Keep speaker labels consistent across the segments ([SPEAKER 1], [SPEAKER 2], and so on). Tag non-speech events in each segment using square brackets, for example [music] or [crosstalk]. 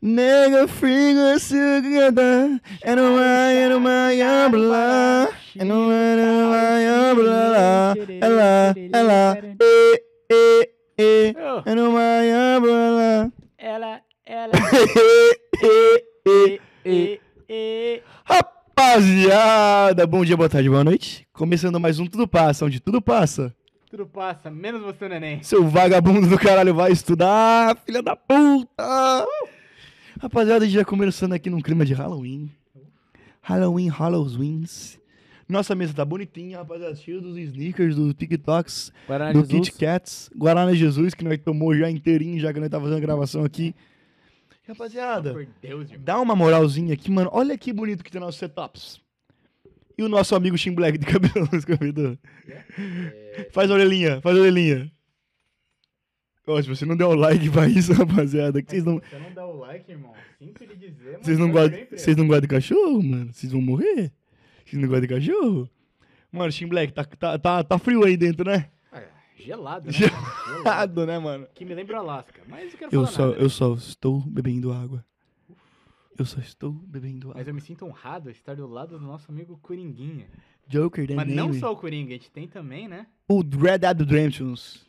[SPEAKER 1] Nega é frigo sugada, and I and my umbrella, and I and my umbrella, ela, ela, e, e, e, and my umbrella,
[SPEAKER 2] Ela, ela,
[SPEAKER 1] e, e, e,
[SPEAKER 2] e, e.
[SPEAKER 1] Rapaziada, bom dia, boa tarde, boa noite. Começando mais um Tudo Passa, onde tudo passa.
[SPEAKER 2] Tudo passa, menos você, neném.
[SPEAKER 1] Seu vagabundo do caralho vai estudar, filha da puta! Rapaziada, já começando aqui num clima de Halloween. Halloween, Halloweens. Nossa mesa tá bonitinha, rapaziada, cheia dos sneakers, dos TikToks,
[SPEAKER 3] Guaraná
[SPEAKER 1] do
[SPEAKER 3] Jesus.
[SPEAKER 1] Kit Kats, Guarana Jesus, que nós tomou já inteirinho, já que nós tá fazendo a gravação aqui. Rapaziada,
[SPEAKER 2] Por Deus, irmão.
[SPEAKER 1] dá uma moralzinha aqui, mano. Olha que bonito que tem nossos setups. E o nosso amigo Shin Black de cabelo [laughs] nos convidou.
[SPEAKER 2] É,
[SPEAKER 1] Faz a orelhinha, faz a orelhinha. Ó, se você não der o like pra isso, [laughs] rapaziada, que vocês não,
[SPEAKER 2] Você não dá o like, irmão. Sinto lhe dizer, mas
[SPEAKER 1] vocês não,
[SPEAKER 2] eu
[SPEAKER 1] gostam,
[SPEAKER 2] nem preso.
[SPEAKER 1] vocês não gostam de cachorro, mano? Vocês vão morrer? Vocês não gostam de cachorro? Mano, Shin Black, tá, tá, tá, tá frio aí dentro, né?
[SPEAKER 2] Ah,
[SPEAKER 1] [laughs]
[SPEAKER 2] Gelado, né? Gelado.
[SPEAKER 1] Gelado, né, mano?
[SPEAKER 2] Que me lembra Alasca, mas eu quero
[SPEAKER 1] Eu
[SPEAKER 2] falar
[SPEAKER 1] só,
[SPEAKER 2] nada. né?
[SPEAKER 1] eu só estou bebendo água. Eu só estou bebendo
[SPEAKER 2] Mas
[SPEAKER 1] água.
[SPEAKER 2] eu me sinto honrado a estar do lado do nosso amigo Coringuinha.
[SPEAKER 1] Joker, né?
[SPEAKER 2] Mas não só o Coringa, a gente tem também, né?
[SPEAKER 1] O Dread Redemptions.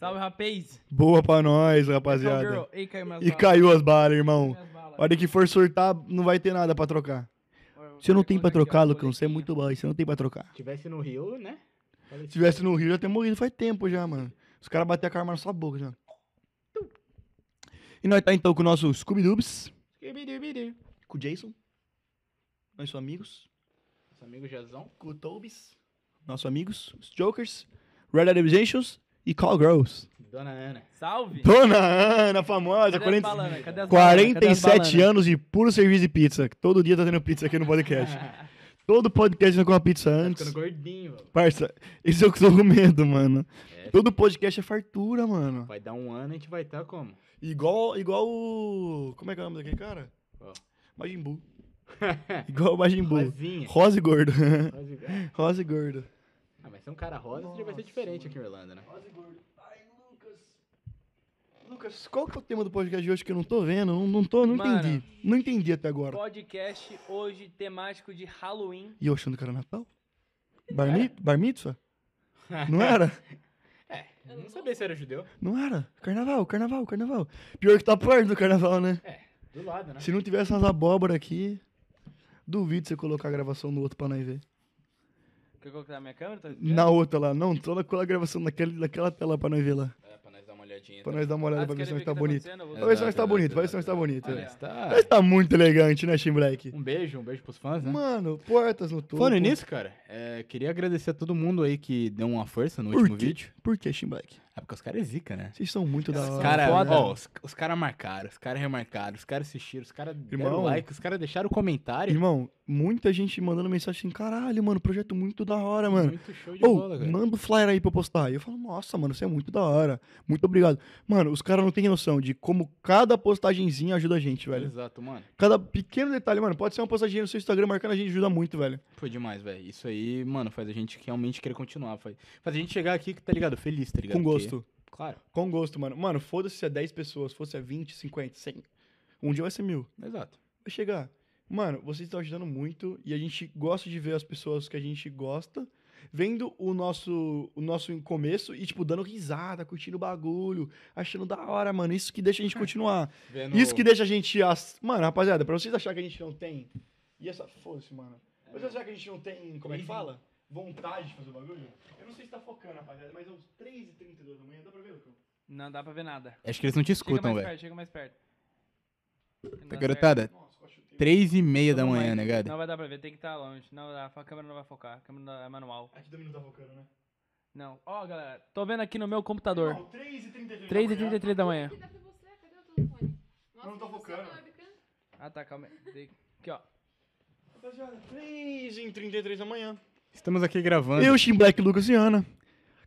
[SPEAKER 3] Salve, rapaz.
[SPEAKER 1] Boa pra nós,
[SPEAKER 3] Então, girl.
[SPEAKER 1] rapaziada.
[SPEAKER 3] Ei, caiu minhas
[SPEAKER 1] E
[SPEAKER 3] balas.
[SPEAKER 1] caiu as balas, irmão.
[SPEAKER 3] Minhas balas.
[SPEAKER 1] A hora que for sortar, não vai ter nada pra trocar. Você não tem pra trocar, Lucão. Você é muito bom. Você não tem pra trocar.
[SPEAKER 2] Se tivesse no Rio, né?
[SPEAKER 1] Se
[SPEAKER 2] Fala isso.
[SPEAKER 1] tivesse no Rio, já teria morrido faz tempo já, mano. Os caras bateram a arma na sua boca já. E nós tá então com o nosso Scooby-Doobs. Com o Jason. Nós somos amigos.
[SPEAKER 2] Nosso amigo Jazão.
[SPEAKER 1] Com o Tobis. Nossos amigos. Os Jokers. Red Dead Redemption e Call Girls.
[SPEAKER 2] Dona Ana.
[SPEAKER 3] Salve.
[SPEAKER 1] Dona Ana, famosa.
[SPEAKER 3] Cadê as
[SPEAKER 1] 40
[SPEAKER 2] né?
[SPEAKER 3] balanas? Cadê as balanas? Cadê as
[SPEAKER 1] 47
[SPEAKER 3] balanas?
[SPEAKER 1] anos de puro serviço de pizza. Todo dia tá tendo pizza aqui no podcast. Todo podcast É não com uma pizza
[SPEAKER 2] Tá
[SPEAKER 1] antes.
[SPEAKER 2] ficando gordinho, velho.
[SPEAKER 1] Parça, esse é o que eu tô com medo, mano.
[SPEAKER 2] É.
[SPEAKER 1] Todo podcast é fartura, mano.
[SPEAKER 2] Vai dar um ano e a gente vai
[SPEAKER 1] [laughs]
[SPEAKER 2] estar como?
[SPEAKER 1] Igual, igual o... Como é que é o nome daquele cara?
[SPEAKER 2] Qual?
[SPEAKER 1] Majin Buu. Igual o Majin Buu.
[SPEAKER 2] Rosinha.
[SPEAKER 1] Rosa e gordo. [laughs]
[SPEAKER 2] Rosinha.
[SPEAKER 1] Rosa e gordo.
[SPEAKER 2] Ah, mas ser um cara rosa, já vai ser diferente aqui em Orlando, né?
[SPEAKER 1] Rosa e gordo. Ai, Lucas. Lucas, qual que é o tema do podcast de hoje que eu não tô vendo? Não, não tô, não
[SPEAKER 3] Mano.
[SPEAKER 1] entendi. Não entendi até agora.
[SPEAKER 3] Podcast hoje temático de Halloween.
[SPEAKER 1] E eu achando que era Natal? Bar, mi- bar mitzvah?
[SPEAKER 3] [laughs]
[SPEAKER 1] Não era?
[SPEAKER 2] Eu não sabia se era judeu.
[SPEAKER 1] Não era. Carnaval, carnaval, carnaval. Pior que tá perto do carnaval, né?
[SPEAKER 2] Do lado, né?
[SPEAKER 1] Se não tivesse umas abóbora aqui, duvido você colocar a gravação no outro pra nós ver.
[SPEAKER 3] É? Quer colocar a minha câmera? Tá
[SPEAKER 1] Na outra lá, não, só naquela gravação naquela, naquela tela pra nós ver lá.
[SPEAKER 2] É, pra nós dar uma olhadinha.
[SPEAKER 1] Pra nós dar uma olhada
[SPEAKER 3] Ah,
[SPEAKER 1] pra
[SPEAKER 3] vocês
[SPEAKER 1] ver se
[SPEAKER 3] querem
[SPEAKER 1] nós
[SPEAKER 3] ver
[SPEAKER 1] tá
[SPEAKER 3] o que
[SPEAKER 1] bonito.
[SPEAKER 3] tá
[SPEAKER 2] É.
[SPEAKER 3] acontecendo? Eu vou
[SPEAKER 1] Pra
[SPEAKER 3] dar-
[SPEAKER 1] ver se nós tá bonito, pra ver se nós tá bonito.
[SPEAKER 3] Olha.
[SPEAKER 1] é.
[SPEAKER 3] Mas
[SPEAKER 2] tá...
[SPEAKER 1] Nós tá muito elegante, né, Shimbreck?
[SPEAKER 2] Um beijo, um beijo pros fãs,
[SPEAKER 3] Uhum.
[SPEAKER 2] né?
[SPEAKER 1] Mano, portas no topo.
[SPEAKER 2] Falando nisso, cara, é, queria agradecer a todo mundo aí que deu uma força no
[SPEAKER 1] Por
[SPEAKER 2] último
[SPEAKER 1] quê?
[SPEAKER 2] vídeo.
[SPEAKER 1] Por que, Shimbreck?
[SPEAKER 2] É porque os caras é zica, né?
[SPEAKER 1] Vocês são muito da
[SPEAKER 3] Os
[SPEAKER 1] hora. né?
[SPEAKER 2] Os cara,
[SPEAKER 3] é foda.
[SPEAKER 2] ó, os, os caras marcaram, os caras remarcaram, os caras assistiram, os caras deram
[SPEAKER 1] Irmão.
[SPEAKER 2] like, os caras deixaram comentário.
[SPEAKER 1] Irmão, muita gente mandando mensagem assim, caralho, mano, projeto muito da hora, mano.
[SPEAKER 2] Muito show de
[SPEAKER 1] Ou,
[SPEAKER 2] bola, cara.
[SPEAKER 1] manda o flyer aí pra eu postar. E eu falo, nossa, mano, isso é muito da hora. Muito obrigado. Mano, os caras não têm noção de como cada postagenzinha ajuda a gente, velho.
[SPEAKER 2] Exato, mano.
[SPEAKER 1] Cada pequeno detalhe, mano, pode ser uma postagem no seu Instagram marcando a gente ajuda muito, velho.
[SPEAKER 2] Foi demais, velho. Isso aí, mano, faz a gente realmente querer continuar. Faz, faz a gente chegar aqui, tá ligado? Feliz, tá ligado?
[SPEAKER 1] Com
[SPEAKER 2] Porque-
[SPEAKER 1] gosto.
[SPEAKER 2] claro,
[SPEAKER 1] Com gosto, mano. Mano, foda-se se é 10 pessoas, fosse é 20, 50, 100. Um dia vai ser mil.
[SPEAKER 2] exato.
[SPEAKER 1] Vai chegar. Mano, vocês estão ajudando muito e a gente gosta de ver as pessoas que a gente gosta vendo o nosso o nosso começo e, tipo, dando risada, curtindo o bagulho, achando da hora, mano. Isso que deixa a gente continuar.
[SPEAKER 2] Vendo-
[SPEAKER 1] Isso que deixa a gente. As... Mano, rapaziada, pra vocês acharem que a gente não tem. E essa. Foda-se, mano. Pra vocês acharem que a gente não tem. Como é que fala? Vontade de fazer o bagulho? Eu não sei se tá focando, rapaziada, mas é uns 3h32 da manhã, dá pra ver, Lucão?
[SPEAKER 3] Não dá pra ver nada.
[SPEAKER 2] Acho que eles não te
[SPEAKER 3] Chega
[SPEAKER 2] escutam,
[SPEAKER 3] mais
[SPEAKER 2] velho.
[SPEAKER 3] perto, chega mais perto. Não
[SPEAKER 2] Tá,
[SPEAKER 3] dá
[SPEAKER 2] garotada?
[SPEAKER 1] Nossa, eu chutei.
[SPEAKER 2] Três e meia
[SPEAKER 3] certo.
[SPEAKER 2] da
[SPEAKER 3] Não vai-
[SPEAKER 2] manhã, né, gado?
[SPEAKER 3] Não vai dar pra ver, tem que estar longe. Não dá, a câmera não vai focar, a câmera não- é manual.
[SPEAKER 1] Aqui também não tá focando, né?
[SPEAKER 3] Não. Ó, galera, tô vendo aqui no meu computador.
[SPEAKER 1] Não, 3h33.
[SPEAKER 3] 3h33 da manhã.
[SPEAKER 4] Que dá pra você? Cadê o telefone? Mostra
[SPEAKER 1] não tô
[SPEAKER 4] pra você
[SPEAKER 1] focando.
[SPEAKER 4] na webcam.
[SPEAKER 3] Ah, tá, calma. aí. Dei- Aqui, ó.
[SPEAKER 1] Rapaziada, 3h33 da manhã.
[SPEAKER 2] Estamos aqui gravando.
[SPEAKER 1] Eu, Shin Black, Lucas e Ana.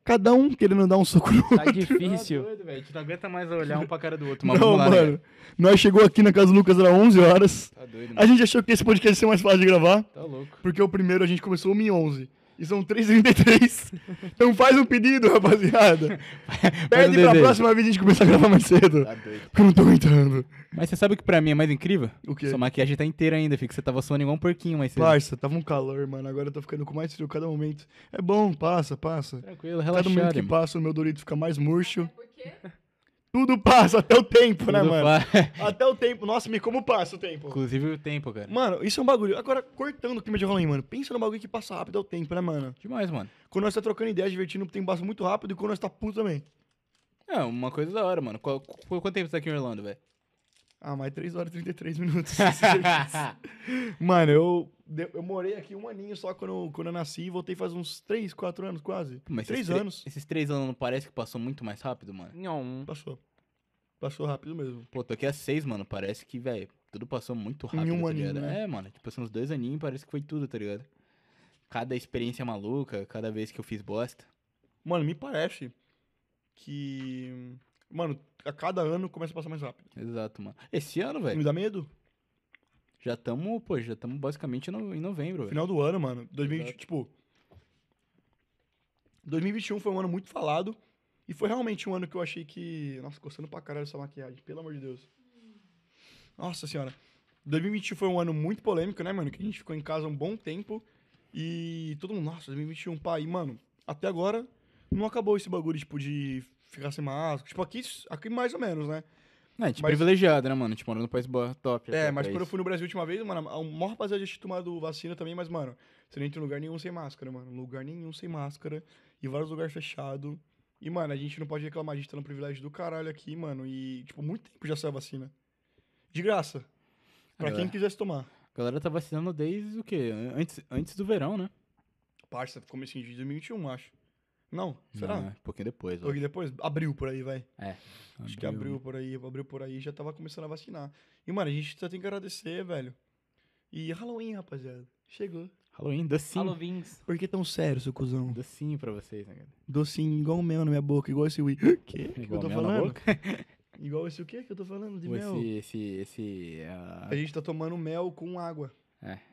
[SPEAKER 1] Cada um querendo dar um soco no
[SPEAKER 2] [laughs]
[SPEAKER 3] Tá difícil.
[SPEAKER 2] velho. A gente não aguenta mais olhar um pra cara do outro.
[SPEAKER 1] [laughs] Não,
[SPEAKER 2] Mas vamos lá, né,
[SPEAKER 1] mano.
[SPEAKER 2] gado?
[SPEAKER 1] Nós chegou aqui na casa do Lucas, era 11 horas.
[SPEAKER 2] Tá doido,
[SPEAKER 1] A
[SPEAKER 2] mano.
[SPEAKER 1] gente achou que esse podcast ia ser mais fácil de gravar.
[SPEAKER 2] Tá louco.
[SPEAKER 1] Porque o primeiro a gente começou 1 e 11. E são 3h33. Então faz um pedido,
[SPEAKER 2] [laughs]
[SPEAKER 1] rapaziada. Pede pra
[SPEAKER 2] um desejo.
[SPEAKER 1] próxima vez a gente começar a gravar mais cedo.
[SPEAKER 2] Tá doido.
[SPEAKER 1] Porque eu não tô aguentando.
[SPEAKER 2] Mas você sabe o que pra mim é mais incrível?
[SPEAKER 1] O quê?
[SPEAKER 2] Sua maquiagem tá inteira ainda, fica. Você tava suando igual um porquinho, mas você.
[SPEAKER 1] Parça, tava um calor, mano. Agora eu tô ficando com mais frio a cada momento. É bom, passa, passa.
[SPEAKER 2] Tranquilo,
[SPEAKER 1] Cada
[SPEAKER 2] relaxado.
[SPEAKER 1] momento tá que
[SPEAKER 2] irmão.
[SPEAKER 1] passa, o meu Dorito fica mais murcho.
[SPEAKER 4] Por quê?
[SPEAKER 1] Tudo passa, até o tempo, né,
[SPEAKER 2] Tudo
[SPEAKER 1] mano?
[SPEAKER 2] fa-
[SPEAKER 1] Até o tempo. Nossa, me como passa o tempo.
[SPEAKER 2] Inclusive o tempo, cara.
[SPEAKER 1] Mano, isso é um bagulho. Agora, cortando o clima de Halloween, mano. Pensa no bagulho que passa rápido, é o tempo, né, mano?
[SPEAKER 2] Demais, mano.
[SPEAKER 1] Quando nós tá trocando ideia, divertindo, o tempo passa muito rápido e quando nós tá puto também.
[SPEAKER 2] É, uma coisa da hora, mano. Qual- qu- quanto tempo você tá aqui em Orlando, velho?
[SPEAKER 1] Ah, mais 3 horas e 33 minutos. [laughs] mano, eu, de- eu morei aqui um aninho só quando, quando eu nasci e voltei faz uns 3, 4 anos quase.
[SPEAKER 2] [laughs] Mas esses
[SPEAKER 1] 3
[SPEAKER 2] tre-
[SPEAKER 1] anos.
[SPEAKER 2] Esses três anos não parece que passou muito mais rápido, mano?
[SPEAKER 3] Nhom.
[SPEAKER 1] Passou. Passou rápido mesmo.
[SPEAKER 2] Pô, tô aqui há seis, mano. Parece que, velho, tudo passou muito
[SPEAKER 1] Em
[SPEAKER 2] rápido,
[SPEAKER 1] um
[SPEAKER 2] tá
[SPEAKER 1] aninho,
[SPEAKER 2] ligado?
[SPEAKER 1] né?
[SPEAKER 2] É, mano, tipo, são uns dois aninhos, parece que foi tudo, tá ligado? Cada experiência maluca, cada vez que eu fiz bosta.
[SPEAKER 1] Mano, me parece que. Mano, a cada ano começa a passar mais rápido.
[SPEAKER 2] Exato, mano. Esse ano,
[SPEAKER 1] Me
[SPEAKER 2] velho,
[SPEAKER 1] dá medo?
[SPEAKER 2] já tamo, pô, já tamo basicamente no- em novembro, velho.
[SPEAKER 1] Final do ano, mano. 2020,
[SPEAKER 2] Exato.
[SPEAKER 1] tipo. 2021 foi um ano muito falado. E foi realmente um ano que eu achei que. Nossa, coçando pra caralho essa maquiagem, pelo amor de Deus. Nossa senhora. 2021 foi um ano muito polêmico, né, mano? Que a gente ficou em casa um bom tempo. E todo mundo, nossa, 2021, pai. E, mano, até agora não acabou esse bagulho, tipo, de ficar sem máscara. Tipo, aqui, aqui mais ou menos, né?
[SPEAKER 2] É, a gente
[SPEAKER 1] Mas-
[SPEAKER 2] privilegiado, né, mano? A gente mora num país bo- top.
[SPEAKER 1] É,
[SPEAKER 2] até
[SPEAKER 1] mas
[SPEAKER 2] pra
[SPEAKER 1] quando eu
[SPEAKER 2] isso.
[SPEAKER 1] fui no Brasil a última vez, mano, o maior rapaziada já tinha tomado vacina também, mas, mano, você não entra em lugar nenhum sem máscara, mano. Lugar nenhum sem máscara. E vários lugares fechados. E, mano, a gente não pode reclamar, a gente tá no privilégio do caralho aqui, mano. E, tipo, muito tempo já saiu a vacina. De graça. Pra
[SPEAKER 2] Ah,
[SPEAKER 1] quem
[SPEAKER 2] é.
[SPEAKER 1] quisesse tomar.
[SPEAKER 2] A galera tá vacinando desde o quê? An- Antes, antes do verão, né?
[SPEAKER 1] Parça, comecinho de 2021, acho. Não? Será?
[SPEAKER 2] Não, é, um pouquinho depois, ó.
[SPEAKER 1] Porque depois, abril por aí, vai. Acho que
[SPEAKER 2] Abril.
[SPEAKER 1] abriu por aí, abriu por aí já tava começando a vacinar. E, mano, a gente só tem que agradecer, velho. E Halloween, rapaziada. Chegou.
[SPEAKER 2] Halloween, docinho.
[SPEAKER 3] Alô, Vins.
[SPEAKER 1] Por que tão sério, seu cuzão?
[SPEAKER 2] Docinho pra vocês, né, cara?
[SPEAKER 1] Docinho igual o mel na minha boca, igual
[SPEAKER 2] [laughs]
[SPEAKER 1] esse Wii. O que que eu
[SPEAKER 2] Igual
[SPEAKER 1] tô
[SPEAKER 2] mel na
[SPEAKER 1] falando?
[SPEAKER 2] boca.
[SPEAKER 1] Igual esse o que que eu tô falando de
[SPEAKER 2] Ou
[SPEAKER 1] mel?
[SPEAKER 2] Esse, esse, esse... ah,
[SPEAKER 1] A gente tá tomando mel com água.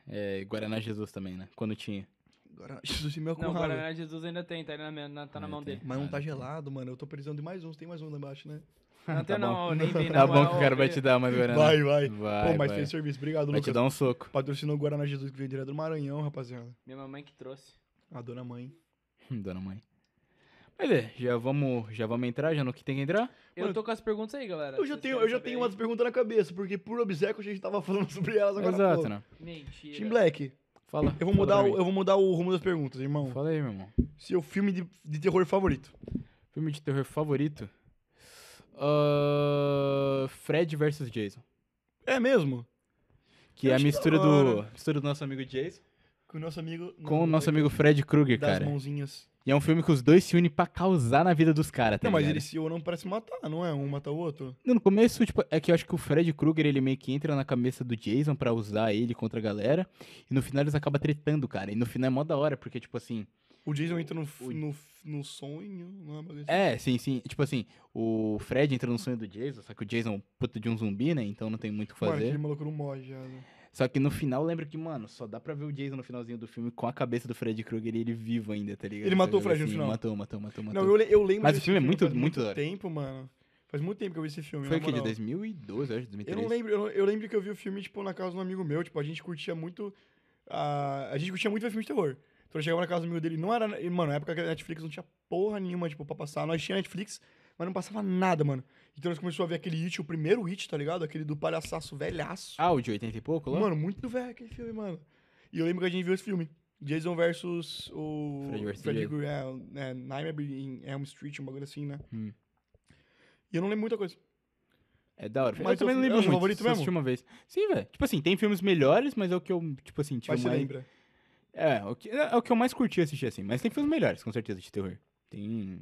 [SPEAKER 2] É, Guaraná Jesus também, né? Quando tinha.
[SPEAKER 1] Agora, [laughs] Jesus e mel com
[SPEAKER 3] Não, é o
[SPEAKER 1] água.
[SPEAKER 3] Guaraná Jesus ainda tem, tá, ali na, minha- na- tá na
[SPEAKER 2] Ah,
[SPEAKER 3] mão
[SPEAKER 2] tem. [laughs]
[SPEAKER 3] dele.
[SPEAKER 1] Mas não tá
[SPEAKER 2] Ah,
[SPEAKER 1] gelado, mano. Eu tô precisando de mais um. Você tem mais um lá embaixo, né?
[SPEAKER 3] Não
[SPEAKER 2] Tá
[SPEAKER 3] tem não, nem
[SPEAKER 2] [laughs]
[SPEAKER 3] tem
[SPEAKER 2] Tá bom que o cara vai te dar mais Guaraná.
[SPEAKER 1] Vai, vai.
[SPEAKER 2] Vai,
[SPEAKER 1] Pô, mas
[SPEAKER 2] vai.
[SPEAKER 1] fez serviço. Obrigado,
[SPEAKER 2] Vai te
[SPEAKER 1] Lucas.
[SPEAKER 2] dar um soco. [laughs]
[SPEAKER 1] Patrocinou o Guaraná Jesus que veio direto do Maranhão, rapaziada.
[SPEAKER 3] Minha mamãe que trouxe.
[SPEAKER 1] A dona mãe.
[SPEAKER 2] Dona mãe. Mas é, já vamos, já vamos entrar, já no que tem que entrar?
[SPEAKER 3] Eu
[SPEAKER 1] Mano,
[SPEAKER 3] tô com as perguntas aí, galera.
[SPEAKER 1] Eu já
[SPEAKER 3] Vocês
[SPEAKER 1] tenho,
[SPEAKER 3] querem
[SPEAKER 1] eu já
[SPEAKER 3] saber
[SPEAKER 1] tenho
[SPEAKER 3] aí?
[SPEAKER 1] umas perguntas na cabeça, porque por obséquio a gente tava falando [laughs] sobre elas agora. há
[SPEAKER 2] Exato,
[SPEAKER 1] pouco.
[SPEAKER 2] né?
[SPEAKER 3] Mentira.
[SPEAKER 1] Tim Black,
[SPEAKER 2] Fala.
[SPEAKER 1] eu
[SPEAKER 2] fala
[SPEAKER 1] vou, mudar
[SPEAKER 2] pra
[SPEAKER 1] o,
[SPEAKER 2] mim.
[SPEAKER 1] eu vou mudar o rumo das perguntas, irmão.
[SPEAKER 2] Fala aí, meu irmão.
[SPEAKER 1] Seu filme de, de terror favorito.
[SPEAKER 2] Filme de terror favorito? Ah, Fred vs Jason.
[SPEAKER 1] É mesmo?
[SPEAKER 2] Que
[SPEAKER 1] Eu
[SPEAKER 2] é a
[SPEAKER 1] acho
[SPEAKER 2] mistura
[SPEAKER 1] da hora.
[SPEAKER 2] do, mistura do nosso amigo Jason
[SPEAKER 1] Com o nosso amigo.
[SPEAKER 2] com o
[SPEAKER 1] não,
[SPEAKER 2] nosso amigo Fred Krueger,
[SPEAKER 1] das
[SPEAKER 2] cara.
[SPEAKER 1] mãozinhas.
[SPEAKER 2] E é um filme que os dois se unem pra causar na vida dos caras, tá
[SPEAKER 1] não, mas
[SPEAKER 2] ligado?
[SPEAKER 1] eles se ou não parece matar, não é? Um mata o outro.
[SPEAKER 2] Não, no começo, tipo, é que eu acho que o Fred Krueger, ele meio que entra na cabeça do Jason pra usar ele contra a galera. E no final eles acabam tretando, cara. E no final é mó da hora, porque, tipo assim.
[SPEAKER 1] O Jason entra no, f-
[SPEAKER 2] Ui.
[SPEAKER 1] no, f- no sonho, não é? uma coisa assim?
[SPEAKER 2] É, sim, sim. Tipo assim, o Fred entra no sonho do Jason, só que o Jason é um puto de um zumbi, né? Então não tem muito o que
[SPEAKER 1] Mano,
[SPEAKER 2] fazer.
[SPEAKER 1] aquele maluco não morre já. né?
[SPEAKER 2] Só que no final, lembra que, mano, só dá pra ver o Jason no finalzinho do filme com a cabeça do Fred Krueger e ele vivo ainda, tá ligado?
[SPEAKER 1] Ele matou o
[SPEAKER 2] Sabe,
[SPEAKER 1] Fred no
[SPEAKER 2] assim,
[SPEAKER 1] final.
[SPEAKER 2] Matou, matou, matou, matou.
[SPEAKER 1] Não, eu, le- eu lembro
[SPEAKER 2] Mas o
[SPEAKER 1] desse
[SPEAKER 2] filme é muito-
[SPEAKER 1] faz
[SPEAKER 2] muito da hora.
[SPEAKER 1] tempo, mano. Faz muito tempo que eu vi esse filme.
[SPEAKER 2] Foi
[SPEAKER 1] na
[SPEAKER 2] o que? De
[SPEAKER 1] moral.
[SPEAKER 2] 2012, eu acho, 2013.
[SPEAKER 1] Eu não lembro, eu, não- eu lembro que eu vi o filme, tipo, na casa de um amigo meu, tipo, a gente curtia muito. A, a gente curtia muito ver filme de terror. Então eu chegava na casa do amigo dele, não era. e, Mano, na época que a Netflix não tinha porra nenhuma, tipo, pra passar. Nós tinha Netflix, mas não passava nada, mano. Então nós começamos a ver aquele hit, o primeiro hit, tá ligado? Aquele do palhaçaço velhaço.
[SPEAKER 2] Ah, o de 80 e pouco, lá?
[SPEAKER 1] mano, muito velho aquele filme, mano. E eu lembro que a gente viu esse filme. Jason versus o.
[SPEAKER 2] Fred versus Jason.
[SPEAKER 1] Krueger, É, é, Nightmare in Elm Street, um bagulho assim, né?
[SPEAKER 2] Hum.
[SPEAKER 1] E eu não lembro muita coisa.
[SPEAKER 2] É da hora.
[SPEAKER 1] Mas
[SPEAKER 2] eu também
[SPEAKER 1] é o- é
[SPEAKER 2] não
[SPEAKER 1] o
[SPEAKER 2] lembro
[SPEAKER 1] seu
[SPEAKER 2] muito.
[SPEAKER 1] favorito
[SPEAKER 2] só assisti
[SPEAKER 1] mesmo?
[SPEAKER 2] uma vez. Sim, velho. Tipo assim, tem filmes melhores, mas é o que eu, tipo assim, tive
[SPEAKER 1] Mas você
[SPEAKER 2] mais...
[SPEAKER 1] lembra.
[SPEAKER 2] É, o que, é o que eu mais curti assistir, assim. Mas tem filmes melhores, com certeza, de terror. Tem...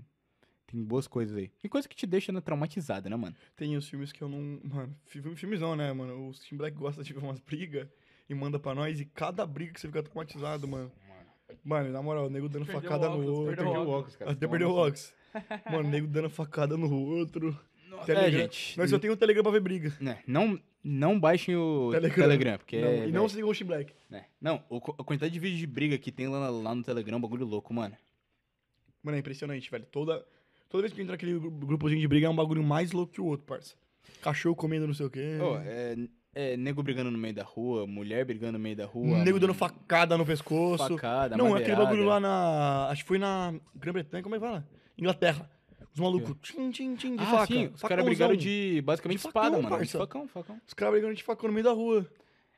[SPEAKER 2] Tem boas coisas aí. Tem coisa que te deixa né, traumatizado, né, mano?
[SPEAKER 1] Tem os filmes que eu não. [laughs] Mano, fi- filmes não, né, mano? O Tim Black gosta de ver umas brigas e manda pra nós. E cada briga que você fica traumatizado, mano. Mano, na moral, o nego dando
[SPEAKER 3] Perdeu
[SPEAKER 1] facada
[SPEAKER 3] o óculos,
[SPEAKER 1] no outro.
[SPEAKER 3] perdeu o óculos.
[SPEAKER 2] cara.
[SPEAKER 1] Até perdeu o óculos. Mano, o nego dando facada no outro. Tá
[SPEAKER 2] É,
[SPEAKER 1] Telegram.
[SPEAKER 2] gente.
[SPEAKER 1] Nós só tem o Telegram pra ver briga.
[SPEAKER 2] né, Não, Não baixem o
[SPEAKER 1] Telegram.
[SPEAKER 2] Telegram, porque
[SPEAKER 1] Não,
[SPEAKER 2] é,
[SPEAKER 1] e não
[SPEAKER 2] velho,
[SPEAKER 1] sigam o Shimblek.
[SPEAKER 2] né? Não, o co- a quantidade de vídeo de briga que tem lá, na- lá no Telegram, é um bagulho louco, mano.
[SPEAKER 1] Mano, é impressionante, velho. Toda, toda vez que entra aquele gru- grupozinho de briga, é um bagulho mais louco que o outro, parça. Cachorro comendo não sei o quê.
[SPEAKER 2] Ô, é, é nego brigando no meio da rua, mulher brigando no meio da rua.
[SPEAKER 1] nego dando
[SPEAKER 2] hum,
[SPEAKER 1] facada no pescoço.
[SPEAKER 2] facada,
[SPEAKER 1] não, é aquele bagulho
[SPEAKER 2] madeirada.
[SPEAKER 1] lá na. Acho que foi na Grã-Bretanha, como é que fala? Inglaterra. Os malucos. Tchim, tchim, tim, de
[SPEAKER 2] É. ah,
[SPEAKER 1] faca.
[SPEAKER 2] sim, os caras
[SPEAKER 1] facãozão.
[SPEAKER 2] brigaram de, basicamente,
[SPEAKER 1] De facão,
[SPEAKER 2] espada, mano.
[SPEAKER 1] parça.
[SPEAKER 2] Facão, facão.
[SPEAKER 1] Os caras brigando de facão no meio da rua.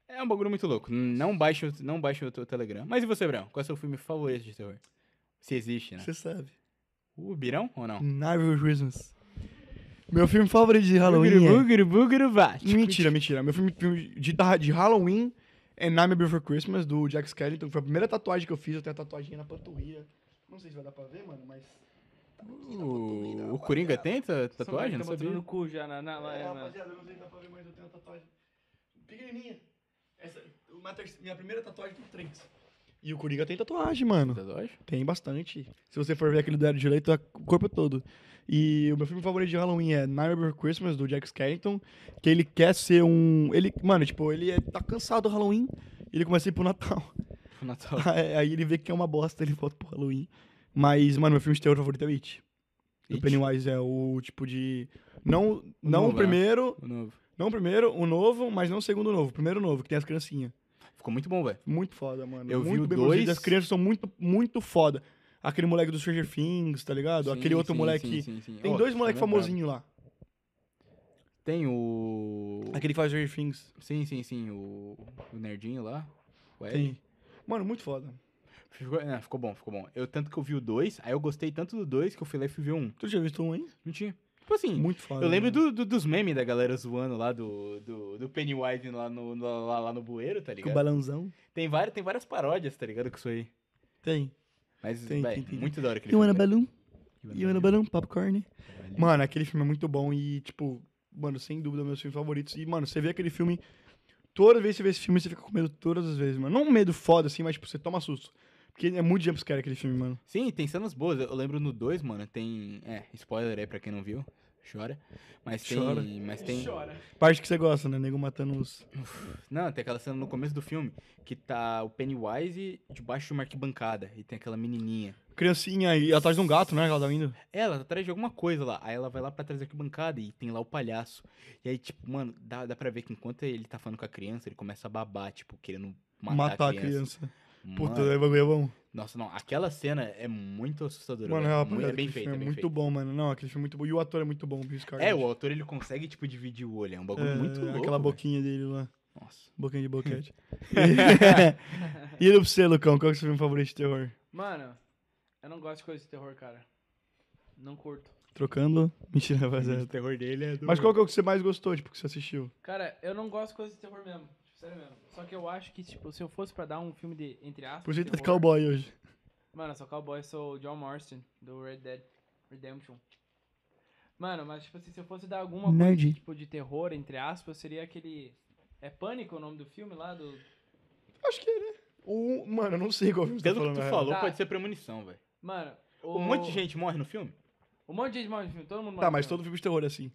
[SPEAKER 2] É um bagulho muito louco. Não baixe, o- não baixe o teu Telegram. Mas e você, Brão? Qual é o seu filme favorito de terror? Se existe, né?
[SPEAKER 1] Você sabe.
[SPEAKER 2] O Birão ou não?
[SPEAKER 1] Nightmare Christmas. Meu filme favorito de Halloween. é-
[SPEAKER 2] Buguru, buguru, buguru, vá.
[SPEAKER 1] Mentira, mentira. Meu filme, filme de, de Halloween é Nightmare Before Christmas, do Jack Skellington. Foi a primeira tatuagem que eu fiz. Eu tenho a tatuagem na panturrilha. Não sei se vai dar pra ver, mano, mas...
[SPEAKER 2] O, o Coringa tem essa tatuagem? Não
[SPEAKER 3] Tá botando
[SPEAKER 2] sabia.
[SPEAKER 3] no cu já, na... na, na,
[SPEAKER 1] É,
[SPEAKER 3] na-
[SPEAKER 1] rapaziada, eu não sei se dá pra ver, mas eu tenho uma tatuagem pequenininha. Essa, uma terce- minha primeira tatuagem com três. E o Coringa tem tatuagem, mano.
[SPEAKER 2] Tatuagem? [laughs]
[SPEAKER 1] Tem bastante. Se você for ver aquele do lado direito, é o corpo todo. E o meu filme favorito de Halloween é Nightmare Before Christmas, do Jack Skellington, que ele quer ser um... Ele, mano, tipo, ele é- tá cansado do Halloween e ele começa a ir pro Natal.
[SPEAKER 2] O Natal.
[SPEAKER 1] Aí aí ele vê que é uma bosta, ele volta pro Halloween. Mas, mano, meu filme de terror favorito é o It. O
[SPEAKER 2] It?
[SPEAKER 1] Pennywise é o tipo de... Não, não
[SPEAKER 2] novo,
[SPEAKER 1] o
[SPEAKER 2] né?
[SPEAKER 1] primeiro,
[SPEAKER 2] O novo.
[SPEAKER 1] não o primeiro, o novo, mas não o segundo novo. O primeiro novo, que tem as criancinhas.
[SPEAKER 2] Ficou muito bom, velho.
[SPEAKER 1] Muito foda, mano.
[SPEAKER 2] Eu vi
[SPEAKER 1] muito
[SPEAKER 2] o
[SPEAKER 1] produzido,
[SPEAKER 2] dois.
[SPEAKER 1] As crianças são muito, muito foda. Aquele moleque do Stranger Things, tá ligado?
[SPEAKER 2] Sim,
[SPEAKER 1] Aquele outro
[SPEAKER 2] sim,
[SPEAKER 1] moleque.
[SPEAKER 2] sim, sim, sim.
[SPEAKER 1] Tem
[SPEAKER 2] Ó,
[SPEAKER 1] dois
[SPEAKER 2] tá
[SPEAKER 1] moleques
[SPEAKER 2] lembrado.
[SPEAKER 1] famosinhos lá.
[SPEAKER 2] Tem o.
[SPEAKER 1] Aquele que faz Stranger Things.
[SPEAKER 2] Sim, sim, sim. O, o Nerdinho lá. O Ed.
[SPEAKER 1] Tem. Mano, muito foda.
[SPEAKER 2] Ficou, não, ficou bom, ficou bom. Eu tanto que eu vi o 2, aí eu gostei tanto do 2 que eu fui lá e fui ver um.
[SPEAKER 1] Tu já visto um, hein?
[SPEAKER 2] Não tinha. Tipo assim,
[SPEAKER 1] Muito foda.
[SPEAKER 2] eu lembro
[SPEAKER 1] mano.
[SPEAKER 2] do, do- dos memes da galera zoando lá do, do, do Pennywise lá no, no- lá, lá no bueiro, tá
[SPEAKER 1] Com o
[SPEAKER 2] ligado?
[SPEAKER 1] balãozão.
[SPEAKER 2] Tem, várias, tem várias paródias, tá ligado, com isso aí.
[SPEAKER 1] Tem.
[SPEAKER 2] Mas,
[SPEAKER 1] Tem,
[SPEAKER 2] véi,
[SPEAKER 1] tem, tem.
[SPEAKER 2] muito da hora aquele
[SPEAKER 1] You wanna
[SPEAKER 2] filme, é.
[SPEAKER 1] balloon?
[SPEAKER 2] velho.
[SPEAKER 1] You wanna balloon? Popcorn? Mano, aquele filme é muito bom e, tipo, mano, sem dúvida, meus filmes favoritos. E, mano, você vê aquele filme. Toda vez que você vê esse filme, você fica com medo todas as vezes, mano. Não um medo foda, assim, mas, tipo, você toma susto. Porque é muito jumpscare aquele filme, mano.
[SPEAKER 2] Sim, tem cenas boas. Eu lembro no 2, mano, tem... É, spoiler aí pra quem não viu. Chora. Mas tem...
[SPEAKER 1] Chora.
[SPEAKER 2] Mas tem...
[SPEAKER 1] Parte que você gosta, né? Nego matando os.
[SPEAKER 2] Não, tem aquela cena no começo do filme que tá o Pennywise debaixo de uma arquibancada e tem aquela menininha.
[SPEAKER 1] Criancinha e atrás de um gato, né? que Ela tá indo.
[SPEAKER 2] Ela tá atrás de alguma coisa lá. Aí ela vai lá pra trás da arquibancada e tem lá o palhaço. E aí, tipo, mano, dá, dá pra ver que enquanto ele tá falando com a criança, ele começa a babar, tipo, querendo matar, a criança.
[SPEAKER 1] Puta,
[SPEAKER 2] Mano,
[SPEAKER 1] daí o bagulho é bom.
[SPEAKER 2] Nossa, não, aquela cena é muito assustadora.
[SPEAKER 1] Mano,
[SPEAKER 2] velho.
[SPEAKER 1] é uma
[SPEAKER 2] Mu-
[SPEAKER 1] parada,
[SPEAKER 2] é bem
[SPEAKER 1] aquele
[SPEAKER 2] feita,
[SPEAKER 1] filme
[SPEAKER 2] é
[SPEAKER 1] é
[SPEAKER 2] bem
[SPEAKER 1] muito
[SPEAKER 2] feita.
[SPEAKER 1] bom, mano. Não, aquele filme é muito bom. E o ator é muito bom, o Bill Scarlet.
[SPEAKER 2] É, o autor ele consegue, tipo, dividir o olho. É um bagulho
[SPEAKER 1] É,
[SPEAKER 2] muito louco.
[SPEAKER 1] Aquela
[SPEAKER 2] velho.
[SPEAKER 1] boquinha dele lá.
[SPEAKER 2] Nossa.
[SPEAKER 1] Boquinha de [laughs] boquete. e [laughs] ele pra você, Lucão, qual que é o seu filme favorito de terror?
[SPEAKER 3] Mano, eu não gosto de coisa de terror, cara. Não curto.
[SPEAKER 1] Trocando? Mentira,
[SPEAKER 2] O
[SPEAKER 1] rapaziada.
[SPEAKER 2] terror dele é do.
[SPEAKER 1] Mas qual que é o que você mais gostou, tipo, que você assistiu?
[SPEAKER 3] Cara, eu não gosto de coisa de terror mesmo. Tipo, sério mesmo. Só que eu acho que, tipo, se eu fosse pra dar um filme de, entre aspas...
[SPEAKER 1] Por jeito tá de
[SPEAKER 3] terror-
[SPEAKER 1] cowboy hoje.
[SPEAKER 3] Mano, eu sou cowboy, eu sou o John Marston, do Red Dead Redemption. Mano, mas, tipo assim, se eu fosse dar alguma
[SPEAKER 1] Nerd.
[SPEAKER 3] coisa, tipo, de terror, entre aspas, seria aquele... É Pânico o nome do filme lá, do...
[SPEAKER 1] Acho que é, né? O, mano, eu não sei qual filme você tá
[SPEAKER 2] Pelo
[SPEAKER 1] falando.
[SPEAKER 2] que tu
[SPEAKER 1] na
[SPEAKER 2] falou,
[SPEAKER 3] Tá.
[SPEAKER 2] pode ser premonição, velho.
[SPEAKER 3] Mano, o...
[SPEAKER 2] Um monte de gente morre no filme?
[SPEAKER 3] Um monte de gente morre no filme, todo
[SPEAKER 1] real.
[SPEAKER 3] mundo morre
[SPEAKER 1] Tá,
[SPEAKER 3] no
[SPEAKER 1] mas
[SPEAKER 3] filme.
[SPEAKER 1] todo filme de terror é assim.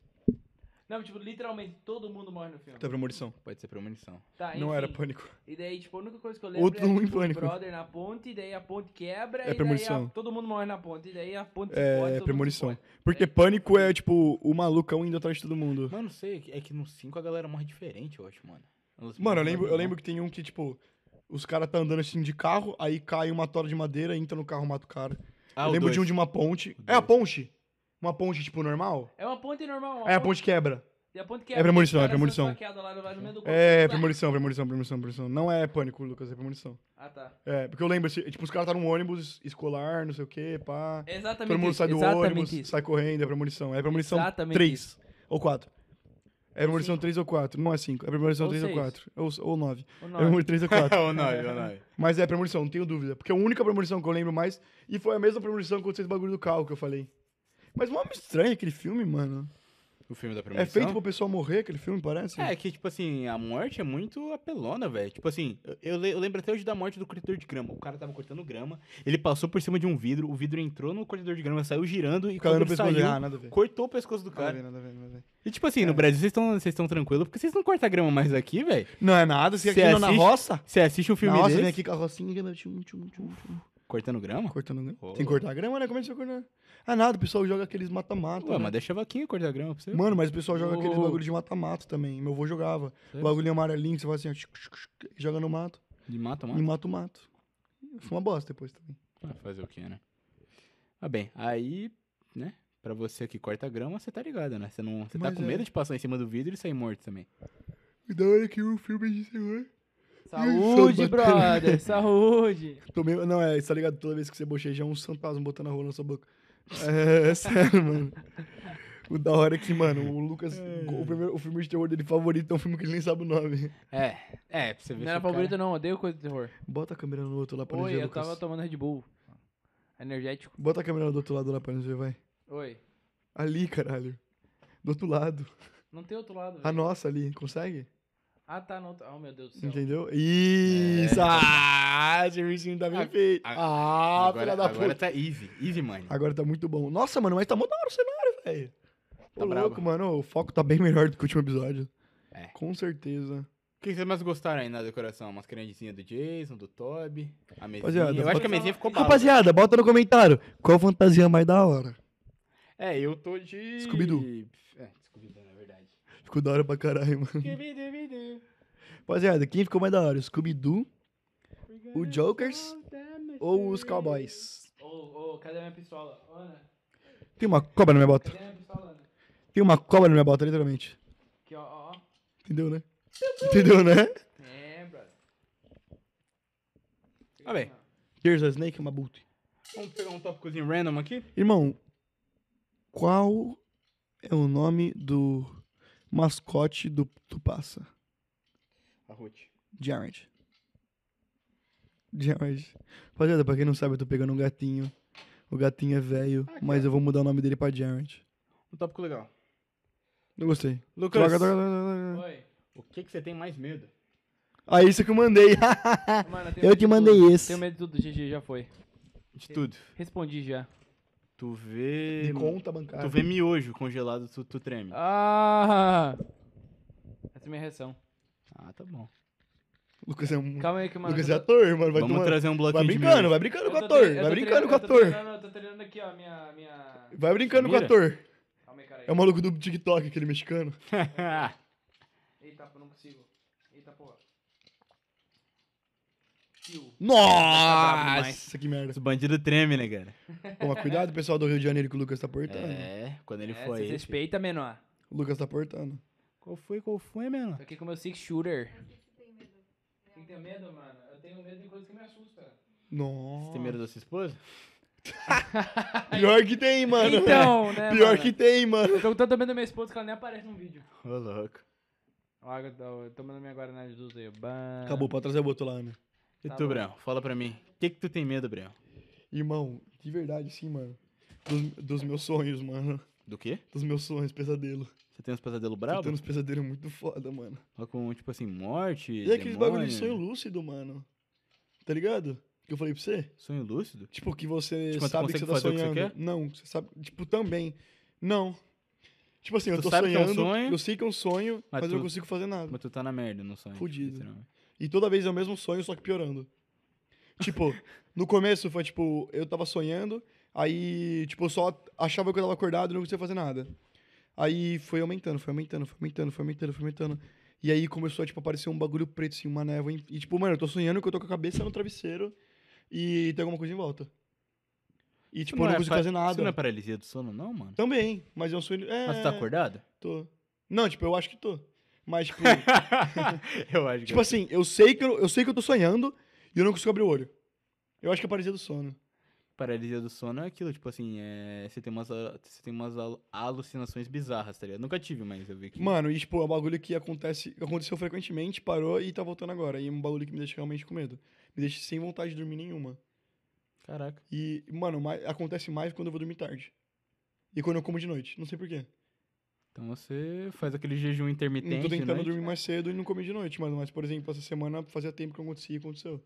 [SPEAKER 3] Não, tipo, literalmente todo mundo morre no filme.
[SPEAKER 1] Tá premonição.
[SPEAKER 2] Pode ser premonição.
[SPEAKER 3] Tá, enfim.
[SPEAKER 1] Não era pânico.
[SPEAKER 3] E daí, tipo, a única coisa que eu lembro
[SPEAKER 1] Outro
[SPEAKER 3] é
[SPEAKER 1] um em
[SPEAKER 3] tipo,
[SPEAKER 1] pânico.
[SPEAKER 3] o brother na ponte, e daí a ponte quebra,
[SPEAKER 1] É
[SPEAKER 3] e daí
[SPEAKER 1] premonição.
[SPEAKER 3] a, todo mundo morre na ponte, e daí a
[SPEAKER 1] É,
[SPEAKER 3] ponte se fode, todo mundo se
[SPEAKER 1] premonição.
[SPEAKER 3] fode.
[SPEAKER 1] Porque
[SPEAKER 3] É.
[SPEAKER 1] pânico é, tipo, o malucão indo atrás de todo mundo.
[SPEAKER 2] Mano, não sei, é que no 5 a galera morre diferente, eu acho, mano. Um
[SPEAKER 1] Mano,
[SPEAKER 2] Elas
[SPEAKER 1] eu
[SPEAKER 2] morrem
[SPEAKER 1] lembro, eu
[SPEAKER 2] normal.
[SPEAKER 1] lembro que tem um que, tipo, os caras tá andando assim de carro, aí cai uma tora de madeira, entra no carro, mata o cara.
[SPEAKER 2] Ah,
[SPEAKER 1] eu
[SPEAKER 2] o
[SPEAKER 1] lembro de um
[SPEAKER 2] dois.
[SPEAKER 1] de uma ponte.
[SPEAKER 2] O
[SPEAKER 1] É a
[SPEAKER 2] dois.
[SPEAKER 1] ponte? Uma ponte, tipo, normal?
[SPEAKER 3] É uma ponte normal. uma
[SPEAKER 1] Aí a ponte quebra.
[SPEAKER 3] E a ponte quebra.
[SPEAKER 1] premonição, é
[SPEAKER 3] e os caras
[SPEAKER 1] premonição.
[SPEAKER 3] são esfaqueados Lá, no- lá no meio do
[SPEAKER 1] É,
[SPEAKER 3] corpo.
[SPEAKER 1] premonição, premonição, premonição, premonição. Não é pânico, Lucas, é premonição.
[SPEAKER 3] Ah, tá.
[SPEAKER 1] É, porque eu lembro, assim, tipo, os caras tá num ônibus escolar, não sei o quê, pá.
[SPEAKER 3] É Exatamente
[SPEAKER 1] Todo mundo
[SPEAKER 3] isso,
[SPEAKER 1] sai do
[SPEAKER 3] exatamente
[SPEAKER 1] ônibus,
[SPEAKER 3] isso.
[SPEAKER 1] sai correndo, é premonição. É premonição
[SPEAKER 3] Exatamente
[SPEAKER 1] 3 ou 4. É premonição
[SPEAKER 3] Cinco.
[SPEAKER 1] 3 ou 4, não é 5. É premonição
[SPEAKER 3] Ou
[SPEAKER 1] 3 ou
[SPEAKER 3] seis.
[SPEAKER 1] 4. Ou, ou 9.
[SPEAKER 3] O
[SPEAKER 1] É
[SPEAKER 3] nome.
[SPEAKER 1] premonição 3 ou
[SPEAKER 2] [laughs]
[SPEAKER 3] [laughs]
[SPEAKER 1] 4.
[SPEAKER 2] Ô, nove,
[SPEAKER 1] [laughs]
[SPEAKER 2] ô, nove.
[SPEAKER 1] Mas é premonição, não tenho dúvida. Porque é a única premonição que eu lembro mais. um E foi a mesma premonição que aconteceu esse bagulho do carro que eu falei. Mas mó estranho aquele filme, mano.
[SPEAKER 2] O filme da
[SPEAKER 1] É
[SPEAKER 2] premonição.
[SPEAKER 1] feito pro pessoal morrer, aquele filme, parece?
[SPEAKER 2] É, que, tipo assim, a morte é muito apelona, velho. Tipo assim, eu- eu, le- eu lembro até hoje da morte do cortador de grama. O cara tava cortando grama, ele passou por cima de um vidro, o vidro entrou no cortador de grama, saiu girando e
[SPEAKER 1] Caiu
[SPEAKER 2] quando
[SPEAKER 1] no
[SPEAKER 2] ele
[SPEAKER 1] pescoço
[SPEAKER 2] saiu,
[SPEAKER 1] dele. Ah, nada a ver.
[SPEAKER 2] cortou o pescoço do
[SPEAKER 1] Nada a
[SPEAKER 2] cara.
[SPEAKER 1] ver, nada a ver, nada a ver.
[SPEAKER 2] E tipo assim, no
[SPEAKER 1] É.
[SPEAKER 2] Brasil vocês estão vocês estão tranquilos porque vocês não cortam grama mais aqui, velho.
[SPEAKER 1] Não é nada, se
[SPEAKER 2] Você
[SPEAKER 1] aqui não na
[SPEAKER 2] assiste
[SPEAKER 1] roça.
[SPEAKER 2] Você assiste um filme
[SPEAKER 1] na roça
[SPEAKER 2] desse,
[SPEAKER 1] vem aqui com a rocinha, tchum, tchum, tchum, tchum,
[SPEAKER 2] cortando grama?
[SPEAKER 1] cortando grama.
[SPEAKER 2] Oh.
[SPEAKER 1] Tem que cortar grama, né? Como é que você corta? Ah, nada, o pessoal joga aqueles mata-mata. né?
[SPEAKER 2] Ué, mas deixa a vaquinha cortar grama pra você.
[SPEAKER 1] Mano, mas o pessoal joga aqueles
[SPEAKER 3] Oh.
[SPEAKER 1] bagulho de mata-mato também. Meu avô jogava.
[SPEAKER 2] Sério?
[SPEAKER 1] Bagulho amarelinho, que você faz assim, ó, tchuc, tchuc, tchuc, e joga no mato.
[SPEAKER 2] De mata,
[SPEAKER 1] E
[SPEAKER 2] mata.
[SPEAKER 1] mata o mato. Foi uma bosta depois também.
[SPEAKER 2] Ah, fazer o quê, né? Ah, bem, aí, né? Pra você que corta grama, você tá ligado, né? Você, não, você tá
[SPEAKER 1] Mas
[SPEAKER 2] com
[SPEAKER 1] é.
[SPEAKER 2] medo de passar em cima do vidro e sair morto também.
[SPEAKER 1] E da hora que Então, o filme de terror.
[SPEAKER 3] Saúde,
[SPEAKER 1] Só batendo.
[SPEAKER 3] brother. Saúde.
[SPEAKER 1] Tomei... Não, é, tá ligado? Toda vez que você bocheja, é um fantasma botando a rola na sua boca. É, é sério, mano. O da hora é que, mano, o Lucas. O, primeiro, o filme de terror dele favorito é um filme que ele nem sabe o nome.
[SPEAKER 2] É, é, pra você ver
[SPEAKER 3] Não
[SPEAKER 2] se
[SPEAKER 3] era
[SPEAKER 2] o
[SPEAKER 3] favorito,
[SPEAKER 2] cara-
[SPEAKER 3] não. Odeio coisa de terror.
[SPEAKER 1] Bota a câmera no outro lá pra nós
[SPEAKER 3] Oi,
[SPEAKER 1] ver,
[SPEAKER 3] eu
[SPEAKER 1] Lucas.
[SPEAKER 3] tava tomando Red Bull. Energético.
[SPEAKER 1] Bota a câmera do outro lado lá pra nós ver, vai.
[SPEAKER 3] Oi.
[SPEAKER 1] Ali, caralho. Do outro lado.
[SPEAKER 3] Não tem outro lado,
[SPEAKER 1] A
[SPEAKER 3] velho.
[SPEAKER 1] nossa ali, consegue?
[SPEAKER 3] Ah, tá. No outro... Oh, meu Deus do céu.
[SPEAKER 1] Entendeu? Isso!
[SPEAKER 2] É.
[SPEAKER 1] Ah, serviço tá bem
[SPEAKER 2] Ah,
[SPEAKER 1] feito.
[SPEAKER 2] ah,
[SPEAKER 1] Ah, filha
[SPEAKER 2] agora,
[SPEAKER 1] da
[SPEAKER 2] agora
[SPEAKER 1] puta.
[SPEAKER 2] tá easy, easy, mano.
[SPEAKER 1] Agora tá muito bom. Nossa, mano, mas tá mó da hora o cenário, velho. Ô,
[SPEAKER 2] brabo.
[SPEAKER 1] louco, mano. O foco tá bem melhor do que o último episódio.
[SPEAKER 2] É.
[SPEAKER 1] Com certeza.
[SPEAKER 2] O que vocês mais gostaram aí na decoração? Umas credenzinhas do Jason, do Toby, a mesinha.
[SPEAKER 1] Rapaziada,
[SPEAKER 2] eu acho que a
[SPEAKER 3] bota-
[SPEAKER 2] mesinha ficou bala.
[SPEAKER 1] Rapaziada, bota no comentário. Qual fantasia mais da hora?
[SPEAKER 2] É, eu tô de...
[SPEAKER 1] Scooby-Doo.
[SPEAKER 2] É, Scooby-Doo, na verdade.
[SPEAKER 1] Ficou da hora pra caralho, mano.
[SPEAKER 2] Scooby-Doo.
[SPEAKER 1] Rapaziada, quem ficou mais da hora? O Scooby-Doo, o Jokers ou os Cowboys?
[SPEAKER 3] Ô, ô, cadê minha pistola? Ana,
[SPEAKER 1] Tem uma cobra na minha bota.
[SPEAKER 3] cadê minha pistola, Ana?
[SPEAKER 1] Tem uma cobra na minha bota, literalmente.
[SPEAKER 3] Aqui, ó, ó, ó.
[SPEAKER 1] Entendeu, né? Entendeu, né?
[SPEAKER 3] É, brother.
[SPEAKER 2] Ah, bem.
[SPEAKER 1] Here's a snake, uma boot.
[SPEAKER 2] Vamos pegar um tópicozinho random aqui?
[SPEAKER 1] Irmão, qual é o nome do mascote do Tupassa?
[SPEAKER 2] A Ruth.
[SPEAKER 1] Jared. Jared. Rapaziada, pra quem não sabe, eu tô pegando um gatinho. O gatinho é velho,
[SPEAKER 2] Ah,
[SPEAKER 1] mas eu vou mudar o nome dele pra Jared.
[SPEAKER 2] Um tópico legal.
[SPEAKER 1] Não gostei.
[SPEAKER 2] Lucas,
[SPEAKER 1] Droga, droga, droga, droga.
[SPEAKER 3] Oi.
[SPEAKER 2] o que, que você tem mais medo?
[SPEAKER 1] Ah, isso que eu mandei. [laughs]
[SPEAKER 2] Ah,
[SPEAKER 3] Mano, tenho
[SPEAKER 1] Eu
[SPEAKER 3] medo
[SPEAKER 1] te
[SPEAKER 3] de
[SPEAKER 1] mandei
[SPEAKER 3] tudo.
[SPEAKER 1] esse.
[SPEAKER 3] Tenho medo de tudo, GG, já foi.
[SPEAKER 2] De tudo.
[SPEAKER 3] Respondi já.
[SPEAKER 2] Tu vê...
[SPEAKER 1] conta bancária.
[SPEAKER 2] Tu vê miojo congelado, tu, tu treme.
[SPEAKER 3] Ah! Essa é a minha reação.
[SPEAKER 2] Ah, tá bom.
[SPEAKER 1] Lucas é um.
[SPEAKER 3] Calma aí que, mano.
[SPEAKER 1] Lucas é
[SPEAKER 3] eu tô-
[SPEAKER 1] ator, mano. Vai
[SPEAKER 2] Vamos
[SPEAKER 1] tomar-
[SPEAKER 2] trazer um bloquinho
[SPEAKER 1] Vai
[SPEAKER 2] de
[SPEAKER 1] brincando,
[SPEAKER 2] miojo.
[SPEAKER 1] vai brincando com o
[SPEAKER 3] eu tô tre-
[SPEAKER 1] ator.
[SPEAKER 3] eu
[SPEAKER 1] Vai
[SPEAKER 3] tô
[SPEAKER 1] brincando
[SPEAKER 3] treinando-
[SPEAKER 1] com o
[SPEAKER 3] eu tô
[SPEAKER 1] ator.
[SPEAKER 3] treinando- Eu tô treinando aqui, ó, minha... minha...
[SPEAKER 1] Vai brincando com o
[SPEAKER 2] Mira?
[SPEAKER 1] ator.
[SPEAKER 3] Calma aí, cara aí.
[SPEAKER 1] É o maluco do TikTok, aquele mexicano.
[SPEAKER 2] [laughs]
[SPEAKER 3] Eita, pô, não consigo. Eita, porra. Tio.
[SPEAKER 1] Nossa, que merda.
[SPEAKER 2] Os bandidos tremem, né, cara?
[SPEAKER 1] Pô, mas cuidado, pessoal do Rio de Janeiro, que o Lucas tá portando.
[SPEAKER 2] É, quando ele
[SPEAKER 3] É,
[SPEAKER 2] foi.
[SPEAKER 3] cês
[SPEAKER 2] esse.
[SPEAKER 3] respeita, menor.
[SPEAKER 1] O Lucas tá portando.
[SPEAKER 2] Qual foi, qual foi, mano?
[SPEAKER 3] Tô aqui com meu six shooter.
[SPEAKER 5] tem medo.
[SPEAKER 3] Quem tem medo, mano? Eu tenho medo de coisa que me assusta.
[SPEAKER 2] Você
[SPEAKER 1] Nossa.
[SPEAKER 2] tem medo da sua esposa?
[SPEAKER 1] Pior que tem, mano.
[SPEAKER 3] tá-
[SPEAKER 1] [laughs]
[SPEAKER 3] Então, né,
[SPEAKER 1] Pior
[SPEAKER 3] mano?
[SPEAKER 1] que tem, mano.
[SPEAKER 3] Eu tô com tanto medo da minha esposa que ela nem aparece no vídeo.
[SPEAKER 2] Ô, louco.
[SPEAKER 1] Tá
[SPEAKER 3] Ó, água da- eu tô tomando minha Guaraná de Duzeio. Bah.
[SPEAKER 1] Acabou, pode trazer o outro lá, né?
[SPEAKER 2] E
[SPEAKER 3] Tá
[SPEAKER 2] tu,
[SPEAKER 3] bom.
[SPEAKER 2] Brão? Fala pra mim. O que que tu tem medo, Brão?
[SPEAKER 1] Irmão, de verdade, sim, mano. Dos, dos meus sonhos, mano.
[SPEAKER 2] Do quê?
[SPEAKER 1] Dos meus sonhos, pesadelo.
[SPEAKER 2] Você tem uns pesadelos
[SPEAKER 3] Tá
[SPEAKER 1] Tô
[SPEAKER 2] bravos?
[SPEAKER 1] tendo uns pesadelos muito foda, mano.
[SPEAKER 2] Ó, Com, tipo assim, morte,
[SPEAKER 1] E é aqueles bagulho de sonho
[SPEAKER 2] demônio.
[SPEAKER 1] lúcido, mano. Tá ligado? Que eu falei pra você?
[SPEAKER 2] Sonho lúcido?
[SPEAKER 1] Tipo, que você
[SPEAKER 2] Tipo, tu
[SPEAKER 1] sabe que
[SPEAKER 2] consegue
[SPEAKER 1] você tá
[SPEAKER 2] fazer o que você
[SPEAKER 1] sonhando.
[SPEAKER 2] quer?
[SPEAKER 1] Não, você sabe. Tipo, também. Não. Tipo assim, eu
[SPEAKER 2] Tu
[SPEAKER 1] tô
[SPEAKER 2] sabe que é um
[SPEAKER 1] sonhando.
[SPEAKER 2] sonho,
[SPEAKER 1] eu sei que é um sonho,
[SPEAKER 2] mas
[SPEAKER 1] mas, eu
[SPEAKER 2] tu-
[SPEAKER 1] não consigo fazer nada.
[SPEAKER 2] Mas tu tá na merda no sonho. tipo,
[SPEAKER 1] Fudido.
[SPEAKER 2] literalmente.
[SPEAKER 1] E toda vez é o mesmo sonho, só que piorando. Tipo, no começo foi tipo, eu tava sonhando, aí, tipo, eu só achava que eu tava acordado e não conseguia fazer nada. Aí foi aumentando, foi aumentando, foi aumentando, foi aumentando, foi aumentando. E aí começou a, tipo, aparecer um bagulho preto, assim, uma névoa. em- E, tipo, mano, eu tô sonhando que eu tô com a cabeça no travesseiro e tem alguma coisa em volta. E,
[SPEAKER 2] Isso
[SPEAKER 1] tipo, eu não
[SPEAKER 2] é
[SPEAKER 1] consigo
[SPEAKER 2] pa-
[SPEAKER 1] fazer nada.
[SPEAKER 2] Isso não é paralisia do sono, não, mano?
[SPEAKER 1] Também, mas é um sonho. É,
[SPEAKER 2] Mas tu
[SPEAKER 1] [laughs]
[SPEAKER 2] tá acordado?
[SPEAKER 1] Tô. Não, tipo, eu acho que tô. Mas,
[SPEAKER 2] [laughs]
[SPEAKER 1] tipo,
[SPEAKER 2] eu acho que...
[SPEAKER 1] tipo assim, eu sei, que eu, eu sei que eu tô sonhando e eu não consigo abrir o olho. Eu acho que é parecia do sono.
[SPEAKER 2] Paralisia do sono é aquilo, tipo assim, é... Você tem umas, a- você tem umas al- alucinações bizarras, tá ligado? Nunca tive, mas eu vi que...
[SPEAKER 1] Mano, e tipo, é um bagulho que acontece, aconteceu frequentemente, parou e tá voltando agora. E é um bagulho que me deixa realmente com medo. Me deixa sem vontade de dormir nenhuma.
[SPEAKER 2] Caraca.
[SPEAKER 1] E, mano, mais- acontece mais quando eu vou dormir tarde. E quando eu como de noite. Não sei porquê.
[SPEAKER 2] Então você faz aquele jejum intermitente.
[SPEAKER 1] Eu tô tentando
[SPEAKER 2] né?
[SPEAKER 1] dormir mais cedo e não comer de noite, mano. Mas, por exemplo, essa semana fazia tempo que acontecia e aconteceu.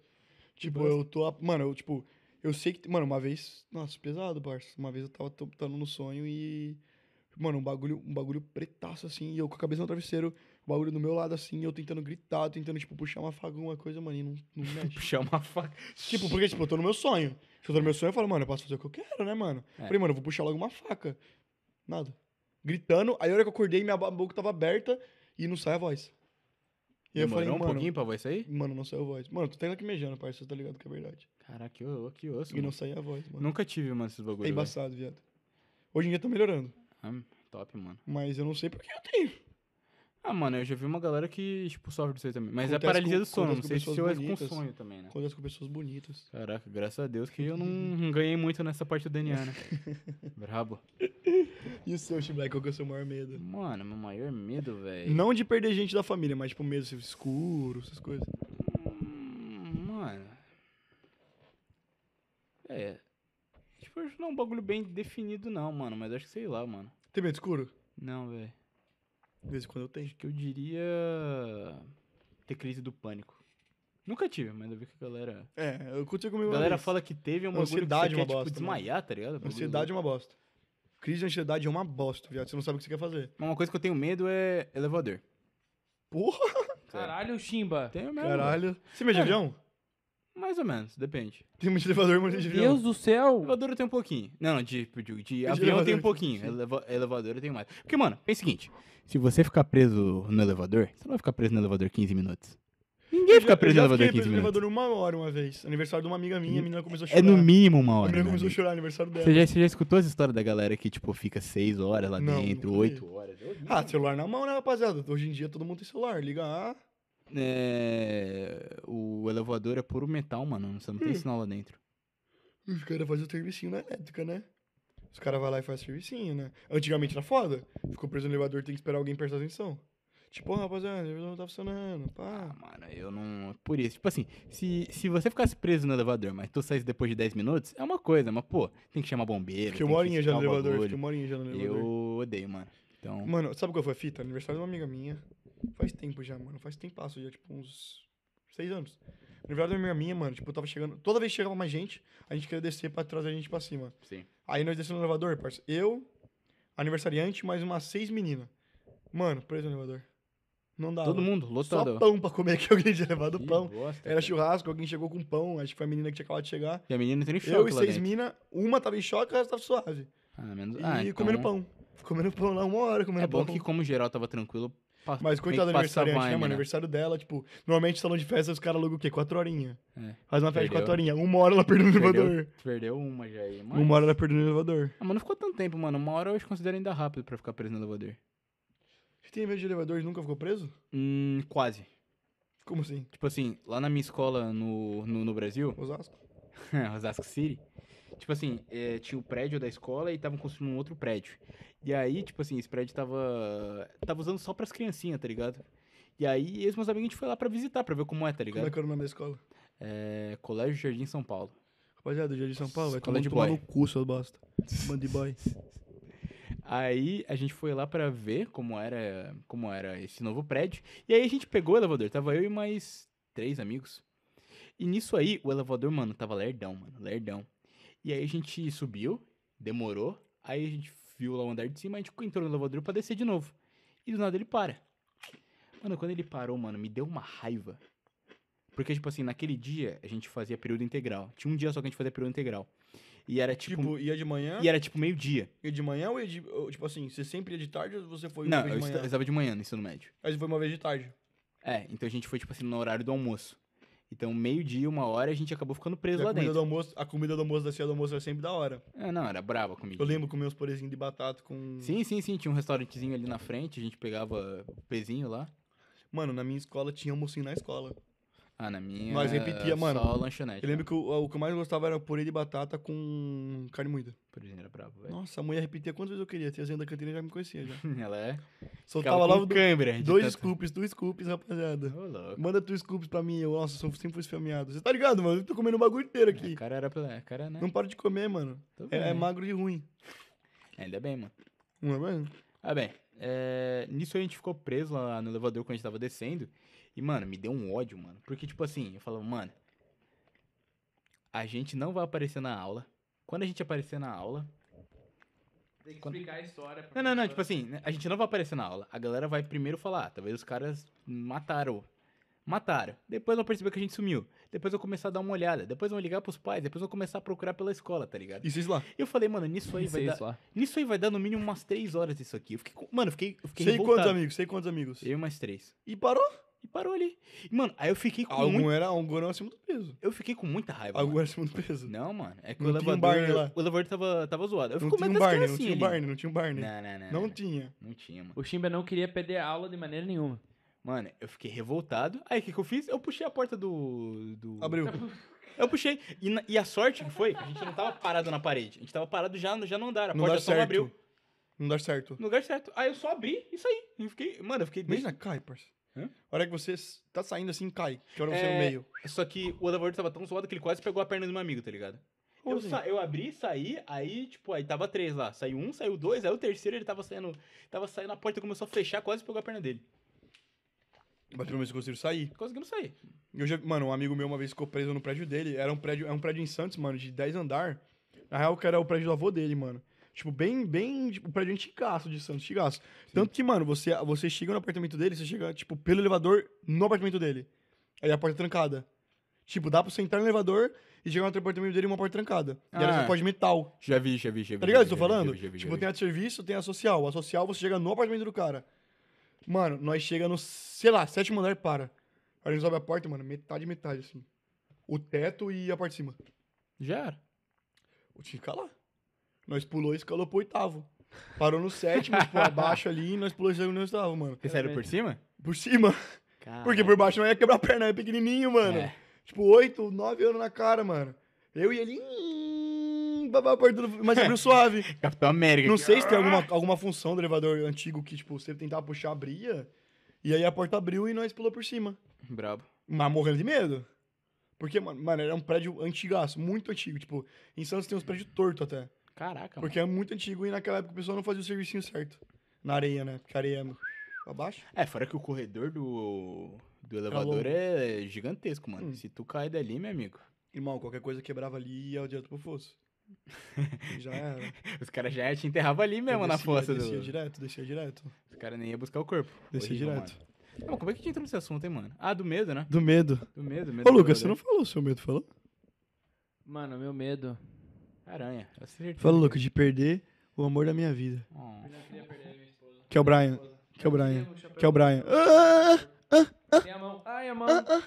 [SPEAKER 1] Tipo,
[SPEAKER 2] bosta.
[SPEAKER 1] eu tô. a- Mano, eu, tipo, eu sei que. Mano, uma vez. Nossa, pesado, parça. Uma vez eu tava to- tando no sonho e. Mano, um bagulho, um bagulho pretaço, assim, e eu com a cabeça no travesseiro, o bagulho do meu lado, assim, e eu tentando gritar, tentando, tipo, puxar uma faga, uma coisa, mano, e não, não mexe.
[SPEAKER 2] [laughs] Puxar uma faca.
[SPEAKER 1] tipo, porque, tipo, eu tô no meu sonho. Se eu tô no meu sonho, eu falo, mano, eu posso fazer o que eu quero, né, mano?
[SPEAKER 2] É.
[SPEAKER 1] Falei, mano, eu vou puxar logo uma faca. Nada. Gritando, aí a hora que eu acordei, minha ba- boca tava aberta e não sai a voz. E aí eu
[SPEAKER 2] Demorou
[SPEAKER 1] falei,
[SPEAKER 2] um
[SPEAKER 1] mano,
[SPEAKER 2] pouquinho pra voz sair?
[SPEAKER 1] mano, não saiu a voz. Mano, tu tá lacrimejando, parça, você tá ligado que é verdade.
[SPEAKER 2] Caraca, que, o- que osso.
[SPEAKER 1] E
[SPEAKER 2] mano.
[SPEAKER 1] não saía a voz, mano.
[SPEAKER 2] Nunca tive, mano, esses
[SPEAKER 1] É
[SPEAKER 2] bagulhos.
[SPEAKER 1] embaçado, viado. Hoje em dia tá melhorando,
[SPEAKER 2] Top, mano.
[SPEAKER 1] mas eu não sei porque eu tenho.
[SPEAKER 2] Ah, mano, eu já vi uma galera que, tipo, sofre disso aí também. Mas é
[SPEAKER 1] Acontece
[SPEAKER 2] paralisia
[SPEAKER 1] com-
[SPEAKER 2] do sono, não
[SPEAKER 1] acontece com
[SPEAKER 2] sei se
[SPEAKER 1] pessoas
[SPEAKER 2] eu é com
[SPEAKER 1] bonitas.
[SPEAKER 2] sonho também, né?
[SPEAKER 1] Acontece com pessoas bonitas.
[SPEAKER 2] Caraca, graças a Deus que
[SPEAKER 1] [laughs]
[SPEAKER 2] eu não ganhei muito nessa parte do DNA, né? Brabo.
[SPEAKER 1] E o seu, Chibleque, qual que é o seu maior medo?
[SPEAKER 2] Mano, meu maior medo, velho.
[SPEAKER 1] Não de perder gente da família, mas tipo, medo de ser escuro, essas coisas.
[SPEAKER 2] Hum, Mano. É. Tipo, acho que não é um bagulho bem definido, não, mano. Mas acho que sei lá, mano.
[SPEAKER 1] Tem medo de escuro?
[SPEAKER 2] Não, velho.
[SPEAKER 1] De vez em quando eu tenho.
[SPEAKER 2] Acho que eu diria. Ter crise do pânico. Nunca tive, mas eu vi que a galera.
[SPEAKER 1] É, eu aconteceu
[SPEAKER 2] A
[SPEAKER 1] comigo uma
[SPEAKER 2] galera
[SPEAKER 1] vez.
[SPEAKER 2] fala que teve é um bagulho que você
[SPEAKER 1] Ansiedade é
[SPEAKER 2] quer,
[SPEAKER 1] uma
[SPEAKER 2] tipo,
[SPEAKER 1] bosta, mano.
[SPEAKER 2] desmaiar, tá ligado? Bagulho
[SPEAKER 1] Ansiedade é uma bosta. Crise de ansiedade é uma bosta, viado. Você não sabe o que você quer fazer.
[SPEAKER 2] Mas Uma coisa que eu tenho medo é elevador.
[SPEAKER 1] Porra!
[SPEAKER 6] Caralho, Chimba.
[SPEAKER 2] Tenho mesmo.
[SPEAKER 1] Caralho. Você mede de
[SPEAKER 2] Mano.
[SPEAKER 1] avião?
[SPEAKER 2] Mais ou menos, depende.
[SPEAKER 1] Tem muito elevador, mas de avião.
[SPEAKER 6] Deus do céu.
[SPEAKER 2] Elevador eu tenho um pouquinho. Não, não, de, de, de avião eu tenho
[SPEAKER 1] elevador,
[SPEAKER 2] um pouquinho. Eleva, elevador eu tenho mais. Porque, mano, pensa o seguinte: se você ficar preso no elevador, você não vai ficar preso no elevador 15 minutos. Ninguém fica preso no
[SPEAKER 1] Eu já
[SPEAKER 2] elevador
[SPEAKER 1] fiquei
[SPEAKER 2] 15
[SPEAKER 1] preso no
[SPEAKER 2] minutos.
[SPEAKER 1] elevador uma hora uma vez. Aniversário de uma amiga minha, a menina começou a chorar.
[SPEAKER 2] É no mínimo uma
[SPEAKER 1] A
[SPEAKER 2] hora.
[SPEAKER 1] menina
[SPEAKER 2] né,
[SPEAKER 1] começou a
[SPEAKER 2] amigo?
[SPEAKER 1] chorar, aniversário dela.
[SPEAKER 2] Você já, você já escutou essa história da galera que, tipo, fica 6 horas lá
[SPEAKER 1] Não,
[SPEAKER 2] dentro,
[SPEAKER 1] nunca
[SPEAKER 2] 8
[SPEAKER 1] vi.
[SPEAKER 2] horas? É
[SPEAKER 1] Ah, celular na mão, né, rapaziada? Hoje em dia todo mundo tem celular. Liga ah,
[SPEAKER 2] É, o elevador é puro metal, mano. Você não
[SPEAKER 1] Hum.
[SPEAKER 2] tem sinal lá dentro.
[SPEAKER 1] Os caras fazem o servicinho na elétrica, né? Os caras vão lá e fazem servicinho, né? Antigamente era foda. Ficou preso no elevador, tem que esperar alguém prestar atenção. Tipo, ó, rapaziada, o elevador não tá funcionando.
[SPEAKER 2] Ah,
[SPEAKER 1] Pá.
[SPEAKER 2] mano, eu não. Por isso, tipo assim, se, se você ficasse preso no elevador, mas tu saísse depois de 10 minutos, é uma coisa, mas, pô, tem que chamar bombeiro.
[SPEAKER 1] Fiquei
[SPEAKER 2] tem
[SPEAKER 1] uma
[SPEAKER 2] que
[SPEAKER 1] horinha já no
[SPEAKER 2] escutar o
[SPEAKER 1] elevador.
[SPEAKER 2] bagulho.
[SPEAKER 1] Fiquei uma horinha já no elevador. Hum.
[SPEAKER 2] Eu odeio, mano. Então,
[SPEAKER 1] Mano, sabe qual foi a fita? Aniversário de uma amiga minha. Faz tempo já, mano. Faz tempasso já, tipo, uns seis anos. Aniversário de uma amiga minha, mano, tipo, eu tava chegando. Toda vez que chegava mais gente, a gente queria descer pra trazer a gente pra cima.
[SPEAKER 2] sim.
[SPEAKER 1] Aí nós descemos no elevador, parça. Eu, aniversariante, mais umas seis meninas. Mano, preso no elevador. Não dava.
[SPEAKER 2] Todo mundo
[SPEAKER 1] Só
[SPEAKER 2] lotado.
[SPEAKER 1] pão pra comer que alguém tinha levado
[SPEAKER 2] Que
[SPEAKER 1] pão.
[SPEAKER 2] bosta,
[SPEAKER 1] Era
[SPEAKER 2] cara.
[SPEAKER 1] churrasco, alguém chegou com pão, acho que foi a menina que tinha acabado de chegar.
[SPEAKER 2] E a menina entrou em choque
[SPEAKER 1] Eu e
[SPEAKER 2] lá
[SPEAKER 1] seis
[SPEAKER 2] dentro.
[SPEAKER 1] minas, uma tava em choque, a resto tava suave.
[SPEAKER 2] Ah, menos...
[SPEAKER 1] E
[SPEAKER 2] ah, então,
[SPEAKER 1] comendo pão. Comendo pão lá uma hora, comendo
[SPEAKER 2] É bom
[SPEAKER 1] pão.
[SPEAKER 2] que, como geral tava tranquilo, pa- meio
[SPEAKER 1] Mas
[SPEAKER 2] que
[SPEAKER 1] coitado do
[SPEAKER 2] passa a
[SPEAKER 1] aniversariante, né,
[SPEAKER 2] vibe,
[SPEAKER 1] mano? Aniversário dela, tipo, normalmente salão de festa os caras alugam o quê? Quatro horinhas.
[SPEAKER 2] É.
[SPEAKER 1] Faz uma festa de
[SPEAKER 2] Perdeu.
[SPEAKER 1] quatro horinhas. Uma hora ela perdeu no
[SPEAKER 2] Perdeu.
[SPEAKER 1] elevador.
[SPEAKER 2] Perdeu uma já aí, mano.
[SPEAKER 1] Uma hora ela perdeu no elevador.
[SPEAKER 2] Ah, mas não ficou tanto tempo, mano. Uma hora eu acho que considero ainda rápido pra ficar preso no elevador.
[SPEAKER 1] Você tem medo de elevador e nunca ficou preso?
[SPEAKER 2] Hum, quase.
[SPEAKER 1] Como assim?
[SPEAKER 2] Tipo assim, lá na minha escola no, no, no Brasil,
[SPEAKER 1] Osasco?
[SPEAKER 2] [laughs] Osasco City, tipo assim, é, tinha o prédio da escola e estavam construindo um outro prédio. E aí, tipo assim, esse prédio tava. tava usando só pras criancinhas, tá ligado? E aí, esses meus amigos, a gente foi lá pra visitar, pra ver como é, tá
[SPEAKER 1] Como é
[SPEAKER 2] ligado?
[SPEAKER 1] que era o nome da escola?
[SPEAKER 2] É, Colégio Jardim São Paulo.
[SPEAKER 1] Rapaziada, dia de São Paulo, vai
[SPEAKER 2] Escola
[SPEAKER 1] tomar
[SPEAKER 2] de
[SPEAKER 1] tomar
[SPEAKER 2] boy.
[SPEAKER 1] no cu, seu bosta. Band boy.
[SPEAKER 2] Aí a gente foi lá pra ver como era, como era esse novo prédio. E aí a gente pegou o elevador. Tava eu e mais três amigos. E nisso aí, o elevador, mano, tava lerdão, mano, lerdão. E aí a gente subiu, demorou. Aí a gente viu lá o andar de cima, a gente entrou no elevador pra descer de novo. E do nada ele para. Mano, quando ele parou, mano, me deu uma raiva. Porque, tipo assim, naquele dia a gente fazia período integral. Tinha um dia só que a gente fazia período integral. E era [laughs] tipo.
[SPEAKER 1] Tipo, ia de manhã?
[SPEAKER 2] e era tipo meio-dia.
[SPEAKER 1] Ia de manhã ou ia de. ou, Tipo assim, você sempre ia de tarde ou você foi uma
[SPEAKER 2] Não,
[SPEAKER 1] vez
[SPEAKER 2] eu
[SPEAKER 1] de
[SPEAKER 2] esta-
[SPEAKER 1] manhã?
[SPEAKER 2] eu estava de manhã no ensino médio.
[SPEAKER 1] Aí você foi uma vez de tarde.
[SPEAKER 2] É, então a gente foi, tipo assim, no horário do almoço. Então, meio-dia, uma hora, a gente acabou ficando preso
[SPEAKER 1] E a
[SPEAKER 2] lá
[SPEAKER 1] comida
[SPEAKER 2] dentro.
[SPEAKER 1] do almoço, a comida do almoço da ceia do almoço era sempre da hora.
[SPEAKER 2] É, não, era brava comigo.
[SPEAKER 1] Eu lembro comer uns porezinhos de batata com.
[SPEAKER 2] Sim, sim, sim, tinha um restaurantezinho ali na frente, a gente pegava o pezinho lá.
[SPEAKER 1] Mano, na minha escola tinha almocinho na escola.
[SPEAKER 2] Ah, na minha.
[SPEAKER 1] Nós repetia,
[SPEAKER 2] só
[SPEAKER 1] mano.
[SPEAKER 2] lanchonete.
[SPEAKER 1] Eu lembro que o, o que eu mais gostava era purê de batata com carne moída.
[SPEAKER 2] Por exemplo, era bravo, velho.
[SPEAKER 1] Nossa, a mulher repetia quantas vezes eu queria. A tiazinha da cantina já me conhecia
[SPEAKER 2] [laughs]
[SPEAKER 1] já.
[SPEAKER 2] Ela é.
[SPEAKER 1] Então, Soltava
[SPEAKER 2] lá
[SPEAKER 1] logo
[SPEAKER 2] o câmera. de
[SPEAKER 1] dois
[SPEAKER 2] tanto-
[SPEAKER 1] scoops, dois scoops, rapaziada.
[SPEAKER 2] tá- Ô, louco.
[SPEAKER 1] Manda tu scoops pra mim. Eu, nossa, eu sempre fui esfameado. Você tá ligado, mano? Eu tô comendo o bagulho inteiro aqui.
[SPEAKER 2] O É, cara era. pela- O cara, né?
[SPEAKER 1] Não paro de comer, mano.
[SPEAKER 2] Tô bem,
[SPEAKER 1] É, é
[SPEAKER 2] né?
[SPEAKER 1] magro e ruim.
[SPEAKER 2] Ainda bem, mano.
[SPEAKER 1] Não é mesmo?
[SPEAKER 2] Ah, bem. É, nisso a gente ficou preso lá no elevador quando a gente tava descendo. E, mano, me deu um ódio, mano. Porque, tipo assim, eu falava, mano, a gente não vai aparecer na aula. Quando a gente aparecer na aula.
[SPEAKER 6] Tem que
[SPEAKER 2] Quando-
[SPEAKER 6] explicar a história. pra
[SPEAKER 2] Não, não, não,
[SPEAKER 6] pessoa.
[SPEAKER 2] tipo assim, né, a gente não vai aparecer na aula. A galera vai primeiro falar, "Ah, talvez os caras mataram. Mataram. Depois vão perceber que a gente sumiu. Depois vão começar a dar uma olhada. Depois vão ligar pros pais. Depois vão começar a procurar pela escola, tá ligado?
[SPEAKER 1] E vocês lá.
[SPEAKER 2] E eu falei, mano,
[SPEAKER 6] assim,
[SPEAKER 2] nisso aí vai
[SPEAKER 3] Sei
[SPEAKER 2] dar.
[SPEAKER 3] isso lá.
[SPEAKER 2] Nisso aí vai dar no mínimo umas três horas isso aqui. Eu fiquei, com- mano, eu fiquei, eu fiquei
[SPEAKER 1] Sei quantos
[SPEAKER 2] revoltado.
[SPEAKER 1] amigos, sei quantos amigos.
[SPEAKER 2] Eu e mais três.
[SPEAKER 1] E parou.
[SPEAKER 2] E parou ali. E, mano, aí eu fiquei com
[SPEAKER 1] Algum
[SPEAKER 2] muito,
[SPEAKER 1] era, algum
[SPEAKER 2] um
[SPEAKER 1] era acima do peso.
[SPEAKER 2] eu fiquei com muita raiva.
[SPEAKER 1] Algum
[SPEAKER 2] mano.
[SPEAKER 1] era acima do peso.
[SPEAKER 2] Não, mano, é que
[SPEAKER 1] Não
[SPEAKER 2] o
[SPEAKER 1] tinha um
[SPEAKER 2] elevador,
[SPEAKER 1] Barney lá.
[SPEAKER 2] o elevador tava tava zoado. Eu
[SPEAKER 1] Não
[SPEAKER 2] fico com
[SPEAKER 1] tinha
[SPEAKER 2] medo
[SPEAKER 1] um
[SPEAKER 2] das
[SPEAKER 1] Barney, não
[SPEAKER 2] criancinhas
[SPEAKER 1] tinha um
[SPEAKER 2] ali.
[SPEAKER 1] Barney, não tinha um Barney.
[SPEAKER 2] Não, não, não.
[SPEAKER 1] Não
[SPEAKER 2] não.
[SPEAKER 1] tinha.
[SPEAKER 2] Não tinha, mano.
[SPEAKER 3] O Chimba não queria perder a aula de maneira nenhuma.
[SPEAKER 2] Mano, eu fiquei revoltado. Aí o que, que eu fiz? Eu puxei a porta do. do...
[SPEAKER 1] Abriu.
[SPEAKER 2] Eu puxei. E, na- e a sorte que foi, que a gente não tava parado na parede. A gente tava parado já, no- já no andar. A
[SPEAKER 1] Não dá
[SPEAKER 2] porta só
[SPEAKER 1] certo.
[SPEAKER 2] abriu.
[SPEAKER 1] Não dá certo.
[SPEAKER 2] No lugar certo. Aí eu só abri e saí. Eu fiquei. Mano, eu fiquei.
[SPEAKER 1] Imagina, cai, parça.
[SPEAKER 2] Hã?
[SPEAKER 1] A hora que você s- tá saindo assim, cai. Que hora você é
[SPEAKER 2] É,
[SPEAKER 1] no meio.
[SPEAKER 2] Só que o elevador tava tão zoado que ele quase pegou a perna do meu amigo, tá ligado?
[SPEAKER 1] Ô,
[SPEAKER 2] Eu,
[SPEAKER 1] gente.
[SPEAKER 2] sa- eu abri, saí, aí, tipo, aí tava três lá. Saiu um, saiu dois, aí o terceiro ele tava saindo. Tava saindo a porta, começou a fechar, quase pegou a perna dele.
[SPEAKER 1] Mas pelo menos eu consigo sair.
[SPEAKER 2] Conseguimos sair.
[SPEAKER 1] Eu já, mano, um amigo meu uma vez ficou preso no prédio dele. Era um prédio, é um prédio em Santos, mano, de 10 andar. Na real, que era o prédio do avô dele, mano. Tipo, bem, bem, tipo, prédio antigaço de Santos, antigaço. Tanto que, mano, você, você chega no apartamento dele, você chega, tipo, pelo elevador no apartamento dele. Aí a porta é trancada. Tipo, dá pra você entrar no elevador e chegar no outro apartamento dele e uma porta trancada. E era
[SPEAKER 2] Ah.
[SPEAKER 1] essa porta de metal.
[SPEAKER 2] Já vi, já vi, já vi.
[SPEAKER 1] Tá ligado o que eu tô falando? tipo, tem a de serviço, tem a social. A social você chega no apartamento do cara. Mano, nós chega no, sei lá, sétimo andar e para. Aí nós abre a porta, mano, metade, metade, assim. O teto e a parte de cima.
[SPEAKER 2] Já era.
[SPEAKER 1] Eu tinha que ficar lá. Nós pulou e escalou pro oitavo. Parou no sétimo, tipo, abaixo ali, e nós pulou e saiu no oitavo, mano.
[SPEAKER 2] Vocês saíram por cima?
[SPEAKER 1] Por cima. Porque por baixo não ia quebrar a perna, Ah. é pequenininho, mano.
[SPEAKER 2] É.
[SPEAKER 1] Tipo, oito, nove anos na cara, mano. Eu e ele. hum, babá a porta do. Mas abriu suave.
[SPEAKER 2] Capitão América.
[SPEAKER 1] Não sei se tem
[SPEAKER 2] [laughs]
[SPEAKER 1] alguma, alguma função do elevador antigo que, tipo, você tentava puxar, abria. E aí a porta abriu e nós pulou por cima.
[SPEAKER 2] Brabo.
[SPEAKER 1] Mas morrendo de medo. Porque, mano, mano, era um prédio antigaço, muito antigo. Tipo, em Santos tem uns prédios tortos até.
[SPEAKER 2] Caraca, mano.
[SPEAKER 1] Porque é muito antigo e naquela época o pessoal não fazia o servicinho certo. Na areia, né? Porque a areia é pra baixo.
[SPEAKER 2] É, fora que o corredor do, do
[SPEAKER 1] longo.
[SPEAKER 2] elevador é gigantesco, mano.
[SPEAKER 1] Tá Hum.
[SPEAKER 2] Se tu cair dali, meu amigo,
[SPEAKER 1] Irmão, qualquer coisa quebrava ali e ia direto pro [laughs] fosso. Já era.
[SPEAKER 2] os caras já te enterravam ali mesmo
[SPEAKER 1] Eu
[SPEAKER 2] na
[SPEAKER 1] descia,
[SPEAKER 2] fossa do...
[SPEAKER 1] Descia direto, descia direto.
[SPEAKER 2] Os caras nem iam buscar o corpo.
[SPEAKER 1] Descia
[SPEAKER 2] Horrível,
[SPEAKER 1] direto.
[SPEAKER 2] mano. Não, mas como é que a gente entrou nesse assunto, hein, mano? Ah, do medo, né?
[SPEAKER 1] Do medo.
[SPEAKER 2] Do medo, medo.
[SPEAKER 1] Ô,
[SPEAKER 2] do
[SPEAKER 1] Lucas,
[SPEAKER 2] elevador.
[SPEAKER 1] você não falou o seu medo, falou?
[SPEAKER 3] Mano, meu medo.
[SPEAKER 2] Aranha, acertei.
[SPEAKER 1] Falou, Lucas, de perder o amor da minha vida.
[SPEAKER 2] Oh.
[SPEAKER 6] Eu não queria perder a minha esposa.
[SPEAKER 1] Que é o Brian. Que é o Brian.
[SPEAKER 6] Tem um chapéu-
[SPEAKER 1] Que é o Brian.
[SPEAKER 6] Tem a mão. Ai, a mão. Ai, a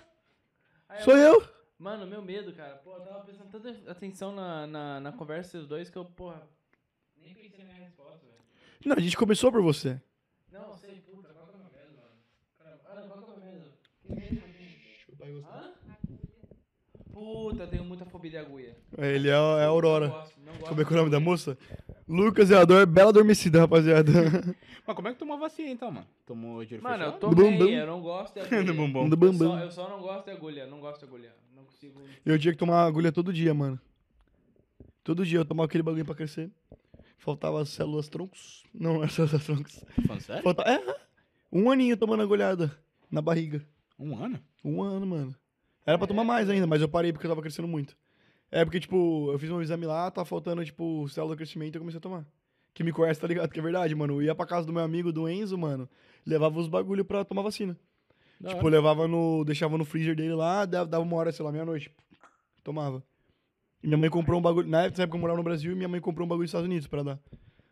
[SPEAKER 1] Ah, sou
[SPEAKER 6] mão.
[SPEAKER 1] eu!
[SPEAKER 6] Mano, meu medo, cara. Pô, eu tava prestando tanta atenção na, na, na conversa dos dois que eu, porra. Nem pensei na minha resposta, velho.
[SPEAKER 1] Não, a gente começou por você.
[SPEAKER 6] Não, eu sei, puta, qual que é o meu medo, mano? Caramba, ah, não, qual que é o meu medo? Que medo que eu tenho? Hã? Puta, eu tenho muita fobia de agulha.
[SPEAKER 1] Ele é, é a
[SPEAKER 6] Não
[SPEAKER 1] Aurora.
[SPEAKER 6] gosto, não gosto.
[SPEAKER 1] Como é que é o nome da moça? Lucas é a dor, bela adormecida, rapaziada.
[SPEAKER 2] Mas como é que tomou a vacina, então, mano? Tomou de olho
[SPEAKER 6] Mano, eu
[SPEAKER 2] fechado?
[SPEAKER 6] tomei,
[SPEAKER 1] Bum, bum.
[SPEAKER 6] eu não
[SPEAKER 1] [laughs]
[SPEAKER 6] gosto de agulha.
[SPEAKER 2] [laughs] No bumbum.
[SPEAKER 1] Do
[SPEAKER 6] Eu, só,
[SPEAKER 1] é? bambam.
[SPEAKER 6] eu só não gosto de agulha, não gosto de agulha. Não consigo.
[SPEAKER 1] Eu tinha que tomar agulha todo dia, mano. Todo dia eu tomava aquele bagulho pra crescer. Faltava as células troncos. Não, [laughs] as células troncos.
[SPEAKER 2] Tá falando sério?
[SPEAKER 1] Faltava. É, um aninho tomando agulhada na barriga.
[SPEAKER 2] Um ano?
[SPEAKER 1] Um ano, mano. Era pra tomar mais ainda, mas eu parei porque eu tava crescendo muito. É porque, tipo, eu fiz um exame lá, tá faltando, tipo, célula do crescimento e eu comecei a tomar. Quem me conhece tá ligado, que é verdade, mano. Eu ia pra casa do meu amigo, do Enzo, mano, levava os bagulho pra tomar vacina.
[SPEAKER 2] Da
[SPEAKER 1] tipo, eu levava no. deixava no freezer dele lá, da- dava uma hora, sei lá, meia-noite. Tomava. E minha mãe comprou um bagulho. Na época na época eu morava no Brasil e minha mãe comprou um bagulho dos Estados Unidos pra dar.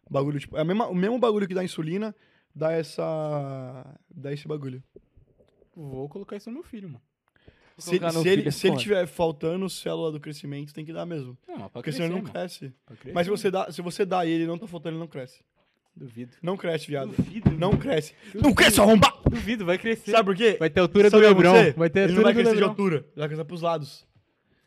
[SPEAKER 1] Bagulho, tipo. É a mesma- o mesmo bagulho que dá insulina, dá essa. dá esse bagulho.
[SPEAKER 2] Vou colocar isso no meu filho, mano.
[SPEAKER 1] Se,
[SPEAKER 3] colocar no
[SPEAKER 1] se ele,
[SPEAKER 3] filho é
[SPEAKER 1] se ele
[SPEAKER 3] foda.
[SPEAKER 1] tiver faltando célula do crescimento, tem que dar mesmo.
[SPEAKER 2] Não, mas pra
[SPEAKER 1] Porque
[SPEAKER 2] crescer,
[SPEAKER 1] senão ele não
[SPEAKER 2] mano.
[SPEAKER 1] cresce.
[SPEAKER 2] Pra crescer,
[SPEAKER 1] Mas se
[SPEAKER 2] mano.
[SPEAKER 1] você dá, se você dá e ele não tá faltando, ele não cresce.
[SPEAKER 2] Duvido.
[SPEAKER 1] Não cresce, viado.
[SPEAKER 2] Duvido.
[SPEAKER 1] Não cresce.
[SPEAKER 2] Duvido.
[SPEAKER 1] Não cresce, arrombar!
[SPEAKER 2] Duvido, vai crescer.
[SPEAKER 1] Sabe por quê?
[SPEAKER 2] Vai ter a altura
[SPEAKER 1] Sabe
[SPEAKER 2] do
[SPEAKER 1] o que
[SPEAKER 2] Lebron.
[SPEAKER 1] acontecer?
[SPEAKER 2] Vai ter a
[SPEAKER 1] Ele não vai
[SPEAKER 2] altura do
[SPEAKER 1] crescer de
[SPEAKER 2] Lebron.
[SPEAKER 1] altura. Ele vai crescer pros lados.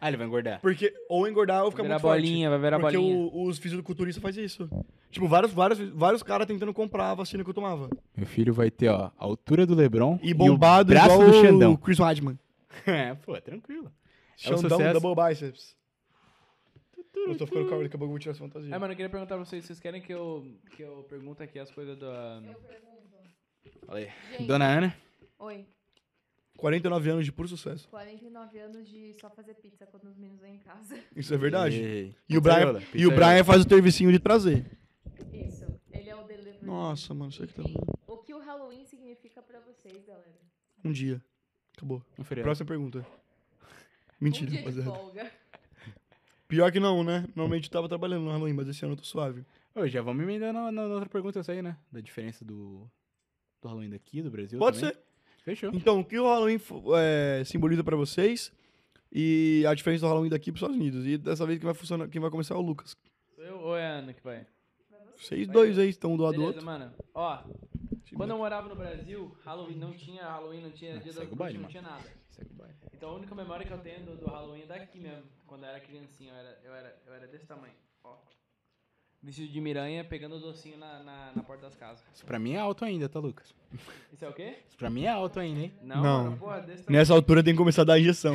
[SPEAKER 2] Ah, ele vai engordar.
[SPEAKER 1] Porque ou engordar ou ficar
[SPEAKER 3] Vai virar
[SPEAKER 1] muito
[SPEAKER 3] bolinha, vai virar
[SPEAKER 1] forte. Porque
[SPEAKER 3] bolinha.
[SPEAKER 1] o- os fisiculturistas fazem isso. Tipo, vários, vários, vários caras tentando comprar a vacina que eu tomava.
[SPEAKER 2] Meu filho vai ter, ó, a altura do Lebron
[SPEAKER 1] E bombado
[SPEAKER 2] e o braço
[SPEAKER 1] igual
[SPEAKER 2] do
[SPEAKER 1] o
[SPEAKER 2] [laughs] Xandão.
[SPEAKER 1] Chris Weidman.
[SPEAKER 2] É, pô, tranquilo. É um
[SPEAKER 1] Xandão
[SPEAKER 2] sucesso.
[SPEAKER 1] Double Biceps. Eu tô ficando calmo, daqui a pouco eu vou tirar essa fantasia.
[SPEAKER 3] É, mano, eu queria perguntar pra vocês, vocês querem que eu, que eu pergunte aqui as coisas da...
[SPEAKER 4] Eu pergunto.
[SPEAKER 2] Fala aí.
[SPEAKER 4] Gente,
[SPEAKER 2] Dona Ana.
[SPEAKER 4] oi.
[SPEAKER 1] 49 anos de puro sucesso.
[SPEAKER 4] 49 anos de só fazer pizza quando os meninos vêm em casa. [laughs]
[SPEAKER 1] Isso é verdade.
[SPEAKER 2] Ei,
[SPEAKER 1] E é o Brian,
[SPEAKER 2] pizzaiola,
[SPEAKER 1] e o Brian faz o servicinho de trazer.
[SPEAKER 4] Isso. Ele é o delivery.
[SPEAKER 1] Nossa, mano, sei que tá.
[SPEAKER 4] Enfim, O que o Halloween significa pra vocês, galera?
[SPEAKER 1] Um dia. Acabou.
[SPEAKER 2] Um feriado.
[SPEAKER 1] Próxima pergunta.
[SPEAKER 4] um
[SPEAKER 1] [laughs] Mentira, é.
[SPEAKER 4] dia de
[SPEAKER 1] rapaziada.
[SPEAKER 4] folga.
[SPEAKER 1] Pior que não, né? Normalmente eu tava trabalhando no Halloween, mas esse ano eu tô suave.
[SPEAKER 2] Ô, já vamos emendar na, na outra pergunta essa aí, né? Da diferença do, do Halloween daqui, do Brasil
[SPEAKER 1] Pode
[SPEAKER 2] também.
[SPEAKER 1] ser.
[SPEAKER 2] Fechou.
[SPEAKER 1] Então, o que o Halloween fo- é, simboliza pra vocês e a diferença do Halloween daqui pros Estados Unidos. E dessa vez quem vai, funcionar, quem vai começar é o Lucas.
[SPEAKER 3] Sou eu ou é a Ana que vai?
[SPEAKER 1] Vocês dois aí estão do lado do
[SPEAKER 3] Beleza,
[SPEAKER 1] outro.
[SPEAKER 3] mano. Ó, quando eu morava no Brasil, Halloween não tinha, Halloween não tinha,
[SPEAKER 2] Ah,
[SPEAKER 3] Dia das
[SPEAKER 2] segue o
[SPEAKER 3] Bruxas,
[SPEAKER 2] baile,
[SPEAKER 3] não
[SPEAKER 2] mano.
[SPEAKER 3] tinha nada.
[SPEAKER 2] Segue o baile.
[SPEAKER 3] Então a única memória que eu tenho do, do Halloween é daqui mesmo. Quando eu era criancinha, eu era, eu era, eu era desse tamanho. Ó. Vestido de miranha, pegando o docinho na, na, na porta das casas.
[SPEAKER 2] Isso pra mim é alto ainda, tá, Lucas?
[SPEAKER 3] Isso é o quê?
[SPEAKER 2] Isso pra mim é alto ainda, hein?
[SPEAKER 3] Não,
[SPEAKER 1] Não.
[SPEAKER 3] mano, porra, desse tamanho.
[SPEAKER 1] Nessa altura tem que começar a dar injeção.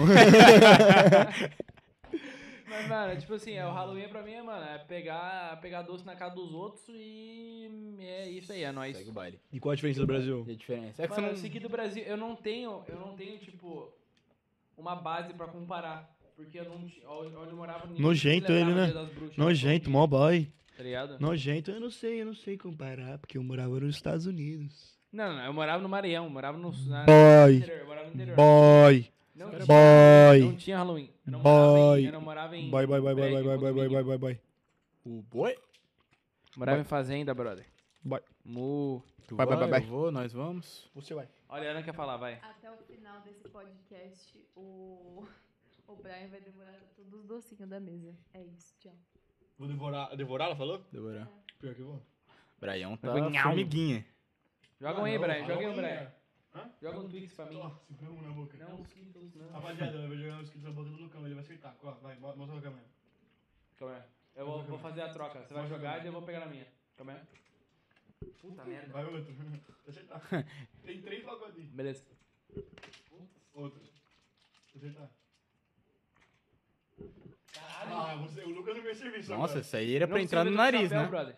[SPEAKER 3] Mas, mano, tipo assim, é, o Halloween pra mim é, mano, é pegar, pegar doce na casa dos outros e é isso aí, é nóis.
[SPEAKER 2] Segue o baile.
[SPEAKER 1] [laughs] e qual a diferença do Brasil?
[SPEAKER 2] E a diferença? É que
[SPEAKER 3] Mano, eu
[SPEAKER 2] você
[SPEAKER 3] sei
[SPEAKER 2] não...
[SPEAKER 3] que do Brasil, eu não tenho, eu não tenho, tipo, uma base pra comparar. Porque eu não ti- ó, eu- eu morava ninguém
[SPEAKER 1] Nojento
[SPEAKER 3] celebrava
[SPEAKER 1] ele, né?
[SPEAKER 3] o Dia das Bruxas.
[SPEAKER 1] Nojento, mó boy.
[SPEAKER 3] Tá ligado?
[SPEAKER 1] Nojento, eu não sei, eu não sei comparar, porque eu morava nos Estados Unidos.
[SPEAKER 3] Não, não, eu morava no Maranhão, eu morava no, na, no
[SPEAKER 1] Boy,
[SPEAKER 3] interior, eu morava no interior.
[SPEAKER 1] boy,
[SPEAKER 3] Ah, não,
[SPEAKER 1] boy,
[SPEAKER 3] tinha, não
[SPEAKER 1] boy,
[SPEAKER 3] tinha Halloween. Eu não morava
[SPEAKER 1] Boy.
[SPEAKER 3] em, eu não morava em,
[SPEAKER 1] boy, boy, boy, boy,
[SPEAKER 3] prédio,
[SPEAKER 1] boy, boy, boy, boy,
[SPEAKER 3] condomínio.
[SPEAKER 1] boy, boy.
[SPEAKER 2] O boi?
[SPEAKER 3] morava em fazenda, brother.
[SPEAKER 1] Boy.
[SPEAKER 3] Mu.
[SPEAKER 2] Tu
[SPEAKER 1] Vai,
[SPEAKER 2] vai,
[SPEAKER 1] vai, vai, vai.
[SPEAKER 2] eu vou, nós vamos.
[SPEAKER 1] Você vai.
[SPEAKER 3] Olha, a Ana quer falar, vai.
[SPEAKER 4] Até o final desse podcast, o, o Brian vai demorar todos os docinhos da mesa. É isso, tchau.
[SPEAKER 1] Vou devorar, devorar, ela falou?
[SPEAKER 2] Demorar.
[SPEAKER 1] Pior que eu vou.
[SPEAKER 2] Braião tá
[SPEAKER 3] vou nhau.
[SPEAKER 2] formiguinha.
[SPEAKER 3] Joga um aí, Brian, joga aí, um, Brian. Joga um Twix pra mim.
[SPEAKER 1] Se põe um na boca.
[SPEAKER 3] Não, Skittles, não.
[SPEAKER 1] Rapaziada, eu vou jogar um esquilo na boca do Lucão, ele vai acertar. Ó, vai, mostra na câmera.
[SPEAKER 3] Calma aí. Eu vou, vou fazer a troca. Você vai jogar e eu vou pegar na minha. Calma aí. Puta merda.
[SPEAKER 1] Vai outro. [laughs] Acertar. Tem três pacotes aí.
[SPEAKER 3] Beleza.
[SPEAKER 1] Outro. Acertar. Ah, você, o Lucas não ganhou serviço
[SPEAKER 2] Nossa, isso aí era pra
[SPEAKER 3] Não
[SPEAKER 2] entrar no
[SPEAKER 3] precisa
[SPEAKER 2] nariz,
[SPEAKER 3] do chapéu,
[SPEAKER 2] né?
[SPEAKER 3] brother.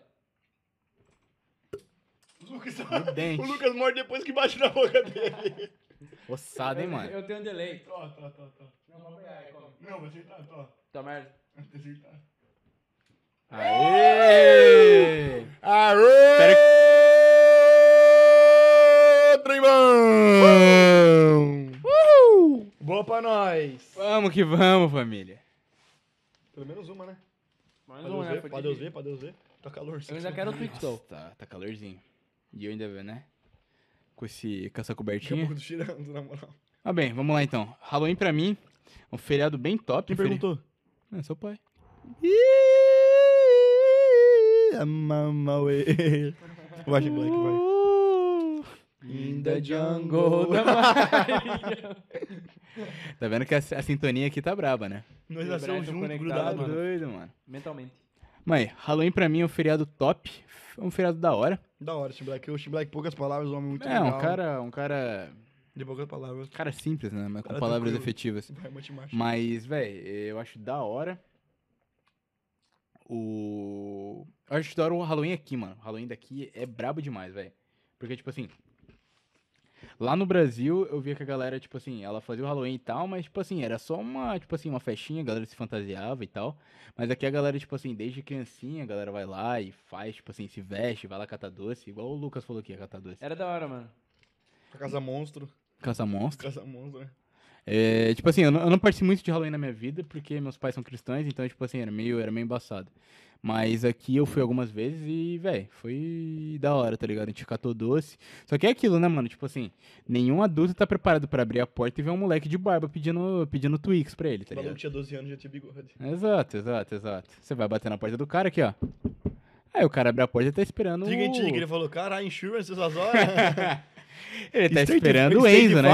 [SPEAKER 1] O Lucas, [laughs]
[SPEAKER 2] No dente.
[SPEAKER 1] o Lucas morre depois que bate na boca dele.
[SPEAKER 2] Ossado, hein,
[SPEAKER 3] Eu-
[SPEAKER 2] mano?
[SPEAKER 3] Eu tenho um delay.
[SPEAKER 1] Tó, tó, tó, tó.
[SPEAKER 3] Não, vou pegar, é aí, come.
[SPEAKER 1] tá, Não, vou acertar, tó.
[SPEAKER 3] Tá merda.
[SPEAKER 1] Acertar.
[SPEAKER 2] Aê!
[SPEAKER 1] Aê! Trembão! Boa pra nós!
[SPEAKER 2] Vamos que vamos, família.
[SPEAKER 1] Pelo menos uma, [laughs] né?
[SPEAKER 3] Mais
[SPEAKER 1] Pra
[SPEAKER 3] um,
[SPEAKER 1] Deus
[SPEAKER 3] né?
[SPEAKER 1] ver,
[SPEAKER 3] Foi
[SPEAKER 1] pra Deus
[SPEAKER 3] difícil.
[SPEAKER 1] ver, pra Deus ver. Tá calor.
[SPEAKER 3] Eu ainda quero o Twix.
[SPEAKER 2] Nossa, tá, tá calorzinho. E eu ainda, né? Com, esse, com essa
[SPEAKER 1] Daqui a pouco
[SPEAKER 2] cobertinha.
[SPEAKER 1] do tirando, na moral.
[SPEAKER 2] Ah, bem, vamos lá então. Halloween pra mim, um feriado bem top. um feri- É, seu pai.
[SPEAKER 1] Mamauê. Vai, Black, vai.
[SPEAKER 2] In
[SPEAKER 3] the jungle da Maria.
[SPEAKER 2] Tá vendo que a, a sintonia aqui tá braba, né?
[SPEAKER 1] [laughs] Nós
[SPEAKER 3] Os
[SPEAKER 1] nascemos
[SPEAKER 3] braços
[SPEAKER 1] juntos,
[SPEAKER 3] conectados,
[SPEAKER 1] grudados.
[SPEAKER 3] mano.
[SPEAKER 2] doido, mano.
[SPEAKER 3] Mentalmente.
[SPEAKER 2] Mãe, Halloween pra mim é um feriado top. É um feriado da hora.
[SPEAKER 1] Da hora, Tim Black. O Tim Black, poucas palavras, um homem muito
[SPEAKER 2] é,
[SPEAKER 1] legal.
[SPEAKER 2] um cara. Um cara.
[SPEAKER 1] De poucas palavras. é
[SPEAKER 2] Cara simples, né? Mas com
[SPEAKER 1] Cara
[SPEAKER 2] palavras
[SPEAKER 1] tranquilo.
[SPEAKER 2] efetivas.
[SPEAKER 1] Vai, matemática.
[SPEAKER 2] Mas, velho, eu acho da hora. O. Eu acho da hora o Halloween aqui, mano. O Halloween daqui é brabo demais, velho. Porque, tipo assim. Lá no Brasil, eu via que a galera, tipo assim, ela fazia o Halloween e tal, mas, tipo assim, era só uma, tipo assim, uma festinha, a galera se fantasiava e tal. Mas aqui a galera, tipo assim, desde criancinha, a galera vai lá e faz, tipo assim, se veste, vai lá catar doce, igual o Lucas falou que ia catar doce.
[SPEAKER 3] Era da hora, mano.
[SPEAKER 1] Casa monstro. [laughs]
[SPEAKER 2] Caça monstro.
[SPEAKER 1] Casa monstro, né?
[SPEAKER 2] É, tipo assim, eu não, eu não participei muito de Halloween na minha vida, porque meus pais são cristãos, então, tipo assim, era meio, era meio embaçado. Mas aqui eu fui algumas vezes e, véi, foi da hora, tá ligado? A gente catou doce. Só que é aquilo, né, mano? Tipo assim, nenhum adulto tá preparado pra abrir a porta e ver um moleque de barba pedindo, pedindo Twix pra ele, tá
[SPEAKER 1] O maluco
[SPEAKER 2] ligado?
[SPEAKER 1] tinha 12 anos e já tinha bigode.
[SPEAKER 2] Exato, exato, exato. Você vai bater na porta do cara aqui, ó. Aí o cara abre a porta e tá esperando
[SPEAKER 1] Diga em
[SPEAKER 2] o...
[SPEAKER 1] Tigre, ele falou, caralho, insurance essas
[SPEAKER 2] [laughs]
[SPEAKER 1] horas.
[SPEAKER 2] Ele tá
[SPEAKER 1] State-
[SPEAKER 2] esperando o
[SPEAKER 1] State
[SPEAKER 2] Enzo, né?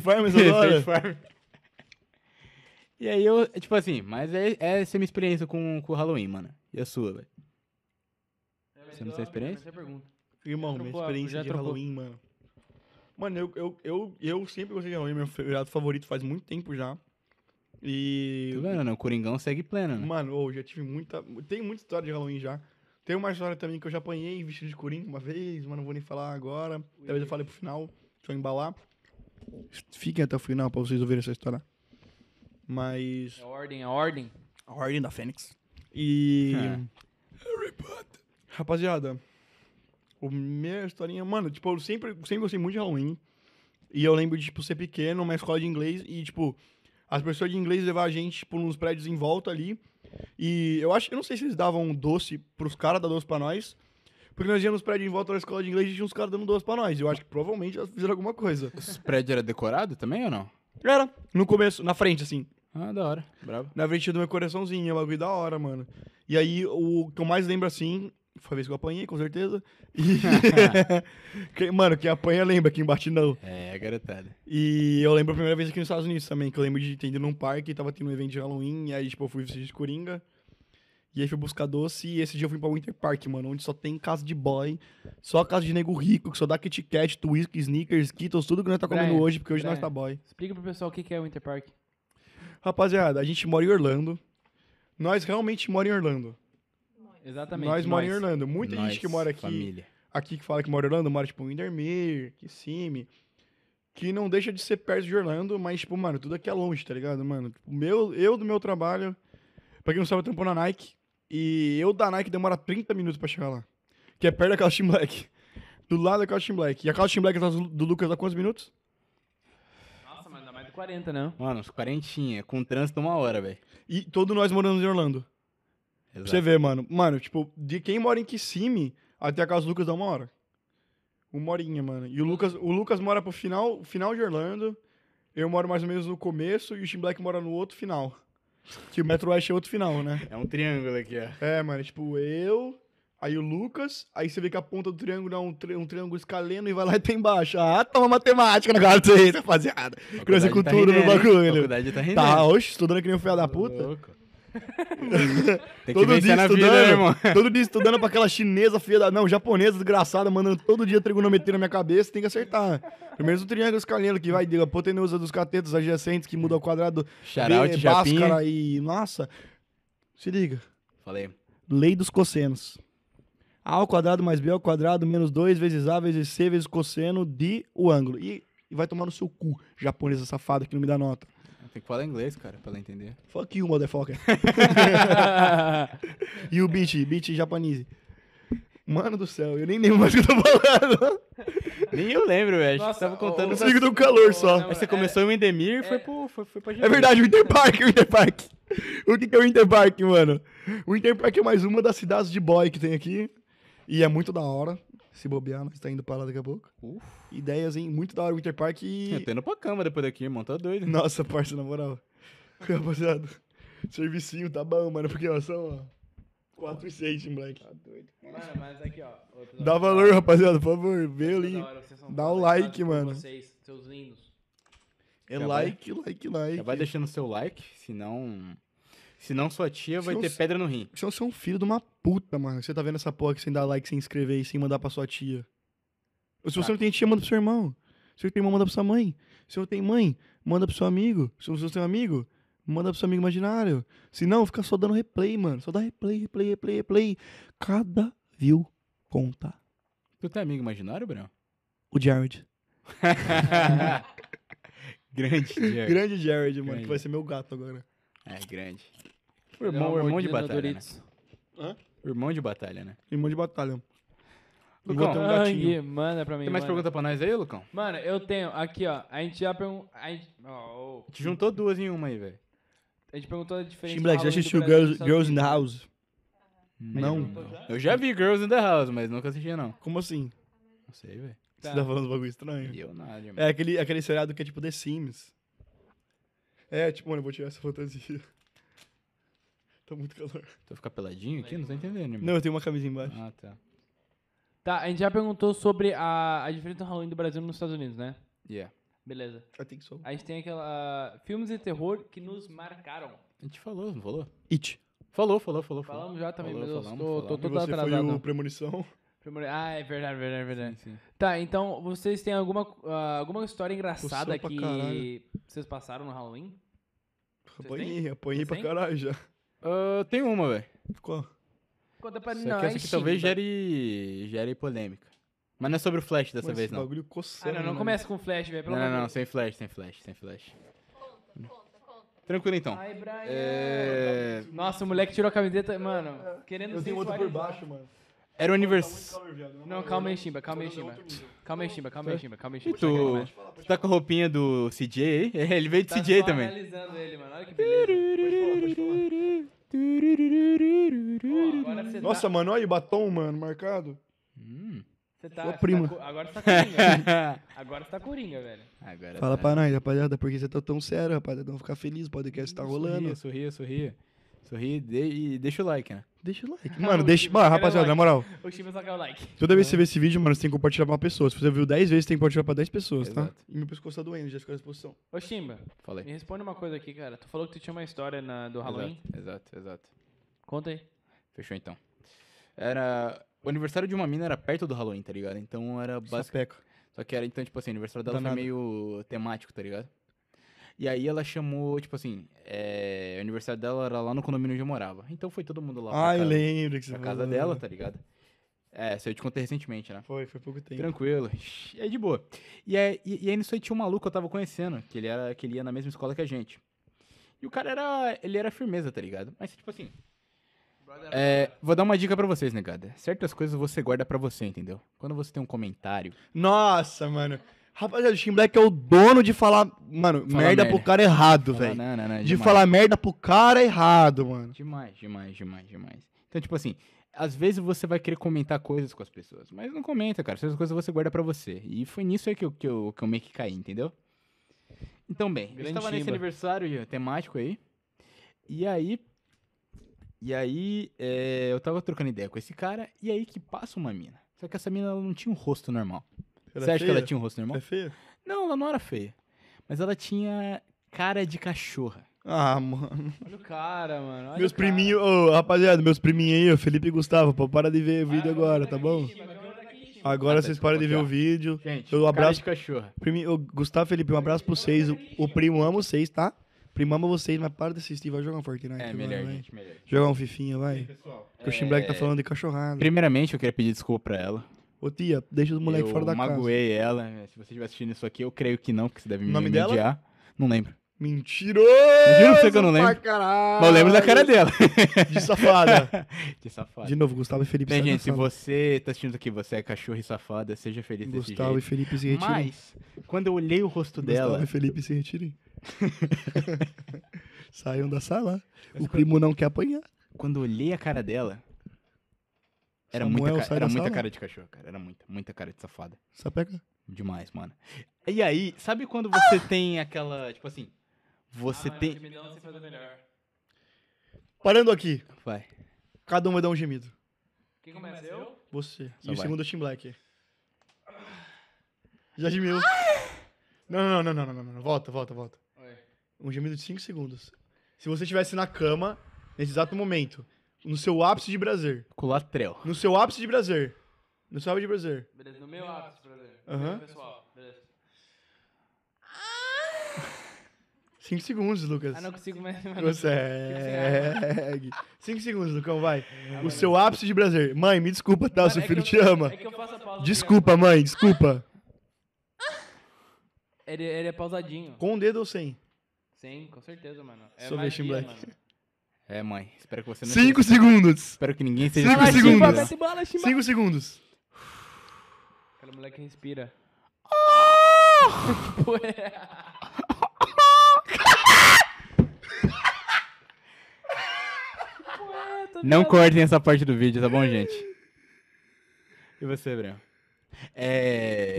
[SPEAKER 1] Farm,
[SPEAKER 2] de
[SPEAKER 1] State
[SPEAKER 2] 12 anos.
[SPEAKER 1] Farm
[SPEAKER 2] [laughs]
[SPEAKER 1] essas horas.
[SPEAKER 2] State Farm. E aí eu, é tipo assim, mas é, é essa é a minha experiência com, com o Halloween, mano. E a sua, velho? Você não tem experiência?
[SPEAKER 3] Essa pergunta.
[SPEAKER 1] Irmão, minha
[SPEAKER 3] Trocou,
[SPEAKER 1] experiência
[SPEAKER 3] já
[SPEAKER 1] de
[SPEAKER 3] trocou.
[SPEAKER 1] Halloween, mano. Mano, eu, eu, eu, eu sempre gostei de Halloween, meu feriado favorito faz muito tempo já. E.
[SPEAKER 2] Não, não, Tá né? o Coringão segue plena, né?
[SPEAKER 1] Mano, eu já tive muita. Tem muita história de Halloween já. Tem uma história também que eu já apanhei vestido de coringa uma vez, mas não vou nem falar agora. Talvez eu fale pro final, deixa eu embalar. Fiquem até o final pra vocês ouvirem essa história. Mas.
[SPEAKER 3] É ordem, é ordem.
[SPEAKER 1] A Ordem da Fênix. [laughs] E.
[SPEAKER 2] É.
[SPEAKER 1] Rapaziada, o minha historinha, mano, tipo, eu sempre, sempre gostei muito de Halloween. E eu lembro de, tipo, ser pequeno, uma escola de inglês, e, tipo, as pessoas de inglês levavam a gente, tipo, uns prédios em volta ali. E eu acho, eu não sei se eles davam um doce pros caras, dar doce pra nós. Porque nós íamos prédios em volta da escola de inglês e tinha uns caras dando doce pra nós. Eu acho que provavelmente elas fizeram alguma coisa.
[SPEAKER 2] Os prédios era decorado também ou não?
[SPEAKER 1] Era, no começo, na frente, assim.
[SPEAKER 2] Ah, da hora. Bravo.
[SPEAKER 1] Na frente do meu coraçãozinho, é um bagulho da hora, mano. E aí, o que eu mais lembro assim, foi a vez que eu apanhei, com certeza. E... Quem- mano, quem apanha lembra, quem bate não.
[SPEAKER 2] É, garotada.
[SPEAKER 1] E eu lembro a primeira vez aqui nos Estados Unidos também, que eu lembro de ter ido num parque, tava tendo um evento de Halloween, e aí, tipo, eu fui vestido de coringa. E aí fui buscar doce, e esse dia eu fui pra Winter Park, mano, onde só tem casa de boy, só casa de nego rico, que só dá Kit Kat, Twix, Snickers, Skittles, tudo que nós tá comendo
[SPEAKER 3] Brian,
[SPEAKER 1] hoje, porque hoje nós
[SPEAKER 3] Brian.
[SPEAKER 1] tá boy.
[SPEAKER 3] Explica pro pessoal o que que é o Winter Park.
[SPEAKER 1] Rapaziada, a gente mora em Orlando. Nós realmente mora em Orlando.
[SPEAKER 3] Exatamente.
[SPEAKER 1] Nós, moramos em
[SPEAKER 3] nós.
[SPEAKER 1] Orlando. Muita
[SPEAKER 2] Nós,
[SPEAKER 1] gente que mora aqui,
[SPEAKER 2] Família.
[SPEAKER 1] aqui que fala que mora em Orlando, mora tipo em Windermere, Kissimmee, que não deixa de ser perto de Orlando, mas tipo, mano, tudo aqui é longe, tá ligado, mano? Tipo, meu, eu do meu trabalho, pra quem não sabe, eu trampo na Nike, e eu da Nike demora 30 minutos pra chegar lá, que é perto da Calcin Black. Do lado da Calcin Black. E a Calcin Black tá do Lucas há quantos minutos?
[SPEAKER 3] Nossa, mas dá mais de 40, não.
[SPEAKER 2] Mano, uns quarentinha, com trânsito uma hora, velho.
[SPEAKER 1] E todos nós moramos em Orlando. Pra você
[SPEAKER 2] Exato.
[SPEAKER 1] ver, mano. Mano, tipo, de quem mora em Kissimmee até a casa do Lucas dá uma hora. Uma horinha, mano. E o Lucas, o Lucas mora pro final, final de Orlando. Eu moro mais ou menos no começo e o Tim Black mora no outro final. Que o Metro West é outro final,
[SPEAKER 2] [laughs]
[SPEAKER 1] né?
[SPEAKER 2] É um triângulo aqui, ó.
[SPEAKER 1] É, mano, tipo, eu, aí o Lucas, aí você vê que a ponta do triângulo é um, tri- um triângulo escaleno e vai lá até embaixo. Ah, toma matemática na cara de vocês, rapaziada. Cruza
[SPEAKER 2] Faculdade
[SPEAKER 1] cultura no
[SPEAKER 2] rendendo, hein?
[SPEAKER 1] bagulho.
[SPEAKER 2] Faculdade tá rendendo.
[SPEAKER 1] Tá, oxe, estudando que nem um filho da puta.
[SPEAKER 2] Louco. Tá, Tem que
[SPEAKER 1] Todo dia
[SPEAKER 2] vencer na vida, né, irmão? [laughs]
[SPEAKER 1] estudando, todo dia estudando pra aquela chinesa filha da... Não, japonesa desgraçada, mandando todo dia trigonometria na minha cabeça, tem que acertar. Primeiro o triângulo escaleno que vai, a hipotenusa dos catetos adjacentes que muda o quadrado.
[SPEAKER 2] Shoutout,
[SPEAKER 1] B,
[SPEAKER 2] Japinha.
[SPEAKER 1] Bhaskara e... Nossa, se liga.
[SPEAKER 2] Falei.
[SPEAKER 1] Lei dos cossenos. A ao quadrado mais B ao quadrado menos 2 vezes A vezes C vezes cosseno de o ângulo. E, e vai tomar no seu cu, japonesa safada que não me dá nota.
[SPEAKER 2] Tem que falar inglês, cara, pra ela entender.
[SPEAKER 1] Fuck you, motherfucker. e o beat, beat japonese. Mano do céu, eu nem lembro mais o que eu tô falando.
[SPEAKER 2] Nem eu lembro, velho. Acho que
[SPEAKER 3] Nossa,
[SPEAKER 2] tava contando.
[SPEAKER 3] ô,
[SPEAKER 1] Eu
[SPEAKER 2] Mas
[SPEAKER 1] sigo do calor só.
[SPEAKER 3] ô,
[SPEAKER 2] você começou em Endemir e foi,
[SPEAKER 3] é-
[SPEAKER 2] pro, foi, foi pra
[SPEAKER 1] É verdade, o Interpark, o Interpark. O que que é o Interpark, mano? O Interpark é mais uma das cidades de boy que tem aqui. E é muito da hora. Se bobear, nós tá indo pra lá daqui a pouco.
[SPEAKER 2] Uf. É,
[SPEAKER 1] Ideias, hein? Muito da hora o Interpark
[SPEAKER 2] Eu
[SPEAKER 1] e...
[SPEAKER 2] tô indo pra cama depois daqui, irmão. Tá doido.
[SPEAKER 1] Nossa, parça, na moral. [laughs] Rapaziada, servicinho tá bom, mano. Porque, ó, são, ó, 4 e 6, moleque.
[SPEAKER 3] é, Mano, mas aqui, ó. outro da
[SPEAKER 1] Dá
[SPEAKER 3] hora.
[SPEAKER 1] valor, rapaziada, por favor. Vê
[SPEAKER 3] Toda
[SPEAKER 1] ali.
[SPEAKER 3] é hora vocês são
[SPEAKER 1] Dá o
[SPEAKER 3] valorizados
[SPEAKER 1] like,
[SPEAKER 3] por
[SPEAKER 1] mano.
[SPEAKER 3] Vocês, seus lindos.
[SPEAKER 1] É
[SPEAKER 2] Já
[SPEAKER 1] like, like, like.
[SPEAKER 2] Já vai deixando seu like, senão. Senão sua tia vai
[SPEAKER 1] Senão
[SPEAKER 2] ter
[SPEAKER 1] se-
[SPEAKER 2] pedra no rim.
[SPEAKER 1] Você é um filho de uma puta, mano. Você tá vendo essa porra aqui sem dar like, sem inscrever e sem mandar pra sua tia. Ou se você
[SPEAKER 2] Tá.
[SPEAKER 1] não tem tia, manda pro seu irmão. Se você não tem irmão, manda pra sua mãe. Se você não tem mãe, manda pro seu amigo. Se você não tem amigo, manda pro seu amigo imaginário. Se não, fica só dando replay, mano. Só dá replay, replay, replay, replay. Cada view conta.
[SPEAKER 2] Tu tem amigo imaginário, Brão?
[SPEAKER 1] O Jared.
[SPEAKER 2] [laughs] grande, Diego.
[SPEAKER 1] Grande Jared, mano,
[SPEAKER 2] É. Grande.
[SPEAKER 1] que vai ser meu gato agora.
[SPEAKER 2] É, grande. O irmão, o irmão de batalha, né? O irmão de batalha, né?
[SPEAKER 1] Irmão de batalha. Vou
[SPEAKER 2] Lucão,
[SPEAKER 1] ter um gatinho.
[SPEAKER 3] Sangue, manda pra mim.
[SPEAKER 2] Tem mais
[SPEAKER 3] manda.
[SPEAKER 2] pergunta pra nós aí, Lucão?
[SPEAKER 3] Mano, eu tenho. Aqui, ó. A gente já perguntou. A gente. ó, ó,
[SPEAKER 2] Te juntou duas em uma aí, velho.
[SPEAKER 3] a gente perguntou a diferença.
[SPEAKER 1] Tim Black,
[SPEAKER 3] do
[SPEAKER 1] já
[SPEAKER 3] Halloween do
[SPEAKER 1] assistiu
[SPEAKER 3] Brasil e dos
[SPEAKER 1] Girls,
[SPEAKER 3] Estados
[SPEAKER 1] Girls in the
[SPEAKER 3] Unidos.
[SPEAKER 1] House? Não.
[SPEAKER 2] Eu já vi Girls in the House, mas nunca assisti, não.
[SPEAKER 1] Como assim?
[SPEAKER 2] Não sei, velho.
[SPEAKER 3] Tá.
[SPEAKER 1] Você tá falando uns bagulho estranho?
[SPEAKER 2] Eu nada,
[SPEAKER 7] Uhum.
[SPEAKER 2] irmão.
[SPEAKER 1] É aquele, aquele seriado que é tipo The Sims. É, tipo, mano, eu vou tirar essa fantasia. [laughs] Tá muito calor.
[SPEAKER 2] Tu vai ficar peladinho aqui? Não tô entendendo, irmão.
[SPEAKER 1] Não, eu tenho uma camisa embaixo.
[SPEAKER 2] Ah, tá.
[SPEAKER 3] Tá, a gente já perguntou sobre a, a diferença do Halloween do Brasil e nos Estados Unidos, né?
[SPEAKER 2] Yeah.
[SPEAKER 3] Beleza.
[SPEAKER 1] I think so.
[SPEAKER 3] A gente tem aquela. ah, Filmes de terror que nos marcaram.
[SPEAKER 2] A gente falou, não falou?
[SPEAKER 1] It.
[SPEAKER 2] Falou, falou, falou. falou.
[SPEAKER 3] Falamos já também,
[SPEAKER 2] Falou,
[SPEAKER 3] meu Deus.
[SPEAKER 2] falamos,
[SPEAKER 3] tô, tô
[SPEAKER 2] falamos.
[SPEAKER 1] E
[SPEAKER 3] todo
[SPEAKER 1] você foi o
[SPEAKER 3] atrasado. né?
[SPEAKER 1] Premonição.
[SPEAKER 3] Primeiro- Ah, é verdade, verdade, verdade.
[SPEAKER 2] Sim, sim.
[SPEAKER 3] Tá, então vocês têm alguma, ah, alguma história engraçada
[SPEAKER 1] Coçou pra
[SPEAKER 3] que
[SPEAKER 1] caralho.
[SPEAKER 3] vocês passaram no Halloween?
[SPEAKER 1] Apanhei, apanhei
[SPEAKER 3] Vocês
[SPEAKER 1] pra
[SPEAKER 3] têm?
[SPEAKER 1] caralho já.
[SPEAKER 2] Ah, tem uma, velho.
[SPEAKER 1] Ficou.
[SPEAKER 3] Conta pra
[SPEAKER 2] Só
[SPEAKER 3] nós.
[SPEAKER 2] que essa aqui talvez
[SPEAKER 3] Chimba.
[SPEAKER 2] gere, gere polêmica. Mas não é sobre o Flash dessa
[SPEAKER 1] Mano,
[SPEAKER 2] vez,
[SPEAKER 1] esse
[SPEAKER 2] não.
[SPEAKER 1] bagulho
[SPEAKER 3] Ah,
[SPEAKER 1] coçando.
[SPEAKER 3] não, não
[SPEAKER 1] né?
[SPEAKER 3] começa com flash, velho. Pelo
[SPEAKER 2] Não, não,
[SPEAKER 3] amor
[SPEAKER 2] não,
[SPEAKER 3] de
[SPEAKER 2] sem Flash, sem Flash, sem Flash.
[SPEAKER 4] Conta, conta, conta.
[SPEAKER 2] Tranquilo então.
[SPEAKER 3] Ai, Brian.
[SPEAKER 2] É,
[SPEAKER 3] Nossa, o moleque tirou a camiseta, mano. Querendo
[SPEAKER 1] Eu tenho outra por
[SPEAKER 3] sensualizar.
[SPEAKER 1] baixo, mano.
[SPEAKER 2] Era o
[SPEAKER 1] Tá Muito
[SPEAKER 2] aniversário.
[SPEAKER 1] calor, viado. Na
[SPEAKER 3] Não,
[SPEAKER 1] moral,
[SPEAKER 3] calma aí,
[SPEAKER 1] eu-
[SPEAKER 3] Chimba, calma aí,
[SPEAKER 1] eu tô
[SPEAKER 3] Chimba.
[SPEAKER 1] dando outro nível.
[SPEAKER 3] Calma aí, Chimba, calma aí, Chimba, calma aí,
[SPEAKER 2] E
[SPEAKER 3] Chimba.
[SPEAKER 2] tu? Tu tá com a roupinha do CJ aí? [laughs] É, Ele veio do
[SPEAKER 3] Tá
[SPEAKER 2] CJ
[SPEAKER 3] só
[SPEAKER 2] também.
[SPEAKER 3] analisando ele, mano. Olha que beleza.
[SPEAKER 1] Pode falar, pode falar.
[SPEAKER 3] Pô, agora você tá,
[SPEAKER 1] Nossa, mano, olha aí, batom, mano, marcado.
[SPEAKER 2] Hum.
[SPEAKER 3] Você tá,
[SPEAKER 1] Sua
[SPEAKER 3] cê
[SPEAKER 1] prima.
[SPEAKER 3] tá co- agora você tá coringa. velho.
[SPEAKER 2] [laughs]
[SPEAKER 3] agora você tá coringa, velho.
[SPEAKER 2] Agora
[SPEAKER 7] Fala
[SPEAKER 2] tá.
[SPEAKER 7] pra nós, rapaziada, por que você tá tão sério, rapaziada? Não ficar feliz, o podcast tá rolando.
[SPEAKER 2] Sorria, sorria, sorria. Sorri de- e deixa o like, né?
[SPEAKER 7] Deixa o like.
[SPEAKER 3] Ah,
[SPEAKER 7] Mano,
[SPEAKER 3] o
[SPEAKER 7] deixa.
[SPEAKER 3] Chico
[SPEAKER 7] Mano,
[SPEAKER 3] quer
[SPEAKER 7] rapaziada,
[SPEAKER 3] like.
[SPEAKER 7] na moral,
[SPEAKER 3] O Chimba só quer o like.
[SPEAKER 7] toda vez que você vê esse vídeo, mano, você tem que compartilhar pra uma pessoa. Se você viu 10 vezes, você tem que compartilhar pra 10 pessoas, tá?
[SPEAKER 2] Exato.
[SPEAKER 1] E meu pescoço tá doendo, já ficou na exposição.
[SPEAKER 3] Ô, Chimba, me
[SPEAKER 2] Falei.
[SPEAKER 3] responde uma coisa aqui, cara. Tu falou que tu tinha uma história na- do Halloween.
[SPEAKER 2] Exato, exato, exato.
[SPEAKER 3] Conta aí.
[SPEAKER 2] Fechou então. Era. O aniversário de uma mina era perto do Halloween, tá ligado? Então era basicamente.
[SPEAKER 1] Sapeca.
[SPEAKER 2] Só que era, então, tipo assim, o aniversário dela
[SPEAKER 1] Danada.
[SPEAKER 2] foi meio temático, tá ligado? E aí ela chamou, tipo assim, é, o aniversário dela era lá no condomínio onde eu morava. Então foi todo mundo lá
[SPEAKER 1] Ah,
[SPEAKER 2] pra,
[SPEAKER 1] eu
[SPEAKER 2] casa,
[SPEAKER 1] lembro que você
[SPEAKER 2] pra
[SPEAKER 1] falou.
[SPEAKER 2] casa dela, tá ligado? É, isso eu te contei recentemente, né?
[SPEAKER 1] Foi, foi pouco tempo.
[SPEAKER 2] Tranquilo. É de boa. E aí, e, e aí nisso aí tinha um maluco que eu tava conhecendo, que ele, era, que ele ia na mesma escola que a gente. E o cara era. Ele era firmeza, tá ligado? Mas, tipo assim. É, vou dar uma dica pra vocês, negada. Certas coisas você guarda pra você, entendeu? Quando você tem um comentário.
[SPEAKER 1] Nossa, mano. Rapaziada, o Shin Black é o dono de falar, mano,
[SPEAKER 2] Falar
[SPEAKER 1] merda,
[SPEAKER 2] merda.
[SPEAKER 1] pro cara errado,
[SPEAKER 2] Ah,
[SPEAKER 1] velho.
[SPEAKER 2] não, não, não,
[SPEAKER 1] De
[SPEAKER 2] demais.
[SPEAKER 1] falar merda pro cara errado, mano.
[SPEAKER 2] Demais, demais, demais, demais. Então, tipo assim, às vezes você vai querer comentar coisas com as pessoas, mas não comenta, cara. Essas coisas você guarda pra você. E foi nisso aí que eu, que eu, que eu meio que caí, entendeu? Então, bem, eu
[SPEAKER 3] Grande
[SPEAKER 2] estava nesse
[SPEAKER 3] chimba.
[SPEAKER 2] aniversário temático aí. E aí. E aí, é, eu tava trocando ideia com esse cara, e aí que passa uma mina. Só que essa mina ela não tinha um rosto normal.
[SPEAKER 1] Era
[SPEAKER 2] você acha que ela
[SPEAKER 1] feia?
[SPEAKER 2] tinha um rosto normal?
[SPEAKER 1] É feia?
[SPEAKER 2] Não, ela não era feia. Mas ela tinha cara de cachorra.
[SPEAKER 1] Ah, mano.
[SPEAKER 3] Olha o cara, mano. olha
[SPEAKER 1] meus
[SPEAKER 3] o cara.
[SPEAKER 1] priminhos, ô, rapaziada, meus priminhos aí, ó, Felipe e Gustavo, pô, para de ver vídeo agora, tá bom?
[SPEAKER 3] Chimba, câmera daqui, Chimba.
[SPEAKER 1] Agora
[SPEAKER 2] Ah, tá,
[SPEAKER 1] vocês
[SPEAKER 2] desculpa,
[SPEAKER 1] param de ver
[SPEAKER 2] tá.
[SPEAKER 1] o vídeo.
[SPEAKER 2] Gente,
[SPEAKER 1] Eu
[SPEAKER 2] cara
[SPEAKER 1] abraço-
[SPEAKER 2] de cachorra.
[SPEAKER 1] Primi- ô, Gustavo Felipe, um abraço pra vocês. O, o primo ama vocês, tá? Primo ama vocês, mas para de assistir, vai jogar um Fortnite.
[SPEAKER 2] É,
[SPEAKER 1] mano,
[SPEAKER 2] melhor,
[SPEAKER 1] vai.
[SPEAKER 2] gente, melhor.
[SPEAKER 1] Jogar um Fifinha, vai. Que o Shin Black
[SPEAKER 2] É.
[SPEAKER 1] tá falando de cachorrada.
[SPEAKER 2] Primeiramente, eu queria pedir desculpa pra ela.
[SPEAKER 1] Ô tia, deixa os moleques
[SPEAKER 2] eu
[SPEAKER 1] fora da casa.
[SPEAKER 2] magoei ela. né? Se você estiver assistindo isso aqui, eu creio que não, porque você deve me
[SPEAKER 1] Nome
[SPEAKER 2] me
[SPEAKER 1] dela?
[SPEAKER 2] odiar. Não lembro.
[SPEAKER 1] Mentiroso!
[SPEAKER 2] Juro pra você que eu não
[SPEAKER 1] pra
[SPEAKER 2] lembro.
[SPEAKER 1] Caralho.
[SPEAKER 2] Mas eu lembro da
[SPEAKER 1] [laughs]
[SPEAKER 2] cara dela.
[SPEAKER 1] De safada.
[SPEAKER 2] De safada.
[SPEAKER 1] [laughs] De novo, Gustavo e Felipe.
[SPEAKER 2] Bem,
[SPEAKER 1] sai da
[SPEAKER 2] gente, se
[SPEAKER 1] sala.
[SPEAKER 2] você tá assistindo isso aqui, você é cachorro e safada, seja feliz desse
[SPEAKER 1] Gustavo e
[SPEAKER 2] jeito.
[SPEAKER 1] Felipe se retirem.
[SPEAKER 2] Mas, quando eu olhei o rosto
[SPEAKER 1] Gustavo
[SPEAKER 2] dela,
[SPEAKER 1] e Felipe se
[SPEAKER 2] [laughs]
[SPEAKER 1] retirem. Saiam da sala. O primo não quer apanhar.
[SPEAKER 2] quando eu olhei a cara dela, era
[SPEAKER 1] Samuel,
[SPEAKER 2] muita, ca-
[SPEAKER 1] sai
[SPEAKER 2] era
[SPEAKER 1] da
[SPEAKER 2] muita
[SPEAKER 1] sala.
[SPEAKER 2] cara de cachorro, cara. Era muita, muita cara de safada.
[SPEAKER 1] Sapeca?
[SPEAKER 2] Demais, mano. E aí, sabe quando você
[SPEAKER 1] Ah!
[SPEAKER 2] tem aquela, tipo assim, você
[SPEAKER 3] Ah, mano,
[SPEAKER 2] tem...
[SPEAKER 3] gemidão você faz melhor.
[SPEAKER 1] Parando aqui.
[SPEAKER 2] Vai.
[SPEAKER 1] Cada um vai dar um gemido.
[SPEAKER 3] Quem começa? Eu?
[SPEAKER 1] Você. e
[SPEAKER 2] Só
[SPEAKER 1] o
[SPEAKER 2] vai.
[SPEAKER 1] segundo é o Tim Black. Já gemiu.
[SPEAKER 2] Ah!
[SPEAKER 1] Não, não, não, não, não, não, não. Volta, volta, volta.
[SPEAKER 3] Oi.
[SPEAKER 1] Um gemido de 5 segundos. Se você estivesse na cama, nesse exato momento, no seu ápice de prazer,
[SPEAKER 2] Colatrel.
[SPEAKER 1] no seu ápice de prazer, no seu ápice de prazer,
[SPEAKER 3] Beleza, no meu um ápice, prazer.
[SPEAKER 1] Aham.
[SPEAKER 3] Beleza, pessoal. Beleza.
[SPEAKER 1] 5 segundos, Lucas.
[SPEAKER 3] Ah, não consigo mais. tá
[SPEAKER 1] Consegue. 5 segundos, Lucão, vai. O seu ápice de prazer. Mãe, me desculpa, tá? seu filho te ama.
[SPEAKER 3] É que eu faço a pausa.
[SPEAKER 1] Desculpa, mãe, desculpa.
[SPEAKER 3] Ele, ele é pausadinho.
[SPEAKER 1] Com o dedo ou sem?
[SPEAKER 3] Sim, com certeza, mano. É
[SPEAKER 1] Só ver Shin [laughs]
[SPEAKER 3] magia,
[SPEAKER 1] Black.
[SPEAKER 3] mano.
[SPEAKER 2] É, mãe. Espero que você não...
[SPEAKER 1] 5 segundos.
[SPEAKER 2] Espero que ninguém seja...
[SPEAKER 1] Cinco
[SPEAKER 2] Vai,
[SPEAKER 1] segundos.
[SPEAKER 2] Chimba,
[SPEAKER 1] Vai,
[SPEAKER 2] vai.
[SPEAKER 1] Chimba.
[SPEAKER 3] Bala, Chimba.
[SPEAKER 1] 5 segundos.
[SPEAKER 3] Aquele moleque respira.
[SPEAKER 1] Ah!
[SPEAKER 3] [laughs] é.
[SPEAKER 2] Não cortem essa parte do vídeo, tá bom, gente? E você, Breno? É...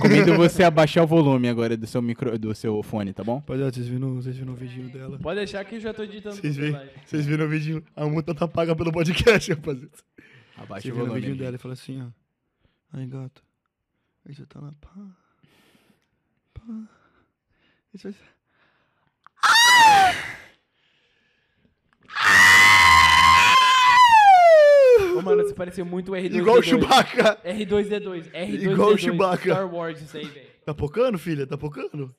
[SPEAKER 2] Comendo você abaixar o volume agora do seu micro... do seu fone, tá bom?
[SPEAKER 1] Rapaziada, vocês viram, vocês viram o vidinho dela?
[SPEAKER 3] Pode deixar que eu já tô editando.
[SPEAKER 1] Vocês
[SPEAKER 3] tudo,
[SPEAKER 1] viram,
[SPEAKER 3] vai.
[SPEAKER 1] vocês viram o vidinho? A multa tá paga pelo podcast, rapaziada.
[SPEAKER 2] Abaixa
[SPEAKER 1] Vocês viram
[SPEAKER 2] o
[SPEAKER 1] o
[SPEAKER 2] volume.
[SPEAKER 1] vidinho
[SPEAKER 2] gente.
[SPEAKER 1] dela e fala assim, ó. Aí, gato. Aí você tá lá, pá. Pá. Aí você vai... Ah!
[SPEAKER 3] Ô, mano, você pareceu muito o R2D2.
[SPEAKER 1] Igual o Chewbacca.
[SPEAKER 3] R2D2. R2D2.
[SPEAKER 1] Igual o Chewbacca.
[SPEAKER 3] Star Wars, isso aí, velho.
[SPEAKER 1] Tá pocando, filha? Tá pocando?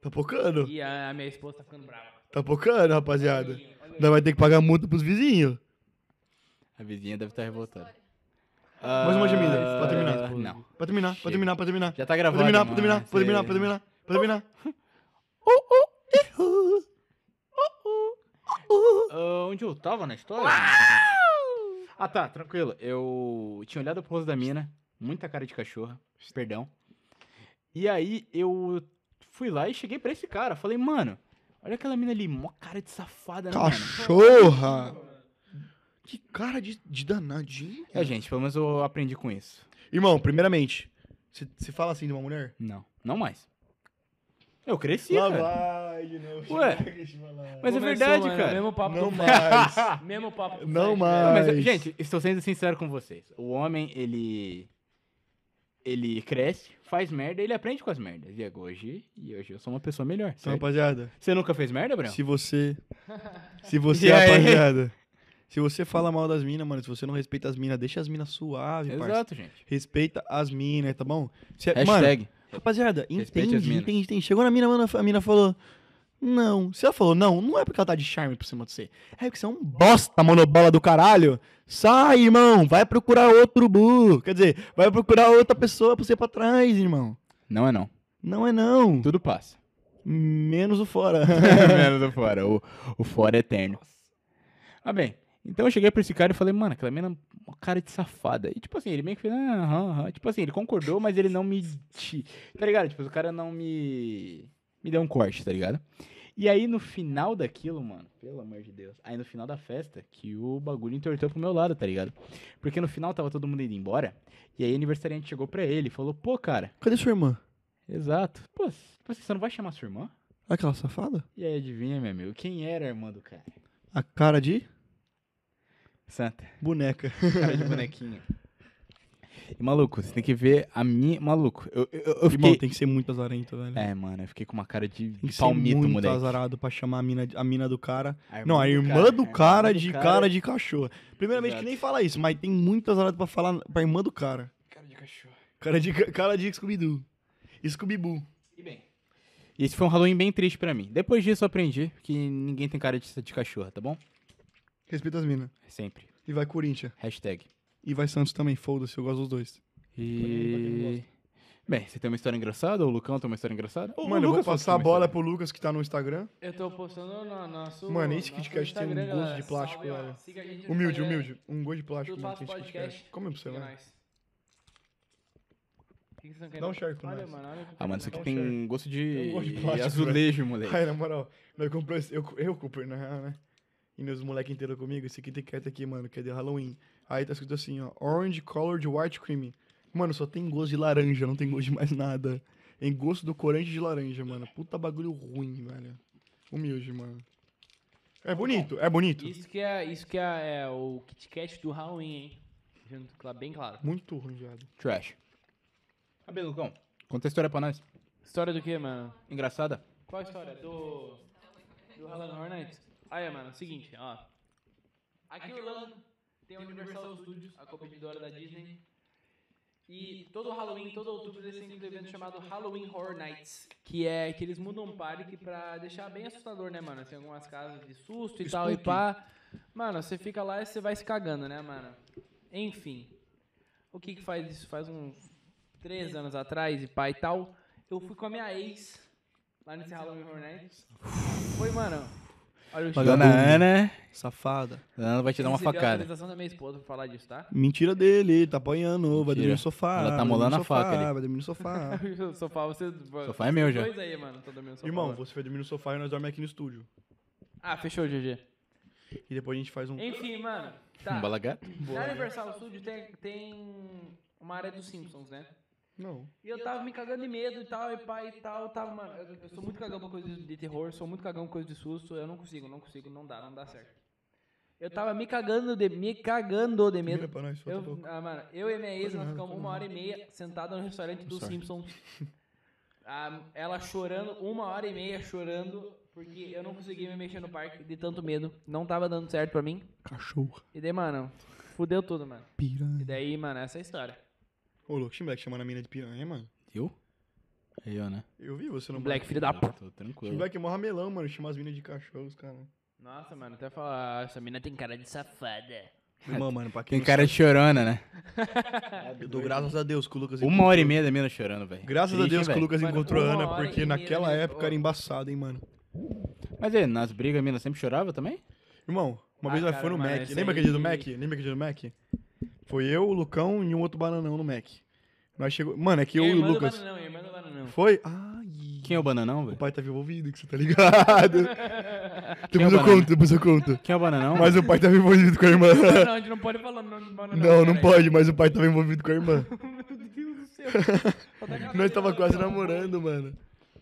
[SPEAKER 1] Tá pocando?
[SPEAKER 3] E a, a minha esposa tá ficando brava.
[SPEAKER 1] Tá pocando, rapaziada.
[SPEAKER 3] Olha aí.
[SPEAKER 1] Ainda vai ter que pagar multa pros vizinhos.
[SPEAKER 2] A vizinha deve estar revoltada.
[SPEAKER 1] Mais uma gemida,
[SPEAKER 2] Ah,
[SPEAKER 1] pra terminar.
[SPEAKER 2] Não.
[SPEAKER 1] Pra terminar, pra
[SPEAKER 2] Chega.
[SPEAKER 1] terminar, pra terminar.
[SPEAKER 2] Já tá
[SPEAKER 1] Pra
[SPEAKER 2] gravando.
[SPEAKER 1] terminar, pra
[SPEAKER 2] mano.
[SPEAKER 1] terminar, pra terminar,
[SPEAKER 2] Cê-
[SPEAKER 1] pra terminar, pra terminar.
[SPEAKER 2] Ah, onde eu tava na história? ah, tá, tranquilo. Eu tinha olhado pro rosto da mina, muita cara de cachorra, perdão. E aí eu fui lá e cheguei pra esse cara. Falei, mano, olha aquela mina ali, mó cara de safada, né, mano?
[SPEAKER 1] Cachorra! Que cara de, de danadinho.
[SPEAKER 2] É, gente, pelo menos eu aprendi com isso.
[SPEAKER 1] Irmão, primeiramente, você você fala assim de uma mulher?
[SPEAKER 2] Não, não mais. Eu cresci,
[SPEAKER 1] Lá
[SPEAKER 2] cara.
[SPEAKER 1] vai de novo.
[SPEAKER 2] Ué, Mas é
[SPEAKER 3] Começou,
[SPEAKER 2] verdade,
[SPEAKER 3] mano,
[SPEAKER 2] cara.
[SPEAKER 3] Mesmo papo
[SPEAKER 1] Não
[SPEAKER 3] do
[SPEAKER 1] mais.
[SPEAKER 3] Flash. Mesmo papo do
[SPEAKER 1] Não
[SPEAKER 3] Flash,
[SPEAKER 1] mais.
[SPEAKER 2] Não, mas,
[SPEAKER 1] Mas-
[SPEAKER 2] gente, estou sendo sincero com vocês. O homem, ele. Ele cresce, faz merda, ele aprende com as merdas. E é hoje, e hoje eu sou uma pessoa melhor.
[SPEAKER 1] Então,
[SPEAKER 2] certo?
[SPEAKER 1] rapaziada,
[SPEAKER 2] Você nunca fez merda, Brão?
[SPEAKER 1] se você. [laughs] Se
[SPEAKER 2] E
[SPEAKER 1] você,
[SPEAKER 2] aí?
[SPEAKER 1] rapaziada. Se você fala mal das minas, mano, se você não respeita as minas, deixa as minas suave, parça.
[SPEAKER 2] Exato, gente.
[SPEAKER 1] Respeita as minas, tá bom? Se, mano,
[SPEAKER 2] Hashtag.
[SPEAKER 1] Rapaziada,
[SPEAKER 2] Respeite
[SPEAKER 1] entende,
[SPEAKER 2] as minas.
[SPEAKER 1] entende, entende. Chegou na mina, mano, a mina falou. Não. Se ela falou não, não é porque ela tá de charme por cima de você. É porque você é um bosta, monobola do caralho. Sai, irmão. Vai procurar outro bu. Quer dizer, vai procurar outra pessoa pra você ir pra trás, irmão.
[SPEAKER 2] Não é não.
[SPEAKER 1] Não é não.
[SPEAKER 2] Tudo passa.
[SPEAKER 1] Menos o fora.
[SPEAKER 2] [laughs]
[SPEAKER 1] [laughs]
[SPEAKER 2] Menos o fora. O, o fora é eterno. Ah, bem. Então eu cheguei pra esse cara e falei, mano, aquela mina é uma cara de safada. E tipo assim, ele meio que fez, ah, aham, aham. Tipo assim, ele concordou, mas ele não me. ti- Tá ligado? Tipo, o cara não me. Me deu um corte, tá ligado? E aí no final daquilo, mano, pelo amor de Deus. Aí no final da festa, que o bagulho entortou pro meu lado, tá ligado? Porque no final tava todo mundo indo embora. E aí o aniversariante chegou pra ele e falou, pô, cara,
[SPEAKER 1] Cadê sua irmã?
[SPEAKER 2] exato. Pô, tipo assim, você não vai chamar sua irmã?
[SPEAKER 1] Aquela safada?
[SPEAKER 2] E aí, adivinha, meu amigo, quem era a irmã do cara?
[SPEAKER 1] A cara de
[SPEAKER 2] Santa,
[SPEAKER 1] boneca.
[SPEAKER 2] cara de bonequinho. E, maluco, você tem que ver a minha. Maluco, eu, eu, eu fiquei.
[SPEAKER 1] Irmão, tem que ser muito azarento, velho.
[SPEAKER 2] É, mano, eu fiquei com uma cara de
[SPEAKER 1] Tem que ser
[SPEAKER 2] palmito,
[SPEAKER 1] muito
[SPEAKER 2] moleque.
[SPEAKER 1] azarado pra chamar a mina, a mina do cara
[SPEAKER 2] A
[SPEAKER 1] Não, a irmã do
[SPEAKER 2] a
[SPEAKER 1] cara
[SPEAKER 2] irmã
[SPEAKER 1] de
[SPEAKER 2] é do
[SPEAKER 1] cara de cachorro. Primeiramente,
[SPEAKER 2] Exato.
[SPEAKER 1] que nem fala isso, mas tem muitas horas pra falar pra irmã do cara.
[SPEAKER 3] Cara de cachorro.
[SPEAKER 1] Cara de, ca- cara de Scooby-Doo. Scooby-Boo.
[SPEAKER 2] E bem. Esse foi um Halloween bem triste pra mim. Depois disso eu aprendi que ninguém tem cara de, de cachorra, tá bom? É
[SPEAKER 1] Respeita as minas.
[SPEAKER 2] Sempre.
[SPEAKER 1] E vai Corinthians.
[SPEAKER 2] Hashtag.
[SPEAKER 1] E vai Santos também, foda-se, eu gosto dos dois.
[SPEAKER 2] E. Bem, você tem uma história engraçada? Ou o Lucão tem uma história engraçada? Ou o
[SPEAKER 1] Mano, eu vou
[SPEAKER 2] Lucas pode ter
[SPEAKER 1] passar a
[SPEAKER 2] uma
[SPEAKER 1] bola
[SPEAKER 2] história.
[SPEAKER 1] pro Lucas que tá no Instagram.
[SPEAKER 3] Eu tô postando no nosso.
[SPEAKER 1] Mano, esse
[SPEAKER 3] nosso
[SPEAKER 1] Kit Kat tem um
[SPEAKER 3] Instagram,
[SPEAKER 1] gosto
[SPEAKER 3] galera.
[SPEAKER 1] de plástico,
[SPEAKER 3] Salve, ó.
[SPEAKER 1] velho.
[SPEAKER 3] Siga a gente no
[SPEAKER 1] Humilde,
[SPEAKER 3] Instagram.
[SPEAKER 1] humilde. Um gosto de plástico.
[SPEAKER 3] Tudo
[SPEAKER 1] né,
[SPEAKER 3] fácil
[SPEAKER 1] que a gente
[SPEAKER 3] é. podcast.
[SPEAKER 1] esquece. Come pra você,
[SPEAKER 3] Siga
[SPEAKER 1] vai.
[SPEAKER 3] nós. O que que vocês não querem?
[SPEAKER 1] Dá um share com
[SPEAKER 3] Olha,
[SPEAKER 1] nós.
[SPEAKER 3] mano, olha o que
[SPEAKER 2] Ah, mano, isso
[SPEAKER 3] tá
[SPEAKER 1] Dá
[SPEAKER 2] aqui
[SPEAKER 1] um
[SPEAKER 2] tem
[SPEAKER 1] share.
[SPEAKER 2] gosto
[SPEAKER 1] Tem
[SPEAKER 2] de,
[SPEAKER 1] um gosto de plástico,
[SPEAKER 2] azulejo, moleque.
[SPEAKER 1] Ai, na moral, nós comprou esse, eu, eu comprei, na real, né? E meus moleques inteiros comigo, esse Kit Kat aqui, mano, que é de Halloween. Aí tá escrito assim, ó, Orange Colored White Cream. Mano, só tem gosto de laranja, não tem gosto de mais nada. Tem gosto do corante de laranja, mano. Puta bagulho ruim, velho. Humilde, mano. É bonito, é bonito.
[SPEAKER 3] Isso que é, isso que é, é o Kit Kat do Halloween, hein? Deixando cla- bem claro.
[SPEAKER 1] Muito ruim, viado.
[SPEAKER 2] Trash. Ah, bem, Lucão, conta a história pra nós.
[SPEAKER 3] História do que, mano?
[SPEAKER 2] Engraçada?
[SPEAKER 3] Qual a história? Do. Do Helen Hornet? Ah, é, mano, seguinte, ó. Aqui em Orlando tem a Universal Studios, a competidora da Disney. E todo Halloween, todo outubro, eles têm um evento chamado Halloween Horror Nights. Que é que eles mudam um parque pra deixar bem assustador, né, mano? Tem algumas casas de susto e tal, e pá. Mano, você fica lá e você vai se cagando, né, mano? Enfim. O que que faz isso? Faz uns três anos atrás e pá e tal. Eu fui com a minha ex lá nesse Halloween Horror Nights. Foi, mano. Olha o
[SPEAKER 1] Vagabundo.
[SPEAKER 2] Dona Ana.
[SPEAKER 1] né? Safada.
[SPEAKER 2] Dona Ana vai te dar uma
[SPEAKER 3] Recebeu a
[SPEAKER 2] facada.
[SPEAKER 3] autorização da minha esposa pra falar disso, tá? [laughs]
[SPEAKER 1] Mentira dele, tá apanhando, vai dormir
[SPEAKER 2] Mentira.
[SPEAKER 1] no sofá.
[SPEAKER 2] Ela tá
[SPEAKER 1] vai dormir no
[SPEAKER 2] molando a
[SPEAKER 1] sofá,
[SPEAKER 2] faca ali.
[SPEAKER 1] Vai dormir no
[SPEAKER 2] [laughs]
[SPEAKER 1] sofá.
[SPEAKER 3] O sofá, você.
[SPEAKER 2] Sofá é meu já.
[SPEAKER 3] Dois aí, mano. Tô dormindo no sofá.
[SPEAKER 1] Irmão,
[SPEAKER 3] agora.
[SPEAKER 1] você vai dormir no sofá e nós dormimos aqui no estúdio.
[SPEAKER 3] Ah, fechou, GG.
[SPEAKER 1] E depois a gente faz um...
[SPEAKER 3] Enfim, mano. Tá.
[SPEAKER 2] Um balagato?
[SPEAKER 3] Na Universal Studio tem, tem uma área dos Simpsons, né?
[SPEAKER 1] Não.
[SPEAKER 3] E eu tava me cagando de medo e tal, e pai e tal, tava, mano. Eu, eu sou muito cagão com coisa de terror, sou muito cagão com coisa de susto, eu não consigo, não consigo, não dá, não dá certo. Eu tava me cagando de, me cagando de
[SPEAKER 1] Mira
[SPEAKER 3] medo.
[SPEAKER 1] pra nós, só tá
[SPEAKER 3] Eu,
[SPEAKER 1] louco.
[SPEAKER 3] ah, mano, eu e minha ex,
[SPEAKER 1] Tô
[SPEAKER 3] nós
[SPEAKER 1] nada,
[SPEAKER 3] ficamos
[SPEAKER 1] tô
[SPEAKER 3] uma
[SPEAKER 1] nada.
[SPEAKER 3] hora e meia sentada no restaurante do
[SPEAKER 2] sorry.
[SPEAKER 3] Simpsons. Ah, ela chorando, uma hora e meia chorando, porque eu não conseguia me mexer no parque de tanto medo. Não tava dando certo pra mim.
[SPEAKER 1] Cachorro.
[SPEAKER 3] E daí, mano, fudeu tudo, mano.
[SPEAKER 1] Piranha.
[SPEAKER 3] E daí, mano, essa é a história.
[SPEAKER 1] Ô, louco, esse moleque chamando a mina de piranha, mano.
[SPEAKER 2] Eu? Aí, ó, né?
[SPEAKER 1] Eu vi você no
[SPEAKER 3] Black, filho da
[SPEAKER 2] Eu
[SPEAKER 3] puta.
[SPEAKER 2] Tô
[SPEAKER 1] Tinha um
[SPEAKER 2] tranquilo.
[SPEAKER 1] moleque mó ramelão, mano. Chama as minas de cachorros, cara.
[SPEAKER 3] Nossa, mano, até falar, "Ah, essa mina tem cara de safada.
[SPEAKER 1] Irmã, mano, pra quem
[SPEAKER 2] Tem cara de chorona, né?
[SPEAKER 1] Eu dou graças a Deus que o Lucas
[SPEAKER 2] Uma hora e meia da mina chorando, velho.
[SPEAKER 1] Graças a
[SPEAKER 2] Triste,
[SPEAKER 1] Deus que
[SPEAKER 2] hein,
[SPEAKER 1] o Lucas
[SPEAKER 3] Mano,
[SPEAKER 1] encontrou a
[SPEAKER 3] uma
[SPEAKER 1] Ana,
[SPEAKER 3] hora
[SPEAKER 1] porque
[SPEAKER 3] e meia né?
[SPEAKER 1] naquela
[SPEAKER 3] ele-
[SPEAKER 1] época era embaçado, hein, mano.
[SPEAKER 2] velho? Mas aí, nas brigas a mina sempre chorava também?
[SPEAKER 1] Irmão, uma
[SPEAKER 3] Ah,
[SPEAKER 1] vez nós
[SPEAKER 3] cara,
[SPEAKER 1] foi no
[SPEAKER 3] mano,
[SPEAKER 1] Mac.
[SPEAKER 3] esse
[SPEAKER 1] Lembra aquele dia do
[SPEAKER 3] aí-
[SPEAKER 1] Mac? Lembra aquele dia do Mac? Foi eu, o Lucão e um outro bananão no Mac. Nós chegou. Mano, é que eu e o
[SPEAKER 3] irmã do
[SPEAKER 1] Lucas.
[SPEAKER 3] Bananão, irmã do
[SPEAKER 1] [laughs]
[SPEAKER 3] Bananão.
[SPEAKER 1] Foi? Ai.
[SPEAKER 2] Quem é o bananão,
[SPEAKER 1] O
[SPEAKER 2] velho?
[SPEAKER 1] pai tá envolvido, que você tá ligado.
[SPEAKER 3] [laughs]
[SPEAKER 2] Quem é o
[SPEAKER 1] depois eu
[SPEAKER 2] banana?
[SPEAKER 1] conto, depois eu conto.
[SPEAKER 2] Quem é o bananão?
[SPEAKER 1] Mas o pai tava envolvido com a [laughs] irmã.
[SPEAKER 3] Não, a gente não pode falar o nome do Bananão.
[SPEAKER 1] Não, não
[SPEAKER 3] cara.
[SPEAKER 1] pode, mas o pai tava envolvido com a irmã.
[SPEAKER 3] Meu Deus do
[SPEAKER 1] [laughs]
[SPEAKER 3] céu.
[SPEAKER 1] Nós tava quase namorando, mano.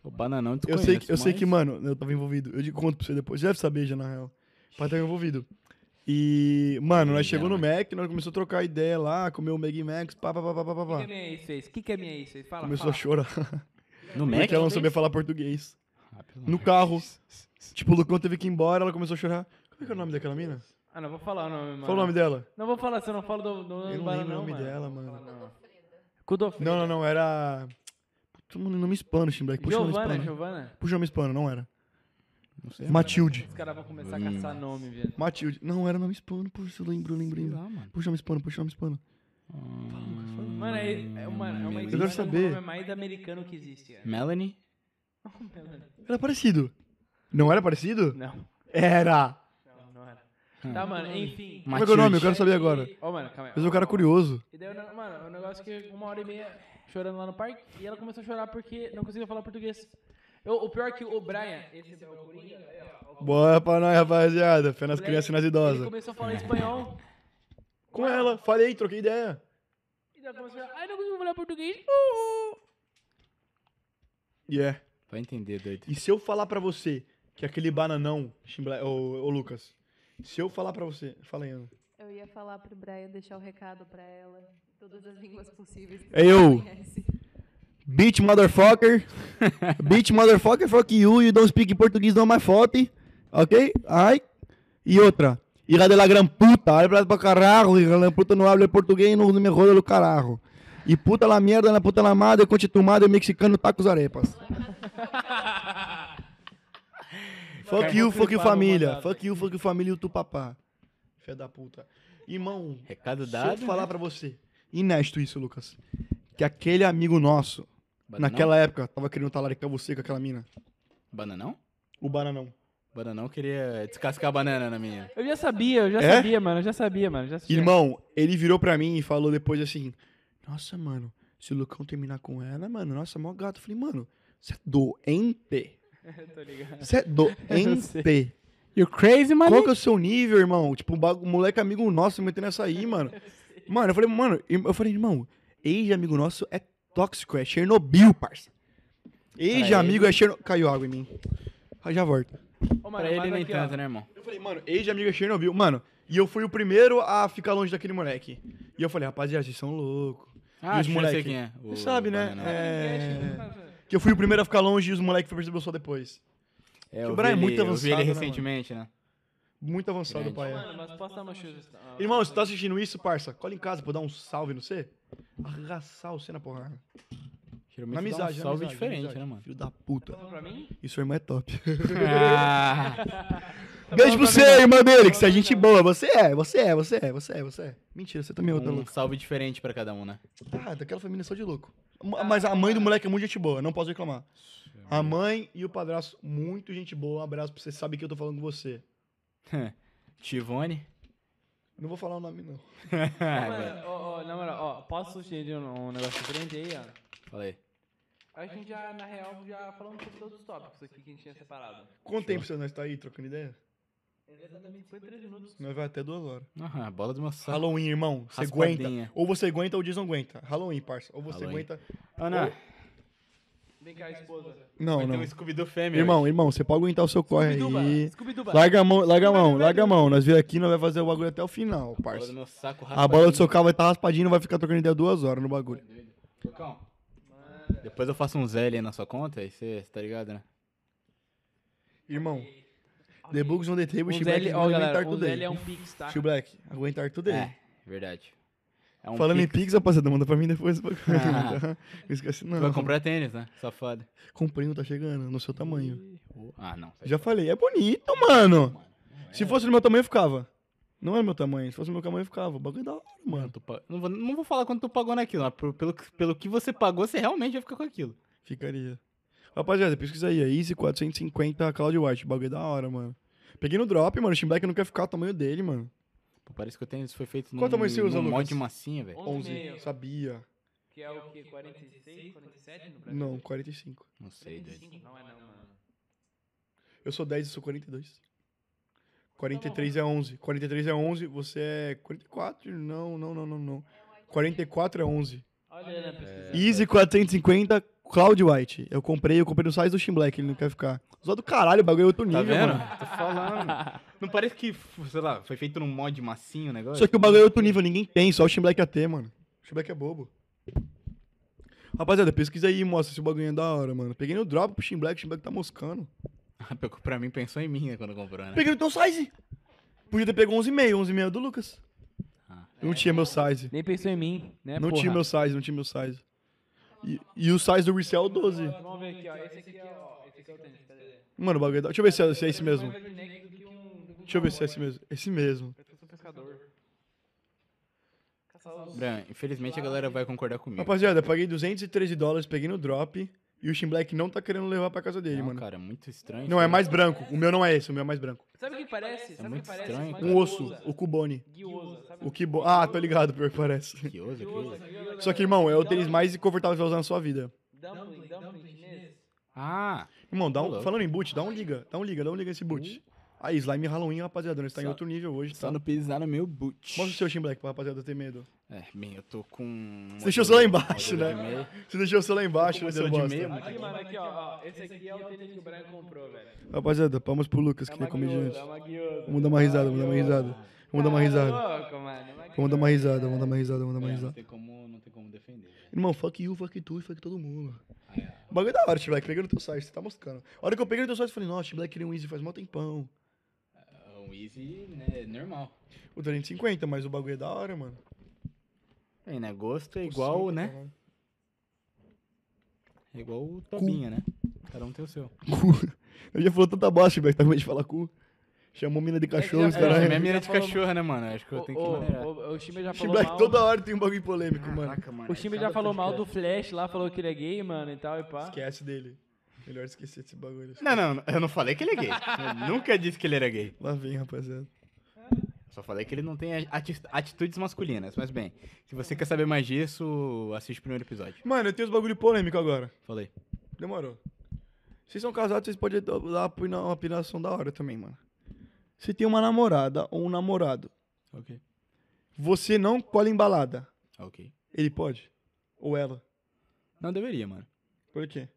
[SPEAKER 2] O bananão
[SPEAKER 1] Eu sei, que, eu sei que,
[SPEAKER 2] mano.
[SPEAKER 1] mano, eu tava envolvido. Eu digo- conto pra você depois. Você deve saber já, na real. O pai tava envolvido. E, mano, nós chegou no Mac, nós começamos a trocar ideia lá, comeu o Meg Max, pá, pá, pá, pá, pá, pá,
[SPEAKER 3] O que que
[SPEAKER 1] pá.
[SPEAKER 3] é minha ex fez? O que, que é minha ex fez? Fala,
[SPEAKER 1] Começou a
[SPEAKER 3] fala.
[SPEAKER 1] chorar. [laughs]
[SPEAKER 2] No Mac?
[SPEAKER 1] Porque é ela não sabia falar português.
[SPEAKER 2] Ah, pelo
[SPEAKER 1] No
[SPEAKER 2] amor.
[SPEAKER 1] carro. Tipo, o Lucão teve que ir embora, ela começou a chorar. Como é que é o nome daquela mina?
[SPEAKER 3] Ah, não vou falar o nome, mano.
[SPEAKER 1] Qual o nome dela?
[SPEAKER 3] Não vou falar, se eu não falo do, do
[SPEAKER 1] Eu não
[SPEAKER 3] Bananão,
[SPEAKER 1] lembro o nome
[SPEAKER 3] mano.
[SPEAKER 1] dela, mano.
[SPEAKER 3] Cudofre.
[SPEAKER 1] Não, não, não, era. Puta, mano, nome hispano, Black. Puxa o nome
[SPEAKER 3] Giovana,
[SPEAKER 1] hispano.
[SPEAKER 3] Giovana.
[SPEAKER 1] Puxa o nome hispano, não era.
[SPEAKER 2] Não sei.
[SPEAKER 1] Matilde.
[SPEAKER 3] Os caras vão começar
[SPEAKER 1] Hum.
[SPEAKER 3] a caçar nome, velho.
[SPEAKER 1] Matilde. Não, era nome hispano, puxa, eu lembro, eu lembro, eu
[SPEAKER 2] Sei
[SPEAKER 1] lembro.
[SPEAKER 2] lá, mano.
[SPEAKER 1] Puxa o nome hispano, puxa o nome hispano.
[SPEAKER 3] Mano, é, é uma, é uma
[SPEAKER 2] Eu
[SPEAKER 1] quero
[SPEAKER 3] ex-
[SPEAKER 1] saber.
[SPEAKER 3] é o nome mais americano que existe. cara.
[SPEAKER 2] Melanie?
[SPEAKER 1] Era parecido. Não era parecido?
[SPEAKER 3] Não,
[SPEAKER 1] Era!
[SPEAKER 3] não, não era. Tá, mano, enfim.
[SPEAKER 1] Como é que é o nome? Hum. Eu quero saber
[SPEAKER 3] E-
[SPEAKER 1] agora.
[SPEAKER 3] Ó, mano, calma aí.
[SPEAKER 1] Mas é um cara curioso.
[SPEAKER 3] E daí, o ne- mano, o negócio é que uma hora e meia chorando lá no parque, e ela começou a chorar porque não conseguia falar português. Eu- o pior é que o Brian, esse é o Coringa, aí, ó, o
[SPEAKER 1] Bora pra nós, rapaziada. Fé
[SPEAKER 2] Né?
[SPEAKER 1] nas crianças e nas
[SPEAKER 3] ele
[SPEAKER 1] idosas.
[SPEAKER 3] começou a falar espanhol,
[SPEAKER 1] Com ela, falei, troquei ideia.
[SPEAKER 3] e ela começou a chorar, ai, não consigo falar português. Uh!
[SPEAKER 1] Yeah.
[SPEAKER 2] Vai entender, doido.
[SPEAKER 1] é. E se eu falar pra você que aquele bananão, Chimbla- ô, ô, Lucas, se eu falar pra você. Fala aí, Ana.
[SPEAKER 4] Eu ia falar pro Brian deixar o recado pra ela. em Todas as línguas possíveis. que
[SPEAKER 1] É
[SPEAKER 4] você
[SPEAKER 1] eu.
[SPEAKER 4] conhece.
[SPEAKER 1] Bitch, motherfucker. Bitch, motherfucker, fuck you. You don't speak português, não my fault. Ok? Ai. E outra. Hija de la gran puta. Habla pra caralho. Hija de la puta não habla português, não me roda do caralho. E puta la merda, na puta la madre, constitumada, mexicano, tacos arepas. fuck you, fuck you, família. Fuck you, fuck you, família e o tu papá. Fé da puta. Irmão,
[SPEAKER 2] Recado
[SPEAKER 1] se eu
[SPEAKER 2] dado. né?
[SPEAKER 1] falar pra você, inesto isso, Lucas, que aquele amigo nosso,
[SPEAKER 2] Bananão?
[SPEAKER 1] Naquela época, tava querendo talaricar você com aquela mina.
[SPEAKER 2] Bananão?
[SPEAKER 1] O bananão.
[SPEAKER 2] Bananão queria descascar a banana na minha.
[SPEAKER 3] Eu já sabia, eu já
[SPEAKER 1] É?
[SPEAKER 3] sabia, mano, eu já sabia, mano, já sabia.
[SPEAKER 1] Irmão, ele virou pra mim e falou depois assim: Nossa, mano, se o Lucão terminar com ela, mano, nossa, mó gato. Eu falei, mano, você é doente.
[SPEAKER 3] Tô ligado.
[SPEAKER 1] Você é doente.
[SPEAKER 2] You crazy, mano?
[SPEAKER 1] Qual que é o seu nível, irmão? Tipo, um bagu- moleque amigo nosso metendo essa aí, mano. Mano, eu falei, mano, ir- eu falei, irmão, ex-amigo nosso é tóxico, é Chernobyl, parça. Ex-amigo é Chernobyl. Caiu água em mim. Ah, Já volto.
[SPEAKER 3] Ô, mano,
[SPEAKER 2] Pra ele
[SPEAKER 3] mas
[SPEAKER 2] nem
[SPEAKER 3] aqui, ó,
[SPEAKER 2] tanto, né, irmão?
[SPEAKER 1] Eu falei, mano, ex-amigo é Chernobyl. Mano, e eu fui o primeiro a ficar longe daquele moleque. E eu falei, rapaziada, vocês são loucos. e os
[SPEAKER 2] Ah, acho que eu sei
[SPEAKER 1] moleques.
[SPEAKER 2] quem é. o
[SPEAKER 1] Você sabe, né?
[SPEAKER 2] bananão.
[SPEAKER 1] É... Que eu fui o primeiro a ficar longe e os moleques foi perceber só depois.
[SPEAKER 2] É,
[SPEAKER 1] o
[SPEAKER 2] eu vi
[SPEAKER 1] Brian é
[SPEAKER 2] ele-
[SPEAKER 1] muito
[SPEAKER 2] Eu vi
[SPEAKER 1] avançado,
[SPEAKER 2] ele
[SPEAKER 1] né,
[SPEAKER 2] recentemente, né?
[SPEAKER 1] Muito avançado
[SPEAKER 2] Grande.
[SPEAKER 1] o pai. É.
[SPEAKER 3] Mano, mas posso dar uma chance? Ah,
[SPEAKER 1] Irmão, você tá assistindo isso, parça? Cola em casa pra eu dar um salve no C? Arregaçar você na porrada.
[SPEAKER 2] Geralmente
[SPEAKER 1] Na amizade,
[SPEAKER 2] dá
[SPEAKER 1] na
[SPEAKER 2] um salve
[SPEAKER 1] amizade,
[SPEAKER 2] diferente,
[SPEAKER 1] na amizade.
[SPEAKER 2] né, mano?
[SPEAKER 1] Filho da puta.
[SPEAKER 3] falando pra mim?
[SPEAKER 1] E sua irmã é top.
[SPEAKER 2] Ah,
[SPEAKER 1] Beijo pra você, irmã dele, que você é gente boa. Você é, você é, você é, você é, você é. Mentira, você também é outra
[SPEAKER 2] um
[SPEAKER 1] louca.
[SPEAKER 2] salve diferente pra cada um, né?
[SPEAKER 1] Ah, daquela família é só de louco. Ma- Mas a mãe do moleque é muito gente boa, não posso reclamar. A mãe e o padrasto, muito gente boa. Um abraço pra você, sabe que eu tô falando com você. [laughs]
[SPEAKER 2] Tivone.
[SPEAKER 1] Não vou falar o nome, não.
[SPEAKER 3] Ô, mano, ó, ó, na moral, ó, posso sugerir um, um negócio diferente aí, ó?
[SPEAKER 2] Fala aí.
[SPEAKER 3] A gente já, na real, já um falamos sobre todos os tópicos aqui que a gente tinha separado.
[SPEAKER 1] Quanto tempo você nós tá aí trocando ideia?
[SPEAKER 3] Exatamente 53 minutos.
[SPEAKER 1] Nós vai até duas horas.
[SPEAKER 2] Ah, bola do meu saco.
[SPEAKER 1] Halloween, irmão. Você
[SPEAKER 2] Raspadinha.
[SPEAKER 1] aguenta. Ou você aguenta ou desaguenta. Halloween, parça. Ou você
[SPEAKER 2] Halloween.
[SPEAKER 1] aguenta.
[SPEAKER 2] Ana,
[SPEAKER 3] Vem cá, esposa.
[SPEAKER 1] Não,
[SPEAKER 2] vai ter
[SPEAKER 1] não.
[SPEAKER 2] um Scooby-Doo fêmea.
[SPEAKER 1] Irmão, irmão, você pode aguentar o seu corre
[SPEAKER 3] Scooby-Duba,
[SPEAKER 1] aí.
[SPEAKER 3] Scooby-Duba.
[SPEAKER 1] Larga a mão, larga a mão, larga a mão. Nós vir aqui, nós vai fazer o bagulho até o final,
[SPEAKER 2] A bola do
[SPEAKER 1] parça.
[SPEAKER 2] meu saco
[SPEAKER 1] A bola do seu carro vai estar tá raspadinha e não vai ficar trocando ideia duas horas no bagulho.
[SPEAKER 2] Lucão. Depois eu faço um Zé ali na sua conta, aí você tá ligado, né?
[SPEAKER 1] Irmão, The Bugs on the Table,
[SPEAKER 3] O
[SPEAKER 1] She Black,
[SPEAKER 3] Zé, é ó,
[SPEAKER 1] vão
[SPEAKER 3] galera,
[SPEAKER 1] aguentar
[SPEAKER 3] o
[SPEAKER 1] tudo
[SPEAKER 3] Zé ele é
[SPEAKER 1] aí.
[SPEAKER 3] um pix, tá?
[SPEAKER 1] She Black, aguentar tudo aí.
[SPEAKER 2] É, verdade. É um
[SPEAKER 1] Falando
[SPEAKER 2] pique.
[SPEAKER 1] em Pix, rapaziada, manda pra mim depois. Ah.
[SPEAKER 3] [laughs]
[SPEAKER 2] Ah.
[SPEAKER 1] Não esquece, não.
[SPEAKER 2] Tu vai comprar tênis, né? Safado.
[SPEAKER 1] Comprei um, tá chegando, no seu tamanho.
[SPEAKER 2] Ih, oh, Ah, não.
[SPEAKER 1] Já falei, é bonito, mano. Se fosse do meu tamanho, eu ficava. Não é meu tamanho, se fosse do meu tamanho, eu ficava. O bagulho é da hora, mano.
[SPEAKER 2] Tu pa- Não vou, não vou falar quanto tu pagou naquilo, mas pelo, pelo que- pelo que você pagou, você realmente vai ficar com aquilo.
[SPEAKER 1] Ficaria. Rapaziada, pesquisa aí, é Easy 450 Cloud White. O bagulho é da hora, mano. Peguei no drop, mano. O Team Black não quer ficar o tamanho dele, mano.
[SPEAKER 2] Pô, parece que o tênis foi feito
[SPEAKER 1] Qual tamanho você usa,
[SPEAKER 2] num mod
[SPEAKER 1] Lucas?
[SPEAKER 2] de massinha, velho.
[SPEAKER 8] 11.
[SPEAKER 3] 11,5.
[SPEAKER 1] Sabia.
[SPEAKER 3] Que é o quê? 46, 47 no Brasil?
[SPEAKER 1] Não, 45.
[SPEAKER 2] Não sei, doido.
[SPEAKER 3] 45? Não é não, mano.
[SPEAKER 1] Eu sou 10 e sou 42. 43 é 11. 43 é 11, você é 44? Não, não, não, não, não. 44 é 11.
[SPEAKER 3] Olha, né, pesquisa.
[SPEAKER 1] É, Easy 450 Cloud White. Eu comprei, eu comprei no size do Shin Black, ele não quer ficar. Só do caralho, o bagulho é outro
[SPEAKER 2] Tá
[SPEAKER 1] nível,
[SPEAKER 2] vendo?
[SPEAKER 1] mano.
[SPEAKER 2] Tô falando. [laughs] Não parece que, sei lá, foi feito num mod massinho o negócio?
[SPEAKER 1] Só que o
[SPEAKER 2] [laughs]
[SPEAKER 1] bagulho é outro nível, ninguém tem, só o Shin Black ia ter, mano. O Shin Black é bobo. Rapaziada, pesquisa aí e mostra se o bagulho é da hora, mano. Peguei no drop pro Shin Black, o Shin Black tá moscando.
[SPEAKER 2] pra mim, pensou em mim, né, quando comprou, né?
[SPEAKER 1] Peguei no teu size. Podia ter pego 11,5, 11,5 é do Lucas.
[SPEAKER 2] Ah.
[SPEAKER 1] Não tinha meu size.
[SPEAKER 3] Nem pensou em mim, né?
[SPEAKER 2] É
[SPEAKER 1] Não
[SPEAKER 3] porra?
[SPEAKER 1] tinha meu size, não tinha meu size. E, e o size do resell é o 12.
[SPEAKER 3] Vamos ver aqui, ó. Esse aqui é, ó, esse aqui é o tênis, cadê?
[SPEAKER 1] Mano, o bagulho é da... Deixa eu ver se é, se é esse mesmo.
[SPEAKER 3] Mais redneck do que um- do que um
[SPEAKER 1] Deixa eu ver se é
[SPEAKER 3] cowboy.
[SPEAKER 1] esse mesmo. Esse mesmo.
[SPEAKER 3] Eu sou pescador. Caçador.
[SPEAKER 2] Bran, infelizmente a galera vai concordar comigo.
[SPEAKER 1] Rapaziada, paguei 213 dólares, peguei no drop. E o Shin Black não tá querendo levar pra casa dele,
[SPEAKER 2] não,
[SPEAKER 1] mano.
[SPEAKER 2] cara, é muito estranho.
[SPEAKER 1] Não,
[SPEAKER 2] isso
[SPEAKER 1] é
[SPEAKER 2] aí.
[SPEAKER 1] mais branco. O meu não é esse, o meu é mais branco.
[SPEAKER 3] Sabe o que parece? Sabe o
[SPEAKER 2] muito
[SPEAKER 3] que parece?
[SPEAKER 2] estranho,
[SPEAKER 3] Uma
[SPEAKER 2] cara.
[SPEAKER 1] Um osso,
[SPEAKER 3] guiosa.
[SPEAKER 1] o Cubone.
[SPEAKER 3] Guiosa, sabe?
[SPEAKER 1] O que Ah, tô ligado, pior que parece.
[SPEAKER 2] Que oso, que oso.
[SPEAKER 1] Só que, irmão, é o tênis mais confortável pra usar na sua vida.
[SPEAKER 3] Dumpling, dumpling chinês.
[SPEAKER 2] Ah,
[SPEAKER 1] Irmão, dá
[SPEAKER 2] Ô,
[SPEAKER 1] um,
[SPEAKER 2] louco. Uhum.
[SPEAKER 1] falando em boot, dá um liga. Dá um liga, dá um liga esse boot. Aí, slime Halloween, rapaziada. Nós tá em
[SPEAKER 2] Só-
[SPEAKER 1] outro nível hoje,
[SPEAKER 2] só
[SPEAKER 1] tá?
[SPEAKER 2] não pisar no meu boot.
[SPEAKER 1] Mostra o seu Shin Black pra rapaziada ter medo.
[SPEAKER 2] É, bem, eu tô com... um
[SPEAKER 1] Você deixou o celular embaixo,
[SPEAKER 2] modelo
[SPEAKER 1] né?
[SPEAKER 2] de meia.
[SPEAKER 1] Você deixou o celular embaixo, né,
[SPEAKER 2] Modelo
[SPEAKER 1] seu
[SPEAKER 2] de
[SPEAKER 1] bosta.
[SPEAKER 2] meia, muito
[SPEAKER 3] Aqui, mano, aqui, ó. ó, Esse aqui é o tênis que o Brian comprou, velho.
[SPEAKER 1] Rapaziada, palmas pro Lucas, que é
[SPEAKER 3] uma guiosa,
[SPEAKER 1] comediante.
[SPEAKER 3] é uma guiosa.
[SPEAKER 1] Vamos dar uma risada, vamos dar uma risada. Vamos dar uma risada.
[SPEAKER 3] Tá louco, mano. é uma
[SPEAKER 1] Vamos dar uma risada, vamos dar uma risada, vamos dar uma
[SPEAKER 2] É, não,
[SPEAKER 1] risada.
[SPEAKER 2] tem como, não tem como defender. né?
[SPEAKER 1] Irmão, fuck you, fuck tu e fuck todo mundo. O bagulho é da hora, T-Black. Peguei no teu site, você tá moscando. A hora que eu peguei no teu site, eu falei, nossa, T-Black queria um Easy faz mó tempão.
[SPEAKER 2] É Um easy, né, normal.
[SPEAKER 1] O 350, mas o bagulho é da hora, mano.
[SPEAKER 2] Bem, né, gosto é igual,
[SPEAKER 1] Sim,
[SPEAKER 2] né?
[SPEAKER 1] caralho. [laughs]
[SPEAKER 2] É igual o Tobinha, né? Cada um tem o seu.
[SPEAKER 1] Cu. Eu já falou tanta bosta, T-Black, tá com medo de falar cu. Chamou mina de cachorro, os
[SPEAKER 3] já- é,
[SPEAKER 2] Cara,
[SPEAKER 1] caralho.
[SPEAKER 2] minha
[SPEAKER 3] já
[SPEAKER 2] mina de
[SPEAKER 3] falou-
[SPEAKER 2] cachorra, né, mano? Acho que eu
[SPEAKER 3] O,
[SPEAKER 2] tenho que maneirar.
[SPEAKER 3] o, o, o Shimmer já falou
[SPEAKER 1] T-Black
[SPEAKER 3] mal.
[SPEAKER 1] toda hora tem um bagulho polêmico, mano.
[SPEAKER 2] mano.
[SPEAKER 3] O Shimmer já
[SPEAKER 1] Cada
[SPEAKER 3] falou mal do
[SPEAKER 1] podcast.
[SPEAKER 3] Flash lá, falou que ele é gay, mano, e tal, e pá.
[SPEAKER 1] Esquece dele. Melhor esquecer desse bagulho.
[SPEAKER 2] Não, não, eu não falei que ele é gay. Eu nunca disse que ele era gay.
[SPEAKER 1] Lá vem, rapaziada.
[SPEAKER 2] Só falei que ele não tem ati- atitudes masculinas. Mas bem, se você quer saber mais disso, assiste o primeiro episódio.
[SPEAKER 1] Mano, eu tenho os bagulho polêmico agora.
[SPEAKER 2] Falei.
[SPEAKER 1] Demorou. Vocês são casados, vocês podem dar uma apina- uma apinação da hora também, mano. Você tem uma namorada ou um namorado.
[SPEAKER 2] Ok.
[SPEAKER 1] Você não cola embalada.
[SPEAKER 2] Ok.
[SPEAKER 1] Ele pode? Ou ela?
[SPEAKER 2] Não deveria, mano.
[SPEAKER 1] Por quê?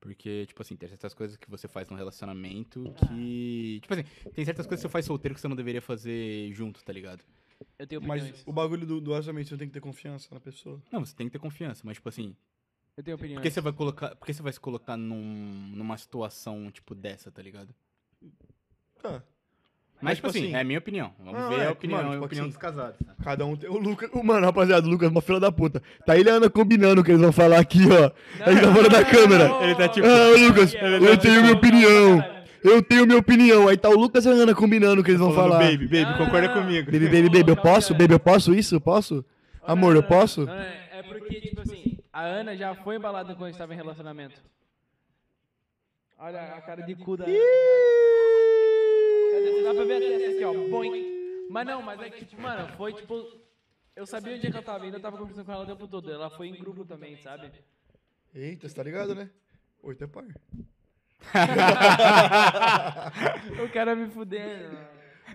[SPEAKER 2] Porque, tipo assim, tem certas coisas que você faz num relacionamento que. Tipo assim, tem certas coisas que você faz solteiro que você não deveria fazer junto, tá ligado?
[SPEAKER 3] Eu tenho opiniões.
[SPEAKER 1] Mas o bagulho do, do orçamento, você não tem que ter confiança na pessoa.
[SPEAKER 2] Não, você tem que ter confiança, mas, tipo assim,
[SPEAKER 3] Eu tenho opiniões.
[SPEAKER 2] por que você vai colocar. Por que você vai se colocar num- numa situação, tipo, dessa, tá ligado?
[SPEAKER 1] Tá.
[SPEAKER 2] Mas, tipo assim, é a minha opinião. Vamos
[SPEAKER 1] Não,
[SPEAKER 2] ver
[SPEAKER 1] é,
[SPEAKER 2] a opinião,
[SPEAKER 1] mano,
[SPEAKER 2] a
[SPEAKER 1] tipo
[SPEAKER 2] opinião
[SPEAKER 1] assim,
[SPEAKER 2] dos casados. tá?
[SPEAKER 1] Cada um tem. O Lucas. o Mano, rapaziada, o Lucas, é uma fila da puta. Tá ele e a Ana combinando o que eles vão falar aqui, ó. Aí tá fora da câmera.
[SPEAKER 3] não, Ele tá tipo-
[SPEAKER 1] Ah, o Lucas,
[SPEAKER 3] Ele
[SPEAKER 1] eu
[SPEAKER 3] tá
[SPEAKER 1] tenho
[SPEAKER 3] tipo-
[SPEAKER 1] minha opinião. Eu tenho minha opinião. Aí tá o Lucas e a Ana combinando o que eles vão
[SPEAKER 2] Tá Falando,
[SPEAKER 1] falar.
[SPEAKER 2] baby, baby,
[SPEAKER 3] Não,
[SPEAKER 2] concorda
[SPEAKER 1] Ah.
[SPEAKER 3] não, não.
[SPEAKER 2] comigo.
[SPEAKER 1] Baby, baby, baby, eu posso? Baby, eu posso isso? Eu posso? Amor, eu posso?
[SPEAKER 3] Não, não, é porque, tipo assim, a Ana já foi embalada quando estava em relacionamento. Olha a cara de cu da Ana. Cadê? Dá pra ver a testa aqui, ó. Boing. Mas não, mas é que, tipo, mano, foi tipo. Eu sabia onde é que ela tava indo, eu tava conversando com ela o tempo todo. Ela foi em grupo também, sabe?
[SPEAKER 1] Eita, você tá ligado, né? Oito é par.
[SPEAKER 3] O cara me fudendo. mano.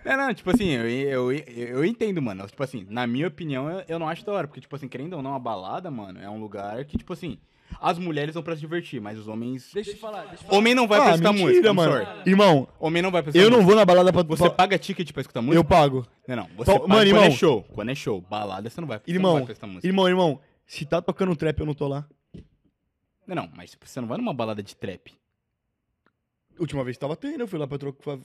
[SPEAKER 2] É, não, tipo assim, eu, eu, eu, eu entendo, mano. Tipo assim, na minha opinião, eu, eu não acho da hora. Porque, tipo assim, querendo ou não, a balada, mano, é um lugar que, tipo assim, as mulheres vão pra se divertir, mas os homens.
[SPEAKER 3] Deixa eu te falar, deixa eu falar.
[SPEAKER 2] Homem não vai pra escutar música,
[SPEAKER 1] Ah, mano.
[SPEAKER 2] mano. Sorry.
[SPEAKER 1] Irmão,
[SPEAKER 2] Homem não vai pra escutar
[SPEAKER 1] eu não
[SPEAKER 2] música.
[SPEAKER 1] vou na balada pra...
[SPEAKER 2] Você
[SPEAKER 1] pra-
[SPEAKER 2] paga ticket pra escutar música?
[SPEAKER 1] Eu pago.
[SPEAKER 2] Não, não. Você
[SPEAKER 1] Pa-
[SPEAKER 2] paga
[SPEAKER 1] mano,
[SPEAKER 2] quando
[SPEAKER 1] irmão.
[SPEAKER 2] é show. Quando é show, balada, você não vai, você não vai
[SPEAKER 1] Irmão,
[SPEAKER 2] pra escutar música.
[SPEAKER 1] irmão, irmão, se tá tocando trap eu não tô lá.
[SPEAKER 2] Não, não, mas você não vai numa balada de trap.
[SPEAKER 7] né?
[SPEAKER 1] Última vez tava tendo, eu fui lá pra trocar...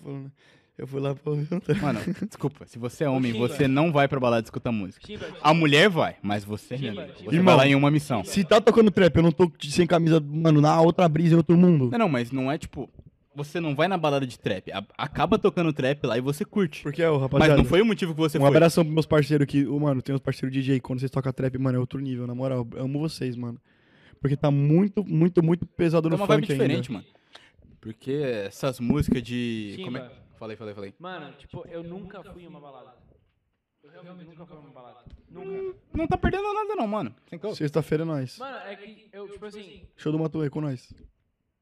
[SPEAKER 1] Eu fui lá pra ouvir.
[SPEAKER 7] um
[SPEAKER 2] Mano, desculpa, se você é homem,
[SPEAKER 3] Xinga.
[SPEAKER 2] você não vai pra balada escutar música.
[SPEAKER 3] Chimba,
[SPEAKER 2] A mulher vai, mas você
[SPEAKER 3] Xinga,
[SPEAKER 2] não.
[SPEAKER 3] xinga.
[SPEAKER 2] Você vai
[SPEAKER 7] Irmão.
[SPEAKER 2] lá em uma missão.
[SPEAKER 7] Se tá tocando trap, eu não tô sem camisa, mano, na outra brisa em outro mundo.
[SPEAKER 2] Não, não, mas não é tipo. Você não vai na balada de trap. A- acaba tocando trap lá e você curte.
[SPEAKER 1] Porque é, ô, rapaziada.
[SPEAKER 2] Mas não foi o motivo que você
[SPEAKER 7] Um
[SPEAKER 2] foi.
[SPEAKER 7] abração pros meus parceiros que, ô, mano, tem uns parceiros DJ, quando vocês tocam trap, mano, é outro nível, na moral, eu amo vocês, mano. Porque tá muito, muito, muito pesado
[SPEAKER 2] É
[SPEAKER 7] no
[SPEAKER 2] uma vibe
[SPEAKER 7] funk ainda.
[SPEAKER 2] diferente, mano. Porque essas músicas de.
[SPEAKER 3] Xinga.
[SPEAKER 2] Como é? Falei, falei, falei.
[SPEAKER 3] Mano, tipo, eu nunca fui em uma balada. Eu realmente nunca fui em uma balada. Nunca.
[SPEAKER 2] Não tá perdendo nada, não, mano. Sem caô.
[SPEAKER 7] Sexta-feira é nós.
[SPEAKER 3] Mano, é que eu, tipo assim.
[SPEAKER 7] Show do Matuê é com nós.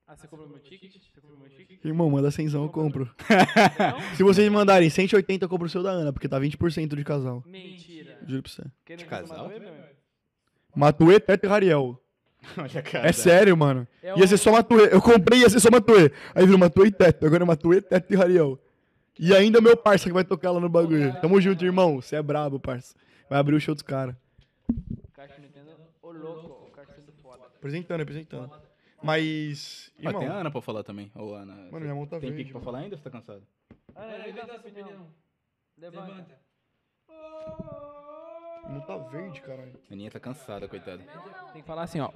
[SPEAKER 3] Ah, você comprou meu ticket? Você comprou meu ticket?
[SPEAKER 7] Irmão, manda cenzão, eu compro.
[SPEAKER 3] Não?
[SPEAKER 7] [laughs] Se vocês me mandarem 180, eu compro o seu da Ana, porque tá 20% de casal.
[SPEAKER 3] Mentira.
[SPEAKER 7] Juro pra você.
[SPEAKER 3] Querendo
[SPEAKER 2] De casal?
[SPEAKER 3] tomar doer, meu?
[SPEAKER 7] Matuê, Teto e Rariel.
[SPEAKER 2] [laughs] Olha a cara.
[SPEAKER 7] É sério, mano.
[SPEAKER 3] É
[SPEAKER 7] Ia ser
[SPEAKER 3] um-
[SPEAKER 7] só Matuê. Eu comprei, ia ser só Matuê. Aí virou Matuê e Teto. Agora é Matuê, Teto e Rariel. E ainda meu parça que vai tocar lá no bagulho. Tamo junto, irmão. Você é brabo, parça. Vai abrir o show dos caras.
[SPEAKER 3] O Caixa metendo. Ô louco, o caixa sendo foda. Ah,
[SPEAKER 1] Apresentando, apresentando. Mas.
[SPEAKER 2] Mas
[SPEAKER 1] irmão,
[SPEAKER 2] Ah, tem a Ana pra falar também. Ô, Ana.
[SPEAKER 1] Mano, minha mão tá
[SPEAKER 2] tem
[SPEAKER 1] verde.
[SPEAKER 2] pique pra falar ainda ou você tá cansado?
[SPEAKER 3] Ah,
[SPEAKER 6] Mano,
[SPEAKER 3] levanta
[SPEAKER 6] levanta
[SPEAKER 3] essa
[SPEAKER 6] essa opinião.
[SPEAKER 3] Levanta.
[SPEAKER 6] Levanta.
[SPEAKER 1] Minha mão tá verde, caralho.
[SPEAKER 2] A Aninha tá cansada, coitada.
[SPEAKER 3] Tem que falar assim, ó.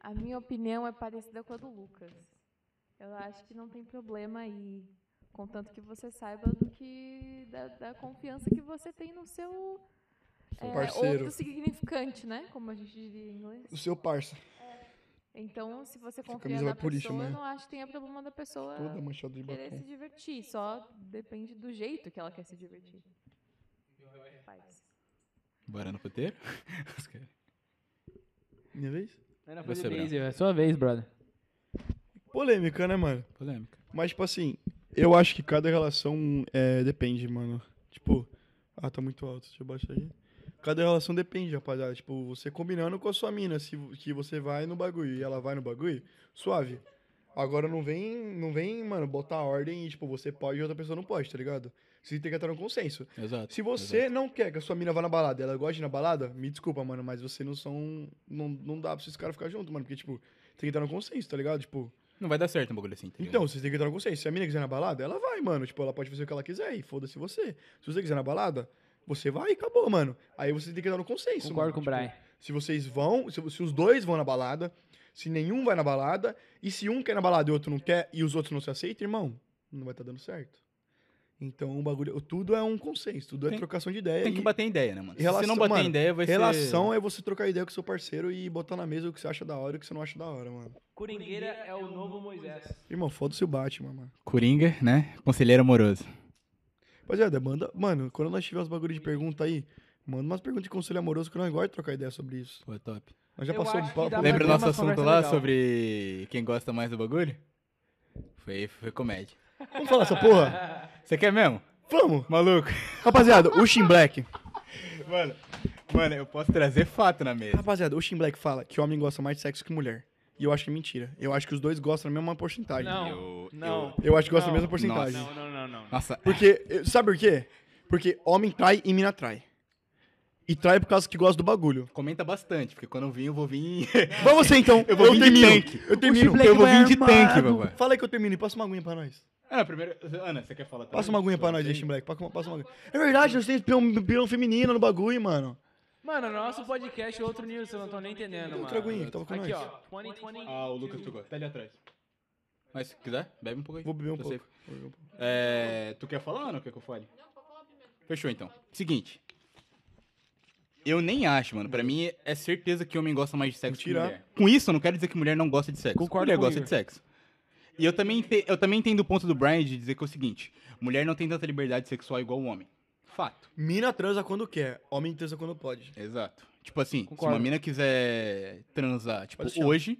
[SPEAKER 4] A minha opinião é parecida com a do Lucas. Eu acho que não tem problema aí, contanto que você saiba do que da, da confiança que você tem no seu é,
[SPEAKER 1] parceiro.
[SPEAKER 4] outro significante, né? Como a gente diria em inglês.
[SPEAKER 1] O seu parça.
[SPEAKER 4] Então, se você confia
[SPEAKER 1] camisa
[SPEAKER 4] na
[SPEAKER 1] vai pro
[SPEAKER 4] pessoa,
[SPEAKER 1] lixo
[SPEAKER 4] eu
[SPEAKER 1] amanhã.
[SPEAKER 4] não acho que tenha problema da pessoa
[SPEAKER 3] Ah,
[SPEAKER 1] Toda manchada de
[SPEAKER 4] querer se
[SPEAKER 1] batom.
[SPEAKER 4] divertir. Só depende do jeito que ela quer se divertir. Faz.
[SPEAKER 2] Bora no [laughs] puteiro?
[SPEAKER 1] Minha vez?
[SPEAKER 3] Ana,
[SPEAKER 2] Você,
[SPEAKER 3] foi de
[SPEAKER 2] Breno.
[SPEAKER 3] vez, eu. é sua vez, brother.
[SPEAKER 1] Polêmica, né, mano?
[SPEAKER 2] Polêmica.
[SPEAKER 1] Mas, tipo assim, eu acho que cada relação é, depende, mano. Tipo, ah, tá muito alto, deixa eu baixar aí. Cada relação depende, rapaziada. Tipo, você combinando com a sua mina, se vo- que você vai no bagulho e ela vai no bagulho, suave. Agora não vem, não vem, mano, botar ordem e, tipo, você pode e outra pessoa não pode, tá ligado? Você tem que entrar no consenso.
[SPEAKER 2] Exato.
[SPEAKER 1] Se você não quer que a sua mina vá na balada e ela gosta de ir na balada, me desculpa, mano, mas você não são. Não, não dá pra esses caras ficar junto, mano. Porque, tipo, tem que entrar no consenso, tá ligado? Tipo.
[SPEAKER 2] Não vai dar certo um bagulho assim, tá ligado?
[SPEAKER 1] Então, vocês têm que entrar no consenso. Se a mina quiser ir na balada, ela vai, mano. Tipo, ela pode fazer o que ela quiser e foda-se você. Se você quiser ir na balada, você vai e acabou, mano. Aí você tem que entrar no consenso.
[SPEAKER 3] Concordo
[SPEAKER 1] mano.
[SPEAKER 3] com o
[SPEAKER 1] Tipo,
[SPEAKER 3] Brian.
[SPEAKER 1] Se vocês vão, se, se os dois vão na balada, se nenhum vai na balada, e se um quer ir na balada e o outro não quer, e os outros não se aceitam, irmão, não vai estar dando certo. Então, o bagulho. Tudo é um consenso, tudo é
[SPEAKER 2] Tem-
[SPEAKER 1] trocação de ideia.
[SPEAKER 2] Tem que
[SPEAKER 1] e
[SPEAKER 2] bater ideia, né, mano? Se você
[SPEAKER 1] relação-
[SPEAKER 2] não bater
[SPEAKER 1] mano,
[SPEAKER 2] ideia, vai
[SPEAKER 1] relação
[SPEAKER 2] ser.
[SPEAKER 1] é você trocar ideia com seu parceiro e botar na mesa o que você acha da hora e o que você não acha da hora, mano.
[SPEAKER 3] Coringueira é o novo Moisés.
[SPEAKER 1] Irmão, foda-se o Batman, mano.
[SPEAKER 2] Coringa, né? Conselheiro amoroso.
[SPEAKER 1] Rapaziada, manda. é, Mano, quando nós tiver os bagulho de pergunta aí, manda umas perguntas de conselho amoroso que nós gosta de trocar ideia sobre isso.
[SPEAKER 2] Pô, top.
[SPEAKER 1] Nós já
[SPEAKER 3] Eu
[SPEAKER 1] passou um
[SPEAKER 3] acho que
[SPEAKER 1] papo- né?
[SPEAKER 3] dá pra
[SPEAKER 2] Lembra o
[SPEAKER 3] ter
[SPEAKER 2] nosso
[SPEAKER 3] Tá, uma
[SPEAKER 2] assunto
[SPEAKER 3] conversa
[SPEAKER 2] lá
[SPEAKER 3] legal.
[SPEAKER 2] sobre quem gosta mais do bagulho? Foi, foi comédia.
[SPEAKER 1] Vamos falar essa porra?
[SPEAKER 2] Você quer mesmo?
[SPEAKER 1] Vamos! [laughs]
[SPEAKER 2] Maluco.
[SPEAKER 1] Rapaziada, o Shin Black.
[SPEAKER 2] Mano, mano, eu posso trazer fato na mesa.
[SPEAKER 1] Rapaziada, o Shin Black fala que homem gosta mais de sexo que mulher. E eu acho que é mentira. Eu acho que os dois gostam da mesma porcentagem.
[SPEAKER 3] Não.
[SPEAKER 2] Eu-
[SPEAKER 3] não.
[SPEAKER 1] Eu acho que gostam da
[SPEAKER 3] Não.
[SPEAKER 1] mesma porcentagem.
[SPEAKER 3] Não, não, não, não.
[SPEAKER 2] Nossa, é,
[SPEAKER 1] Porque, eh, sabe por quê? Porque homem trai e mina trai. E trai por causa que gosta do bagulho.
[SPEAKER 2] comenta bastante, porque quando eu vim, eu vou vir.
[SPEAKER 1] Vamos você então. Eu,
[SPEAKER 2] vou vir de
[SPEAKER 1] termino.
[SPEAKER 2] tanque.
[SPEAKER 1] Eu termino.
[SPEAKER 2] eu vou vir de tanque, papai.
[SPEAKER 1] Fala aí que eu termino e passa uma aguinha pra nós.
[SPEAKER 2] [laughs] Ana, primeiro. Ana, você quer falar também?
[SPEAKER 1] Passa uma aguinha pra nós, Justin Black. Passa uma, passa uma aguinha. É verdade, nós temos pilão, pilão um feminino no bagulho, mano.
[SPEAKER 3] Mano, nosso podcast é outro nível, vocês não estão nem entendendo, mano.
[SPEAKER 1] Outra aguinha que tava com
[SPEAKER 3] Aqui,
[SPEAKER 1] nós.
[SPEAKER 3] ó. 2020.
[SPEAKER 2] Ah, o Lucas Tugó, tá ali atrás. Mas se quiser, bebe um pouco aí.
[SPEAKER 1] Vou beber um
[SPEAKER 2] Tá
[SPEAKER 1] pouco.
[SPEAKER 2] safe. É, tu quer falar ou não quer que eu fale? Fechou então. Seguinte. Eu nem acho, mano. Pra mim é certeza que homem gosta mais de sexo
[SPEAKER 1] Mentira.
[SPEAKER 2] que mulher. Com isso, eu não quero dizer que mulher não gosta de sexo.
[SPEAKER 3] Concordo
[SPEAKER 2] mulher
[SPEAKER 3] com o
[SPEAKER 2] gosta
[SPEAKER 3] Igor.
[SPEAKER 2] de sexo. E eu também, ente- eu também entendo o ponto do Brian de dizer que é o seguinte: mulher não tem tanta liberdade sexual igual o homem. Fato.
[SPEAKER 1] Mina transa quando quer, homem transa quando pode.
[SPEAKER 2] Exato. Tipo assim, se
[SPEAKER 3] Concordo.
[SPEAKER 2] uma mina quiser transar, tipo,
[SPEAKER 1] Pode ser.
[SPEAKER 2] hoje,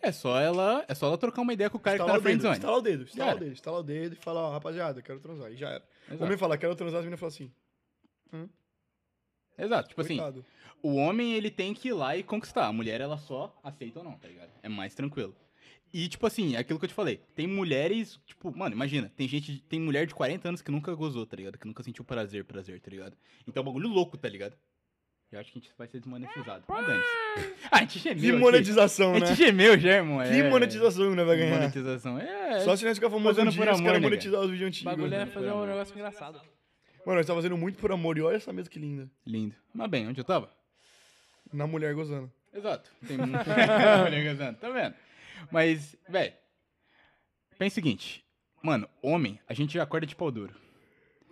[SPEAKER 2] é só ela. É só ela trocar uma ideia com o cara que tá
[SPEAKER 1] Estala o
[SPEAKER 2] na
[SPEAKER 1] dedo,
[SPEAKER 2] friendzone.
[SPEAKER 1] estala o dedo,
[SPEAKER 2] Já
[SPEAKER 1] estala o
[SPEAKER 2] era.
[SPEAKER 1] dedo, estala o dedo e fala, ó, rapaziada, quero transar. E já era. O
[SPEAKER 2] Exato.
[SPEAKER 1] homem fala, quero transar, as meninas falam assim,
[SPEAKER 2] Exato. Tipo assim,
[SPEAKER 1] coitado.
[SPEAKER 2] o homem ele tem que ir lá e conquistar. A mulher ela só aceita ou não, tá ligado? É mais tranquilo. E tipo assim, é aquilo que eu te falei, tem mulheres, tipo, mano, imagina, tem gente, tem mulher de 40 anos que nunca gozou, tá ligado? Que nunca sentiu prazer, prazer, tá ligado? Então é um bagulho louco, tá ligado? Eu acho que a gente vai ser desmonetizado. Mas dane-se. Ah, a gente
[SPEAKER 1] Que
[SPEAKER 2] gemeu. aqui.
[SPEAKER 1] monetização,
[SPEAKER 2] A
[SPEAKER 1] né?
[SPEAKER 2] gente gemeu já, irmão.
[SPEAKER 1] Que
[SPEAKER 2] é.
[SPEAKER 1] monetização que nós vai ganhar.
[SPEAKER 2] Monetização. É.
[SPEAKER 1] Só se nós ficar famoso um
[SPEAKER 2] Fazendo
[SPEAKER 1] dia,
[SPEAKER 2] por
[SPEAKER 1] os
[SPEAKER 2] amor,
[SPEAKER 1] caras
[SPEAKER 2] nega.
[SPEAKER 1] monetizar os vídeos
[SPEAKER 3] O
[SPEAKER 1] antigos.
[SPEAKER 3] bagulho é
[SPEAKER 1] Mano,
[SPEAKER 3] fazer um negócio engraçado.
[SPEAKER 1] nós tá fazendo muito por amor. E olha essa mesa que linda.
[SPEAKER 2] Lindo. Mas bem, onde eu tava?
[SPEAKER 1] Na mulher gozando.
[SPEAKER 2] Exato. [laughs] Tem muito. tá vendo? Mas, velho. Pensa o seguinte. Mano, homem, a gente acorda de pau duro.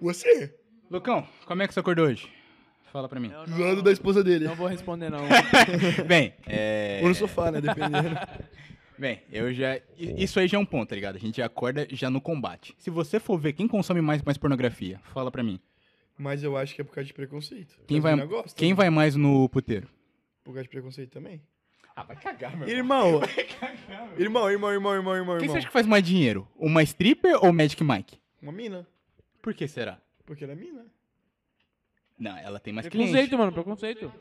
[SPEAKER 1] Você?
[SPEAKER 2] Lucão, como é que você acordou hoje? Fala pra mim.
[SPEAKER 1] Do lado da esposa dele.
[SPEAKER 3] Não vou responder, não.
[SPEAKER 2] Bem, é.
[SPEAKER 1] Ou no sofá, né?
[SPEAKER 2] [laughs]
[SPEAKER 1] Dependendo.
[SPEAKER 2] Bem, eu já. i- Isso aí já é um ponto, tá ligado? A gente já acorda já no combate. Se você for ver quem consome mais, mais pornografia, fala pra mim.
[SPEAKER 1] Mas eu acho que é por causa de preconceito.
[SPEAKER 2] Quem
[SPEAKER 1] As
[SPEAKER 2] vai-
[SPEAKER 1] mina gosta,
[SPEAKER 2] Quem
[SPEAKER 1] né?
[SPEAKER 2] vai mais no puteiro?
[SPEAKER 1] Por causa de preconceito também.
[SPEAKER 2] Ah, vai cagar, meu
[SPEAKER 1] Irmão. irmão, irmão, irmão, irmão, irmão,
[SPEAKER 2] Quem
[SPEAKER 1] irmão.
[SPEAKER 2] você acha que faz mais dinheiro? Uma stripper ou Magic Mike?
[SPEAKER 1] Uma mina.
[SPEAKER 2] Por que será?
[SPEAKER 1] Porque ela é mina.
[SPEAKER 2] Não, ela tem mais cliente.
[SPEAKER 3] Preconceito, mano, preconceito.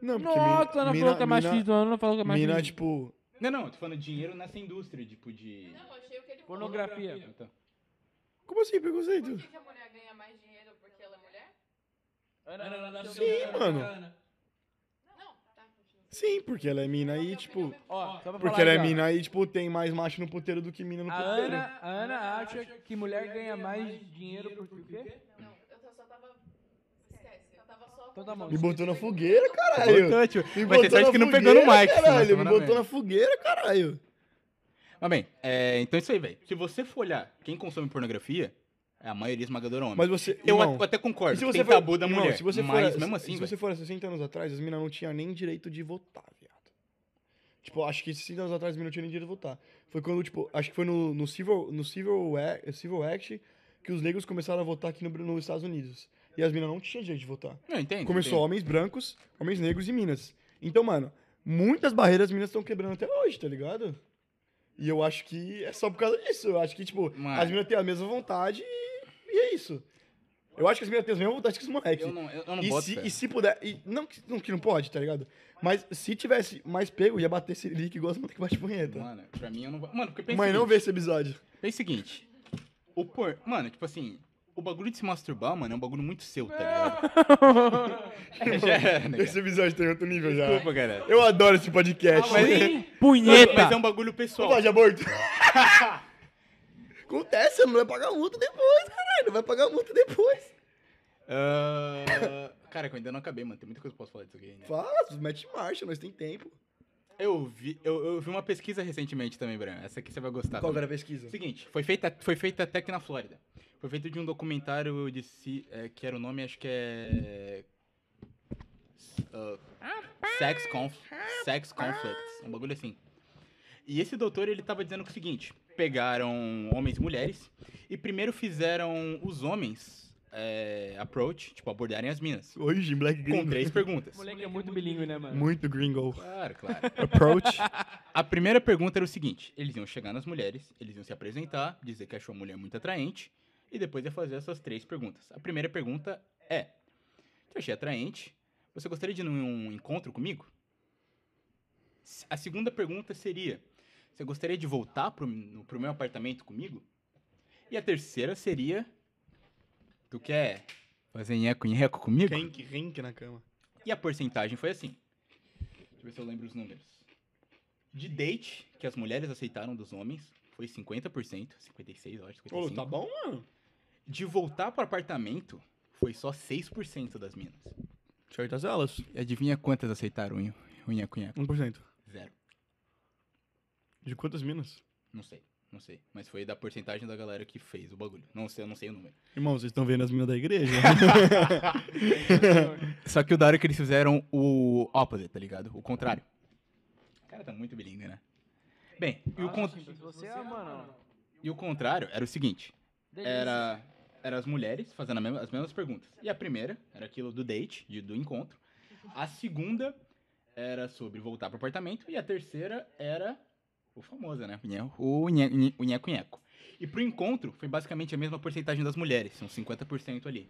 [SPEAKER 1] Não, porque
[SPEAKER 3] Nossa,
[SPEAKER 1] É mina,
[SPEAKER 3] Ana
[SPEAKER 1] mina,
[SPEAKER 3] falou que é machismo, a Ana falou que é
[SPEAKER 1] Mina, mina,
[SPEAKER 3] machismo.
[SPEAKER 1] tipo...
[SPEAKER 2] Não, não, tô falando dinheiro nessa indústria, tipo de.
[SPEAKER 4] achei o que ele
[SPEAKER 1] tipo-
[SPEAKER 3] Pornografia.
[SPEAKER 2] Então,
[SPEAKER 1] Como assim, preconceito?
[SPEAKER 4] que a mulher ganha mais dinheiro porque ela é mulher?
[SPEAKER 3] Ana, Ana, Ana,
[SPEAKER 1] Sim, mano.
[SPEAKER 4] Não, tá.
[SPEAKER 1] Sim, porque ela é mina e, tipo...
[SPEAKER 3] Ó, só pra
[SPEAKER 1] Porque
[SPEAKER 3] falar
[SPEAKER 1] ela é
[SPEAKER 3] aqui, ó.
[SPEAKER 1] mina e, tipo, tem mais macho no puteiro do que mina no
[SPEAKER 3] A
[SPEAKER 1] puteiro.
[SPEAKER 3] Ana, a Ana acha que mulher ganha mais dinheiro porque o quê?
[SPEAKER 4] Não, eu só tava. Esquece. Eu tava só.
[SPEAKER 3] Então tá bom.
[SPEAKER 1] Me botou na fogueira, caralho.
[SPEAKER 2] Botou, tipo,
[SPEAKER 1] Me
[SPEAKER 2] vai ter
[SPEAKER 1] botou
[SPEAKER 2] sorte
[SPEAKER 1] na
[SPEAKER 2] que não
[SPEAKER 1] fogueira,
[SPEAKER 2] pegou no Mike. né? senão
[SPEAKER 1] Caralho,
[SPEAKER 2] tava
[SPEAKER 1] me
[SPEAKER 2] na
[SPEAKER 1] botou
[SPEAKER 2] merda.
[SPEAKER 1] na fogueira, caralho.
[SPEAKER 2] Mas bem, é, então é isso aí, velho. Se você for olhar quem consome pornografia, é a maioria esmagadora homem.
[SPEAKER 1] Mas você...
[SPEAKER 2] Eu
[SPEAKER 1] irmão,
[SPEAKER 2] at- até concordo.
[SPEAKER 1] e se
[SPEAKER 2] que
[SPEAKER 1] você
[SPEAKER 2] tem
[SPEAKER 1] for-
[SPEAKER 2] tabu da
[SPEAKER 1] irmão,
[SPEAKER 2] mulher.
[SPEAKER 1] se você for,
[SPEAKER 2] mas
[SPEAKER 1] se-
[SPEAKER 2] mesmo assim,
[SPEAKER 1] se
[SPEAKER 2] velho.
[SPEAKER 1] você for há 60 anos atrás, as minas não tinham nem direito de votar, viado. Tipo, acho que 60 anos atrás as minas não tinham nem direito de votar. Foi quando, tipo, acho que foi no, no, Civil, no Civil, Act, Civil Act que os negros começaram a votar aqui no, Br- nos Estados Unidos. E as minas não tinham direito de votar.
[SPEAKER 2] Não, entende.
[SPEAKER 1] Começou homens brancos, homens negros e minas. Então, mano, muitas barreiras minas estão quebrando até hoje, tá ligado? E eu acho que é só por causa disso. Eu acho que, tipo,
[SPEAKER 2] Mano.
[SPEAKER 1] as minas têm a mesma vontade e, e é isso. Eu acho que as minas têm a mesma vontade que os moleques.
[SPEAKER 2] Eu não, eu, eu não
[SPEAKER 1] E
[SPEAKER 2] boto.
[SPEAKER 1] se,
[SPEAKER 2] fé.
[SPEAKER 1] e se puder. E não, que- não que não pode, tá ligado? Mas se tivesse mais pego, ia bater esse link igual as mulheres que bate punheta.
[SPEAKER 2] Mano, pra mim eu não vou. Mano, porque pensa.
[SPEAKER 1] Mãe, não
[SPEAKER 2] seguinte,
[SPEAKER 1] vê esse episódio.
[SPEAKER 2] Pensa o seguinte. O por... Mano, tipo assim. O bagulho de se masturbar, mano, é um bagulho muito seu,
[SPEAKER 1] [laughs]
[SPEAKER 2] tá ligado? [laughs] É, já era, né,
[SPEAKER 1] Esse
[SPEAKER 2] cara?
[SPEAKER 1] episódio tem outro nível já.
[SPEAKER 2] Desculpa, galera.
[SPEAKER 1] Eu adoro esse
[SPEAKER 3] Tá
[SPEAKER 2] Ah,
[SPEAKER 1] podcast. [laughs]
[SPEAKER 2] Mano, Mas é
[SPEAKER 3] Punheta!
[SPEAKER 2] um bagulho pessoal.
[SPEAKER 1] Vamos falar de aborto? [laughs] Acontece, não vai pagar multa depois, caralho. Não vai pagar multa depois.
[SPEAKER 2] Ah, cara, que eu ainda não acabei, mano. Tem muita coisa que eu posso falar disso aqui ainda.
[SPEAKER 1] Faz, mete marcha, nós tem tempo.
[SPEAKER 2] Eu vi, eu, eu vi uma pesquisa recentemente também, Bran. Essa aqui você vai gostar.
[SPEAKER 1] Qual
[SPEAKER 2] também.
[SPEAKER 1] era a pesquisa?
[SPEAKER 2] Seguinte, foi feita, foi feita até aqui na Flórida. Foi feito de um documentário de si, é, que era o nome, acho que é. uh, sex, Conf sex Conflicts. Um bagulho assim. E esse doutor, ele tava dizendo é o seguinte: pegaram homens e mulheres e primeiro fizeram os homens é, approach, tipo, abordarem as minas.
[SPEAKER 1] Hoje, Black
[SPEAKER 2] Com
[SPEAKER 1] Gringo.
[SPEAKER 2] três perguntas.
[SPEAKER 3] Moleque é muito bilíngue, né, mano?
[SPEAKER 1] Muito gringo.
[SPEAKER 2] Claro, claro.
[SPEAKER 1] [laughs] Approach.
[SPEAKER 2] A primeira pergunta era o seguinte: eles iam chegar nas mulheres, eles iam se apresentar, dizer que achou a mulher muito atraente, e depois ia fazer essas três perguntas. A primeira pergunta é: Te achei atraente, você gostaria de ir num encontro comigo? S- A segunda pergunta seria: Você gostaria de voltar pro, no- pro meu apartamento comigo? E a terceira seria: Tu quer fazer nheco nheco comigo?
[SPEAKER 1] Rank, rank na cama.
[SPEAKER 2] E a porcentagem foi assim. Deixa eu ver se eu lembro os números. De date, que as mulheres aceitaram dos homens, foi 50%, 56, eu acho, 55.
[SPEAKER 1] Ô, tá bom, mano?
[SPEAKER 2] De voltar pro apartamento, foi só 6% das minas.
[SPEAKER 1] Certas elas.
[SPEAKER 2] E adivinha quantas aceitaram unha, unha, cunha?
[SPEAKER 1] 1%.
[SPEAKER 2] Zero.
[SPEAKER 1] De quantas minas?
[SPEAKER 2] Não sei, não sei. Mas foi da porcentagem da galera que fez o bagulho. Não sei, eu não sei o número.
[SPEAKER 1] Irmão, vocês estão vendo as minas da [laughs] igreja?
[SPEAKER 2] Só que o da hora é que eles fizeram o opposite, tá ligado? O contrário. O cara tá muito bilíngue, né? Bem, e o, con-
[SPEAKER 3] Se Ah, Você é, mano.
[SPEAKER 2] e o contrário era o seguinte.
[SPEAKER 3] delícia.
[SPEAKER 2] era, era as mulheres fazendo a mesma- as mesmas perguntas. E a primeira era aquilo do date, de- do encontro. A segunda era sobre voltar pro apartamento. E a terceira era o famoso, né? O nhe- O nhe- nhe- o nheco nheco. E pro encontro foi basicamente a mesma porcentagem das mulheres, uns 50% ali.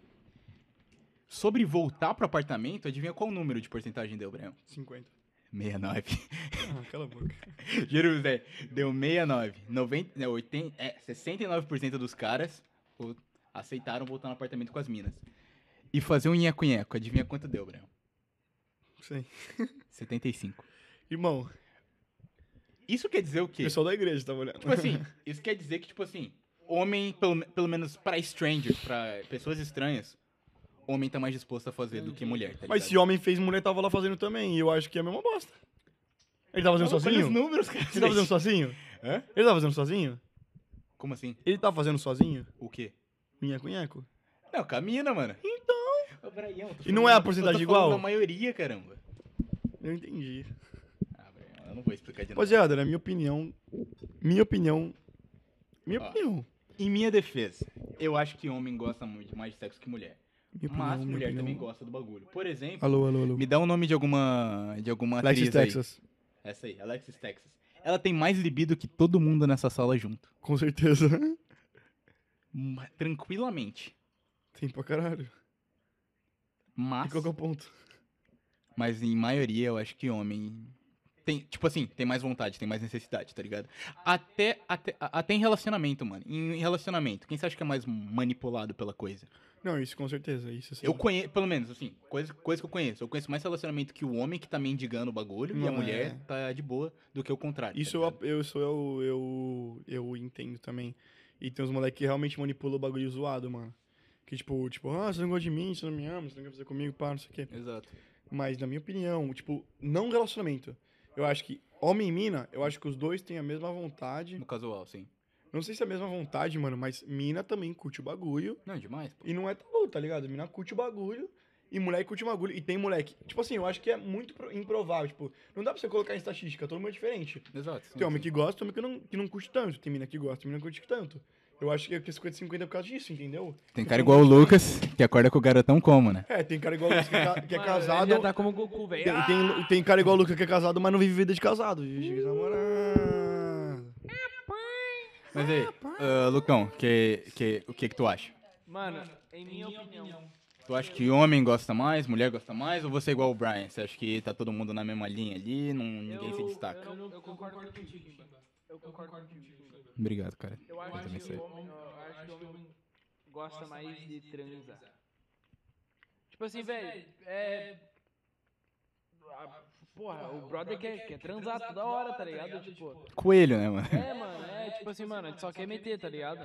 [SPEAKER 2] Sobre voltar pro apartamento, adivinha qual número de porcentagem deu, Breno?
[SPEAKER 1] 50.
[SPEAKER 2] 69.
[SPEAKER 1] Ah, cala a boca.
[SPEAKER 2] [laughs] Juro, Zé, deu 69. 90, né, 80, é, 69% dos caras o- aceitaram voltar no apartamento com as minas. E fazer um nheco-nheco. Adivinha quanto deu, Breno? [laughs]
[SPEAKER 1] Sim.
[SPEAKER 2] 75.
[SPEAKER 1] Irmão,
[SPEAKER 2] Isso quer dizer o quê?
[SPEAKER 1] pessoal da igreja tava olhando.
[SPEAKER 2] Tipo
[SPEAKER 1] [laughs]
[SPEAKER 2] assim, isso quer dizer que, tipo assim, homem, pelo, me- pelo menos pra strangers, pra pessoas estranhas, homem tá mais disposto a fazer do que mulher, tá
[SPEAKER 1] Mas se
[SPEAKER 2] ligado?
[SPEAKER 1] homem fez, mulher tava lá fazendo também. E eu acho que é a mesma bosta. Ele tava fazendo
[SPEAKER 2] Olha os
[SPEAKER 1] sozinho?
[SPEAKER 2] números, cara.
[SPEAKER 1] Ele tá fazendo sozinho?
[SPEAKER 2] Hã?
[SPEAKER 1] Ele tá fazendo sozinho?
[SPEAKER 2] Como assim?
[SPEAKER 1] Ele tá fazendo sozinho?
[SPEAKER 2] O quê?
[SPEAKER 1] Minhaco, minhaco.
[SPEAKER 2] Não, camina, mano. Então.
[SPEAKER 1] E não é a porcentagem igual?
[SPEAKER 2] A maioria, caramba.
[SPEAKER 1] Eu entendi.
[SPEAKER 2] Ah, Brian, eu não vou explicar de novo.
[SPEAKER 1] Rapaziada, na minha opinião. Minha opinião. Minha
[SPEAKER 2] Ó.
[SPEAKER 1] opinião.
[SPEAKER 2] Em minha defesa, eu acho que homem gosta muito mais de sexo que mulher.
[SPEAKER 1] Minha opinião.
[SPEAKER 2] Mas
[SPEAKER 1] minha
[SPEAKER 2] mulher
[SPEAKER 1] opinião.
[SPEAKER 2] também gosta do bagulho. Por exemplo,
[SPEAKER 1] Alô, alô, alô.
[SPEAKER 2] me dá o nome de alguma de alguma
[SPEAKER 1] Lexis,
[SPEAKER 2] atriz aí.
[SPEAKER 1] Texas.
[SPEAKER 2] Essa aí, Alexis Texas. Ela tem mais libido que todo mundo nessa sala junto.
[SPEAKER 1] Com certeza. [laughs]
[SPEAKER 2] Ma- Tranquilamente.
[SPEAKER 1] Tem pra caralho. E
[SPEAKER 2] Mas,
[SPEAKER 1] qual que é o ponto?
[SPEAKER 2] mas em maioria eu acho que homem tem, tipo assim, tem mais vontade, tem mais necessidade, tá ligado? Até até, a- até em relacionamento, mano. Em relacionamento, quem você acha que é mais manipulado pela coisa?
[SPEAKER 1] Não, isso com certeza. Isso assim.
[SPEAKER 2] Eu conheço, pelo menos, assim, coisa, coisa que eu conheço. Eu conheço mais relacionamento que o homem que tá mendigando o bagulho e a
[SPEAKER 1] Não,
[SPEAKER 2] mulher
[SPEAKER 1] é.
[SPEAKER 2] tá de boa do que o contrário.
[SPEAKER 1] Isso
[SPEAKER 2] tá
[SPEAKER 1] eu,
[SPEAKER 2] ligado?
[SPEAKER 1] eu, isso eu, eu, eu entendo também. E tem uns moleques que realmente manipulam o bagulho zoado, mano. Que tipo, tipo, ah, você não gosta de mim, você não me ama, você não quer fazer comigo, pá, não sei o quê.
[SPEAKER 2] Exato.
[SPEAKER 1] Mas na minha opinião, tipo, não relacionamento. Eu acho que homem e mina, eu acho que os dois têm a mesma vontade.
[SPEAKER 2] No casual, sim.
[SPEAKER 1] Não sei se é a mesma vontade, mano, mas mina também curte o bagulho.
[SPEAKER 2] Não, demais, pô.
[SPEAKER 1] E não é tabu, tá ligado? Mina curte o bagulho e moleque curte o bagulho. E tem moleque. Tipo assim, eu acho que é muito pro- improvável. Tipo, não dá pra você colocar em estatística, todo mundo é diferente.
[SPEAKER 2] Exato. sim,
[SPEAKER 1] Tem homem
[SPEAKER 2] sim.
[SPEAKER 1] que gosta, tem homem que não, que não curte tanto. Tem mina que gosta, tem mina que não curte tanto. Eu acho que é 50-50 por causa disso, entendeu?
[SPEAKER 2] Tem cara igual o Lucas, que acorda com o garotão como, né?
[SPEAKER 1] É, tem cara igual o Lucas que é, ca- que é
[SPEAKER 3] Mano,
[SPEAKER 1] casado.
[SPEAKER 3] Ele já tá como Goku,
[SPEAKER 1] E
[SPEAKER 3] velho.
[SPEAKER 1] tem, e tem- e tem cara igual o Lucas que é casado, mas não vive vida de casado. Vive de namorado.
[SPEAKER 2] Mas aí, ah, Lucão, que, que, o que que tu acha?
[SPEAKER 3] Mano, em minha opinião.
[SPEAKER 2] Tu acha que homem gosta mais, mulher gosta mais, ou você é igual o Brian? Você acha que tá todo mundo na mesma linha ali, não, ninguém se destaca?
[SPEAKER 3] Eu, não- eu concordo contigo, Imba. Eu concordo contigo, Imba.
[SPEAKER 2] Obrigado, cara.
[SPEAKER 3] Eu
[SPEAKER 2] Eu
[SPEAKER 3] acho
[SPEAKER 2] também
[SPEAKER 3] que
[SPEAKER 2] sei.
[SPEAKER 3] o homem, eu acho que o homem gosta mais de transar. Tipo assim, velho, é. ah, Porra, o brother quer, quer transar toda hora, tá ligado? Tipo,
[SPEAKER 2] Coelho, né, mano?
[SPEAKER 3] é, mano, é tipo assim, mano, a gente só quer meter, tá ligado?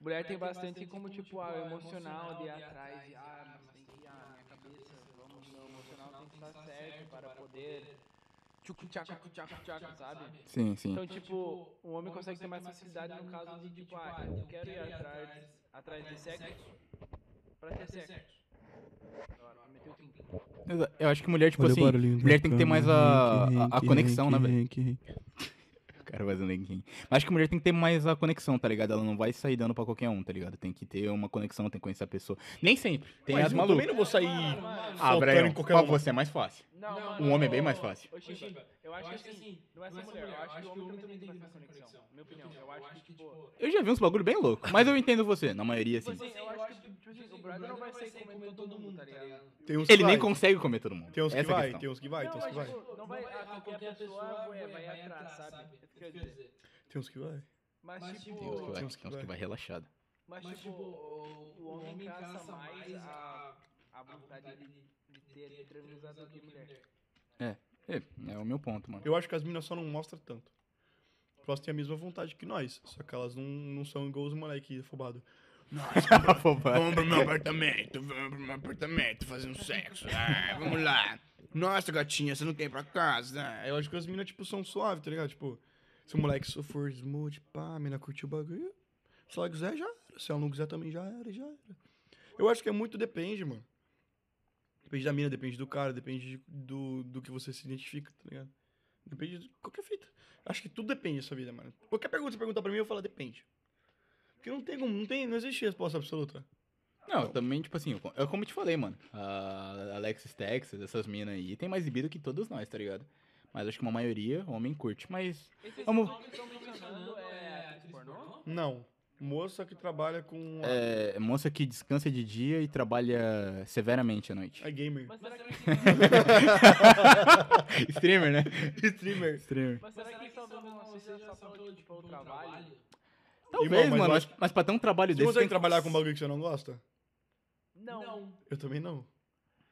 [SPEAKER 3] Mulher tem bastante como, tipo, ah, o emocional de ir atrás, de, ah, mas tem que ir, ah, minha cabeça, vamos, meu emocional tem que estar certo para poder. Tchucu, tchacu, tchacu, tchacu, sabe?
[SPEAKER 2] [laughs] Sim, sim.
[SPEAKER 3] Então, tipo, o homem consegue ter mais facilidade no caso de, tipo, ah, eu quero ir atrás, atrás de sexo pra ter sexo. Agora, pra meter o tintim.
[SPEAKER 2] Exa- Eu acho que mulher, tipo assim, mulher tem que ter mais a, a, a conexão, né, velho? [laughs] O cara fazendo ninguém. Mas acho que mulher tem que ter mais a conexão, tá ligado? Ela não vai sair dando pra qualquer um, tá ligado? Tem que ter uma conexão, tem que conhecer a pessoa. Nem sempre. Tem
[SPEAKER 1] Mas
[SPEAKER 2] as
[SPEAKER 1] eu também
[SPEAKER 2] malucas.
[SPEAKER 1] não vou sair
[SPEAKER 2] Ah,
[SPEAKER 1] soltando
[SPEAKER 2] Brian,
[SPEAKER 1] em qualquer
[SPEAKER 2] pra
[SPEAKER 1] uma.
[SPEAKER 2] você é mais fácil.
[SPEAKER 3] Não,
[SPEAKER 2] Um homem é bem mais fácil.
[SPEAKER 3] Ô, Xiximba, eu acho que assim, não é só mulher, eu acho que o homem também tem que ter essa conexão. Minha opinião, eu acho que, tipo...
[SPEAKER 2] Eu já vi uns bagulho bem louco, mas eu entendo você, na maioria, assim.
[SPEAKER 3] Tipo assim, eu acho que, tipo assim, o brother não vai sair comendo todo mundo, tá ligado?
[SPEAKER 1] Tem uns que
[SPEAKER 2] Ele nem
[SPEAKER 1] vai.
[SPEAKER 2] consegue comer todo mundo.
[SPEAKER 1] Tem uns que
[SPEAKER 2] Essa é a
[SPEAKER 1] vai,
[SPEAKER 2] questão.
[SPEAKER 1] tem uns que vai, tem uns
[SPEAKER 3] Não,
[SPEAKER 1] que
[SPEAKER 3] mas,
[SPEAKER 1] vai.
[SPEAKER 3] tipo, não vai, ah, qualquer pessoa ué, vai atrás, sabe? É isso que eu ia dizer.
[SPEAKER 1] Tem uns que vai.
[SPEAKER 3] Mas,
[SPEAKER 2] Tem
[SPEAKER 3] tipo...
[SPEAKER 2] uns que vai,
[SPEAKER 1] Tem uns que
[SPEAKER 2] tem uns que
[SPEAKER 1] vai.
[SPEAKER 2] vai relaxado.
[SPEAKER 3] Mas, tipo, o, o homem caça mais a, a vontade de, de ter transado que mulher.
[SPEAKER 2] É, é o meu ponto, [laughs] mano.
[SPEAKER 1] Eu acho que as minas só não mostram tanto. Porque Elas têm a mesma vontade que nós, só que elas não, não são igual os moleque afobado.
[SPEAKER 2] Afobado.
[SPEAKER 1] pro meu apartamento, vamos pro meu apartamento fazer um sexo. Ah, vamos lá. Nossa, gatinha, você não quer ir pra casa. Eu acho que as minas, tipo, são suaves, tá ligado? Tipo, se o moleque só for smooth, pá, a mina curtiu o bagulho. Se ela quiser, já era. Se ela não quiser também, já era, já era. Eu acho que é muito depende, mano. Depende da mina, depende do cara, depende de- do, do que você se identifica, tá ligado? Depende de qualquer fita. Acho que tudo depende dessa vida, mano. Qualquer pergunta que você perguntar pra mim, eu falo depende. Porque não tem como, não tem, não existe resposta absoluta.
[SPEAKER 2] Não,
[SPEAKER 1] Então.
[SPEAKER 2] eu também, tipo assim, eu- eu, como eu te falei, mano. A Alexis Texas, essas minas aí, tem mais libido que todos nós, tá ligado? Mas acho que uma maioria, homem curte, mas. Vamos.
[SPEAKER 3] O que estão mencionando é atriz pornô?
[SPEAKER 1] Não. Moça que trabalha com a,
[SPEAKER 2] É, moça que descansa de dia e trabalha severamente
[SPEAKER 1] [laughs]
[SPEAKER 2] à noite.
[SPEAKER 1] a gamer.
[SPEAKER 3] Mas será que
[SPEAKER 2] Streamer, né?
[SPEAKER 1] Streamer.
[SPEAKER 2] Streamer.
[SPEAKER 3] mas será que talvez não seja só pelo, tipo, pelo trabalho?
[SPEAKER 2] Talvez,
[SPEAKER 1] Irmão, mas
[SPEAKER 2] mano,
[SPEAKER 1] eu
[SPEAKER 2] mas,
[SPEAKER 1] acho
[SPEAKER 2] mas pra ter um trabalho
[SPEAKER 1] Você
[SPEAKER 2] desse.
[SPEAKER 1] consegue
[SPEAKER 2] tem que-
[SPEAKER 1] trabalhar com um bagulho que você não gosta?
[SPEAKER 3] Não. tipo,
[SPEAKER 1] Eu também não.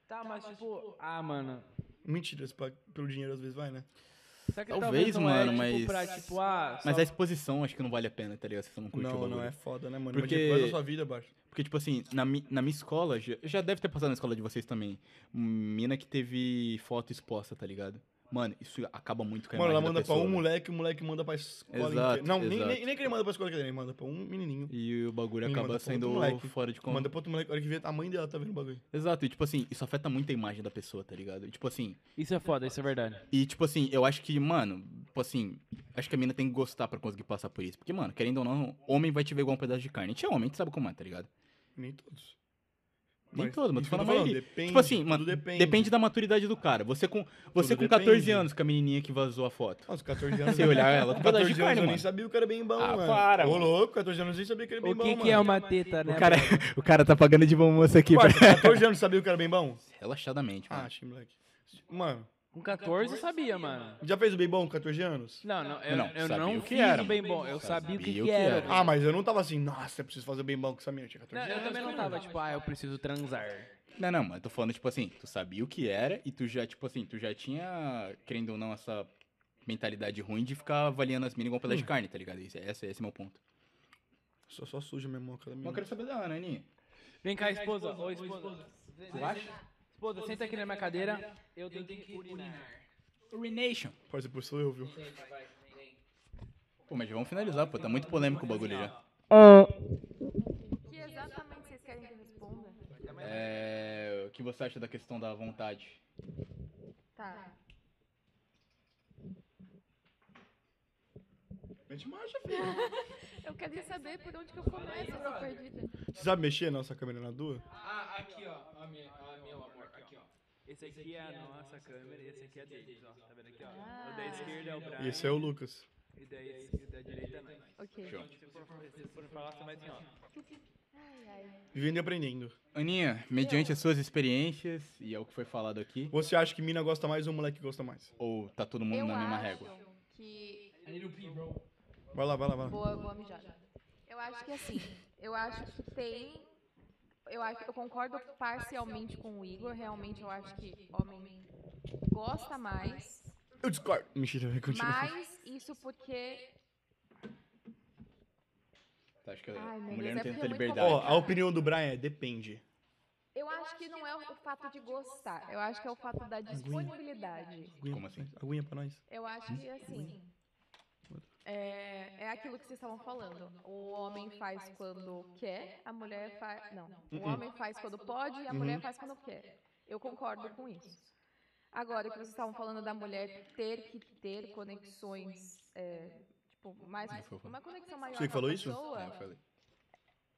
[SPEAKER 3] Tá, mas tipo... Ah, mano,
[SPEAKER 1] Mentira, se paga pelo dinheiro às vezes vai, né?
[SPEAKER 3] Será que
[SPEAKER 2] Talvez,
[SPEAKER 3] não é,
[SPEAKER 2] mano, mas-
[SPEAKER 3] Tipo, pra, tipo, ah,
[SPEAKER 2] Mas
[SPEAKER 3] só-
[SPEAKER 2] a exposição acho que não vale a pena, tá ligado? Se você não curtiu o
[SPEAKER 1] Não,
[SPEAKER 2] bagulho.
[SPEAKER 1] não é foda, né, mano?
[SPEAKER 2] Porque-
[SPEAKER 1] Porque... Mas depois da sua vida, Bart.
[SPEAKER 2] Porque, tipo assim, na, mi- na minha escola, já, já deve ter passado na escola de vocês também. Mina que teve foto exposta, tá ligado? Mano, isso acaba muito com a
[SPEAKER 1] Mano, ela
[SPEAKER 2] imagem
[SPEAKER 1] manda
[SPEAKER 2] da
[SPEAKER 1] pra
[SPEAKER 2] pessoa, né?
[SPEAKER 1] um
[SPEAKER 2] velho.
[SPEAKER 1] moleque, o moleque manda pra escola
[SPEAKER 2] Exato,
[SPEAKER 1] inteira. Não, nem,
[SPEAKER 2] exato.
[SPEAKER 1] nem, nem que ele manda pra escola inteira, ele manda pra um menininho.
[SPEAKER 2] E o bagulho
[SPEAKER 1] Me
[SPEAKER 2] acaba
[SPEAKER 1] manda pra outro
[SPEAKER 2] sendo
[SPEAKER 1] moleque.
[SPEAKER 2] fora de conta.
[SPEAKER 1] Manda pra outro moleque, a hora que vê, a mãe dela tá vendo o bagulho.
[SPEAKER 2] Exato, e tipo assim, isso afeta muito a imagem da pessoa, tá ligado? E, tipo assim,
[SPEAKER 3] Isso é foda, isso é verdade.
[SPEAKER 2] e tipo assim, eu acho que, mano, tipo assim, acho que a mina tem que gostar pra conseguir passar por isso. Porque, mano, querendo ou não, homem vai te ver igual um pedaço de carne. A gente é homem, a gente sabe como é, tá ligado?
[SPEAKER 1] Nem todos.
[SPEAKER 2] Nem todo, mas
[SPEAKER 1] isso
[SPEAKER 2] tô
[SPEAKER 1] que eu
[SPEAKER 2] falando a maioria.
[SPEAKER 1] depende,
[SPEAKER 2] tipo assim,
[SPEAKER 1] tudo
[SPEAKER 2] mano, depende.
[SPEAKER 1] depende.
[SPEAKER 2] da maturidade do cara. Você com, você
[SPEAKER 1] Tudo
[SPEAKER 2] com 14
[SPEAKER 1] depende.
[SPEAKER 2] anos com a menininha que vazou
[SPEAKER 1] [laughs]
[SPEAKER 2] a foto.
[SPEAKER 1] Nossa, 14 Ah,
[SPEAKER 2] [laughs]
[SPEAKER 1] anos.
[SPEAKER 2] Você olhar ela, tu
[SPEAKER 1] 14
[SPEAKER 2] pedaço de
[SPEAKER 1] anos
[SPEAKER 2] carne,
[SPEAKER 1] eu
[SPEAKER 2] mano.
[SPEAKER 1] nem sabia que era bem bom,
[SPEAKER 2] Ah,
[SPEAKER 1] mano.
[SPEAKER 2] para,
[SPEAKER 1] Ô,
[SPEAKER 2] mano.
[SPEAKER 1] louco, 14 anos eu nem sabia que era bem
[SPEAKER 3] O
[SPEAKER 1] bom,
[SPEAKER 3] que,
[SPEAKER 1] mano.
[SPEAKER 3] que é uma teta, né?
[SPEAKER 2] O cara, [laughs] o cara tá pagando de bom moço aqui.
[SPEAKER 1] Parça,
[SPEAKER 2] pra-
[SPEAKER 1] 14 anos sabia que era bem bom?
[SPEAKER 2] Relaxadamente, mano.
[SPEAKER 1] Ah, achei, moleque. Mano,
[SPEAKER 3] Com 14 eu sabia, mano.
[SPEAKER 1] já fez o bem bom com 14 anos?
[SPEAKER 3] Não, não, eu
[SPEAKER 2] Não,
[SPEAKER 3] não, eu
[SPEAKER 2] sabia
[SPEAKER 3] não
[SPEAKER 2] o que
[SPEAKER 3] fiz
[SPEAKER 2] era,
[SPEAKER 3] o bem
[SPEAKER 2] mano.
[SPEAKER 3] bom. Eu sabia o que,
[SPEAKER 2] Sabia
[SPEAKER 3] que era. tá
[SPEAKER 1] Ah, mas eu não tava assim, nossa, eu preciso fazer bem bom com essa menina. Eu tinha 14
[SPEAKER 3] Não,
[SPEAKER 1] anos.
[SPEAKER 3] eu também não tava, tipo, ah, eu preciso transar.
[SPEAKER 2] Não, não, mas eu tô falando, tipo assim, tu sabia o que era e tu já, tipo assim, tu já tinha, querendo ou não, essa mentalidade ruim de ficar avaliando as minas igual um pedaço de carne, tá ligado? Esse, esse, esse é o meu ponto.
[SPEAKER 1] Só, só suja minha mão, aquela
[SPEAKER 2] Mas eu
[SPEAKER 1] menina.
[SPEAKER 2] quero saber da Ana, Aninha.
[SPEAKER 3] Vem cá, esposa. Ô, esposa.
[SPEAKER 2] Baixa.
[SPEAKER 3] Esposa, senta aqui na minha cadeira. Eu tenho que urinar.
[SPEAKER 2] Urination.
[SPEAKER 1] Pode ser por sou eu, viu?
[SPEAKER 2] Pô, mas já vamos finalizar, pô. Tá muito polêmico o bagulho já.
[SPEAKER 4] que exatamente vocês querem que eu responda?
[SPEAKER 2] É. O que você acha da questão da vontade?
[SPEAKER 4] Tá.
[SPEAKER 1] Mete marcha, filho.
[SPEAKER 4] [laughs] Eu queria saber por onde que eu começo, eu tô perdida.
[SPEAKER 1] Você sabe mexer na nossa câmera na duas?
[SPEAKER 3] Ah, aqui, ó. A minha, a minha, ó, amor. Aqui, ó. Esse aqui é a nossa câmera e esse aqui é deles, ó. Tá vendo aqui, ó? O da esquerda é o Brian
[SPEAKER 1] E esse é o Lucas.
[SPEAKER 3] e daí- e o da direita é nós. tipo,
[SPEAKER 4] Ok.
[SPEAKER 2] Show.
[SPEAKER 3] Se for- se vocês forem falar, você vai assim, ó.
[SPEAKER 4] Ai, ai.
[SPEAKER 1] Vivendo e aprendendo.
[SPEAKER 2] Aninha, mediante as suas experiências e é o que foi falado aqui,
[SPEAKER 1] Você acha que mina gosta mais ou moleque gosta mais?
[SPEAKER 2] ou tá todo mundo
[SPEAKER 4] Eu
[SPEAKER 2] na mesma
[SPEAKER 4] acho
[SPEAKER 2] régua?
[SPEAKER 4] que...
[SPEAKER 1] Vai lá, vai lá, vai lá.
[SPEAKER 4] Boa, boa mijada. Eu acho que assim, eu acho que tem... Eu, acho, eu concordo parcialmente com o Igor, realmente eu acho que homem gosta mais,
[SPEAKER 1] Eu discordo. Mentira, vai continuar.
[SPEAKER 4] mas isso porque
[SPEAKER 2] Tá, acho que a
[SPEAKER 4] Ai, meu
[SPEAKER 2] mulher
[SPEAKER 4] Deus,
[SPEAKER 2] não tem
[SPEAKER 4] é porque
[SPEAKER 2] tanta
[SPEAKER 4] é muito
[SPEAKER 2] liberdade.
[SPEAKER 1] Ó, a opinião do Brian é depende.
[SPEAKER 4] Eu acho que não é o fato de gostar, eu acho que é o fato da disponibilidade.
[SPEAKER 1] Aguinha,
[SPEAKER 2] Como assim?
[SPEAKER 1] Aguinha pra nós.
[SPEAKER 4] Eu acho que assim. É, é aquilo que vocês estavam falando. O homem faz quando quer, a mulher faz. Não. O homem faz quando pode e a mulher faz quando quer. Eu concordo com isso. Agora, o que vocês estavam falando da mulher ter que ter conexões. é, tipo, mais.
[SPEAKER 2] Mais fofa.
[SPEAKER 4] Uma conexão maior.
[SPEAKER 1] Você que
[SPEAKER 4] com a
[SPEAKER 1] falou isso?
[SPEAKER 4] pessoa,
[SPEAKER 2] É, eu falei.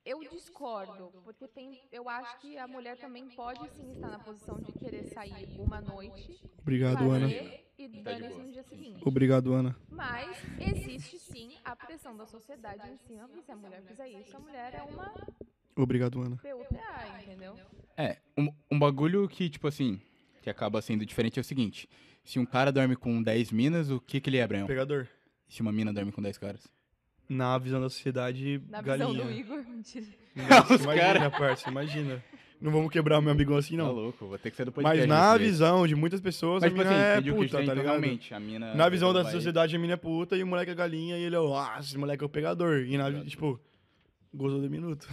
[SPEAKER 4] eu discordo, porque tem, eu acho que a mulher também pode sim estar na posição de querer sair uma noite,
[SPEAKER 1] Obrigado, Ana.
[SPEAKER 4] fazer e
[SPEAKER 2] de
[SPEAKER 4] dane-se
[SPEAKER 2] boa.
[SPEAKER 4] no dia
[SPEAKER 2] Sim, sim.
[SPEAKER 4] seguinte.
[SPEAKER 1] Obrigado, Ana.
[SPEAKER 4] Mas existe sim a pressão da sociedade em cima, porque se a mulher fizer isso, a mulher é uma
[SPEAKER 1] Obrigado, Ana.
[SPEAKER 4] PUTA, entendeu?
[SPEAKER 2] É, um, um bagulho que, tipo assim, que acaba sendo diferente é o seguinte. Se um cara dorme com 10 minas, o que que ele é, Brian?
[SPEAKER 1] Pegador.
[SPEAKER 2] Se uma mina dorme com 10 caras.
[SPEAKER 1] Na visão da sociedade,
[SPEAKER 4] Na visão do
[SPEAKER 1] galinha.
[SPEAKER 4] Igor, [laughs] mentira.
[SPEAKER 1] Nossa,
[SPEAKER 2] Os
[SPEAKER 1] imagina, parça, imagina. Não vamos quebrar o meu amigão assim,
[SPEAKER 2] Tá
[SPEAKER 1] não.
[SPEAKER 2] louco, vou ter que sair do podcast.
[SPEAKER 1] Mas na
[SPEAKER 2] desse jeito.
[SPEAKER 1] visão de muitas pessoas,
[SPEAKER 2] Mas,
[SPEAKER 1] a
[SPEAKER 2] tipo
[SPEAKER 1] mina
[SPEAKER 2] assim,
[SPEAKER 1] é
[SPEAKER 2] entendi o que
[SPEAKER 1] puta,
[SPEAKER 2] você tem,
[SPEAKER 1] tá
[SPEAKER 2] então,
[SPEAKER 1] ligado?
[SPEAKER 2] realmente, a mina...
[SPEAKER 1] Na visão da
[SPEAKER 2] Então vai-
[SPEAKER 1] sociedade, a mina é puta e o moleque é galinha e ele é o, ah, esse moleque é o pegador. E na,
[SPEAKER 2] Exato.
[SPEAKER 1] tipo, gozou de minuto.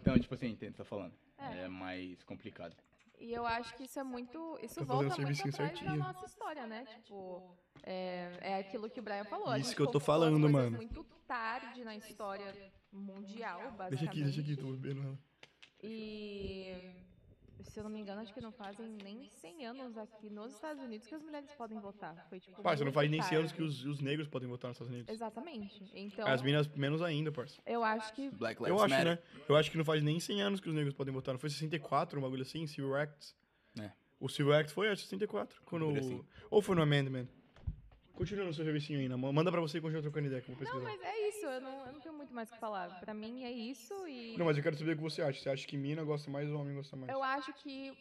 [SPEAKER 2] Então, tipo assim, entendo o que tá falando.
[SPEAKER 4] É.
[SPEAKER 2] É mais complicado.
[SPEAKER 4] E eu acho que isso é muito. Isso
[SPEAKER 1] Tá fazendo
[SPEAKER 4] volta muito
[SPEAKER 1] serviço
[SPEAKER 4] atrás da
[SPEAKER 1] certinho.
[SPEAKER 4] nossa história, né? Tipo, é, é aquilo que o Brian falou. a
[SPEAKER 1] Isso
[SPEAKER 4] gente
[SPEAKER 1] que eu tô
[SPEAKER 4] conquistou as
[SPEAKER 1] falando,
[SPEAKER 4] coisas
[SPEAKER 1] mano.
[SPEAKER 4] Muito tarde na história mundial,
[SPEAKER 1] Deixa
[SPEAKER 4] basicamente.
[SPEAKER 1] aqui, deixa aqui, tô bebendo né? ela.
[SPEAKER 4] E se eu não me engano, acho que não fazem nem 100 anos aqui nos Estados Unidos que as mulheres podem votar. Foi tipo.
[SPEAKER 1] Parça, não
[SPEAKER 4] muito
[SPEAKER 1] faz nem 100
[SPEAKER 4] tarde.
[SPEAKER 1] anos que os, os negros podem votar nos Estados Unidos.
[SPEAKER 4] Exatamente. Então,
[SPEAKER 1] As minas, menos ainda, parça.
[SPEAKER 4] eu acho que.
[SPEAKER 2] Black Lives
[SPEAKER 1] Eu acho,
[SPEAKER 2] Matter.
[SPEAKER 1] né? Eu acho que não faz nem 100 anos que os negros podem votar. Não foi 64, um bagulho assim, Civil Act?
[SPEAKER 2] É.
[SPEAKER 1] O Civil Act foi, acho, 64. Quando o...
[SPEAKER 2] bagulho assim.
[SPEAKER 1] Ou foi no Amendment. Continua no seu revicinho ainda. ma- Manda pra você e continua trocando ideia, que eu vou pesquisar.
[SPEAKER 4] Não, mas é isso. Eu não, eu não tenho muito mais o que falar. Pra mim é isso e.
[SPEAKER 1] Não, mas eu quero saber o que você acha. Você acha que mina gosta mais ou homem gosta mais?
[SPEAKER 4] Eu acho que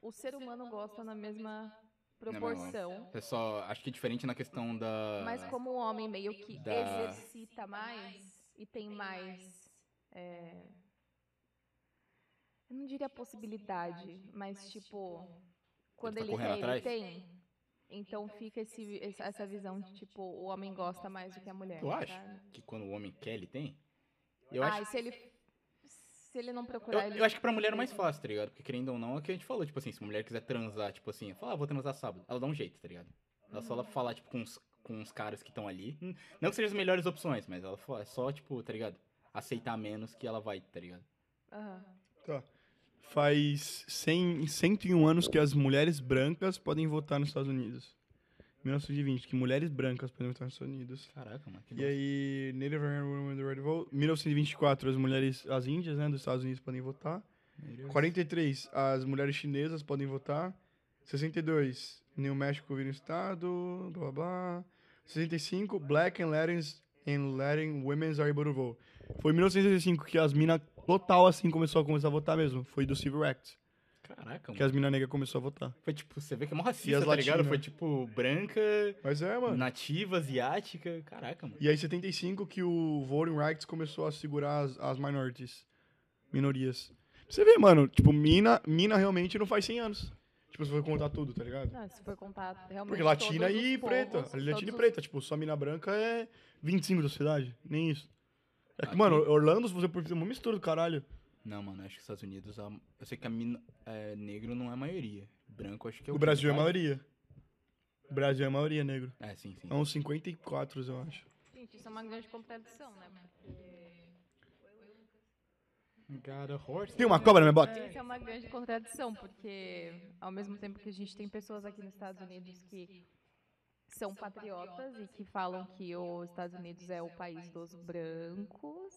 [SPEAKER 4] o ser humano gosta na mesma proporção.
[SPEAKER 2] É só, acho que é diferente na questão da...
[SPEAKER 4] É, Mas Ah. como o homem meio que
[SPEAKER 2] Da-
[SPEAKER 4] é. exercita mais e tem mais. é, Eu não diria possibilidade, mas tipo, quando
[SPEAKER 2] tá
[SPEAKER 4] ele,
[SPEAKER 2] correndo
[SPEAKER 4] quer, ele
[SPEAKER 2] atrás?
[SPEAKER 4] tem. Então fica esse, essa essa visão de tipo, o homem gosta mais do que a mulher.
[SPEAKER 2] Eu acho
[SPEAKER 4] sabe?
[SPEAKER 2] que quando o homem quer, ele tem. Eu acho,
[SPEAKER 4] ah, e se ele. Se ele não
[SPEAKER 2] eu,
[SPEAKER 4] procurar, ele.
[SPEAKER 2] eu acho que pra mulher é mais fácil, tá ligado? Porque querendo ou não, é o que a gente falou. Tipo assim, se uma mulher quiser transar, tipo assim, falar, ah, vou transar sábado. Ela dá um jeito, tá ligado? Ela só ela falar, tipo, com os, com os caras que estão ali. Hum, Não que sejam as melhores opções, mas ela fa- é só, tipo, tá ligado? Aceitar menos que ela vai, tá ligado?
[SPEAKER 4] Aham.
[SPEAKER 1] Faz 100, 101 anos que as mulheres brancas podem votar nos Estados Unidos. 1920, que mulheres brancas podem votar nos Estados Unidos.
[SPEAKER 2] Caraca, mano. Que
[SPEAKER 1] E aí, Native American Women with the Right to Vote. 1924, as mulheres, as índias, né, dos Estados Unidos podem votar. 43, as mulheres chinesas podem votar. 62, New México vira um estado, blá blá blá. 65, Black and Latin and Latin Women are able to vote. Foi em 1965 que as minas total assim começou a começar a votar mesmo. Foi do Civil Act
[SPEAKER 2] Caraca,
[SPEAKER 1] que
[SPEAKER 2] mano.
[SPEAKER 1] as minas negras começou a votar.
[SPEAKER 2] Foi tipo, você vê que é mó
[SPEAKER 1] E
[SPEAKER 2] racista,
[SPEAKER 1] as
[SPEAKER 2] tá ligado?
[SPEAKER 1] latinas?
[SPEAKER 2] Foi tipo, branca,
[SPEAKER 1] Mas é, mano.
[SPEAKER 2] nativa, asiática. Caraca, mano.
[SPEAKER 1] E aí, 75 que o Voting Rights começou a segurar as, as minorities. Minorias. Pra Você vê, mano, tipo, mina, mina realmente não faz 100 anos. Tipo, se for contar tudo, tá ligado?
[SPEAKER 4] Não, se for contar realmente.
[SPEAKER 1] Porque latina
[SPEAKER 4] todos os
[SPEAKER 1] e preta.
[SPEAKER 4] povos,
[SPEAKER 1] Latina e
[SPEAKER 4] todos os-
[SPEAKER 1] preta. Tipo, só mina branca é 25 da cidade. Nem isso. É que, mano, Orlando, se você for fazer uma mistura do caralho.
[SPEAKER 2] Não, mano, acho que os Estados Unidos. a- Eu sei que a mina. É, negro não é a maioria. Branco, acho que é o.
[SPEAKER 1] O Brasil é a
[SPEAKER 2] cara.
[SPEAKER 1] maioria. O Brasil é a maioria negro.
[SPEAKER 2] É, sim, sim.
[SPEAKER 1] É uns 54, eu acho.
[SPEAKER 4] Gente, isso é uma grande contradição, né? Porque
[SPEAKER 2] Got a horse.
[SPEAKER 1] Tem um uma cobra na minha bota?
[SPEAKER 4] Isso é uma grande contradição, porque ao mesmo tempo que a gente tem pessoas aqui nos Estados Unidos que são patriotas e que falam que os Estados Unidos é o país dos brancos,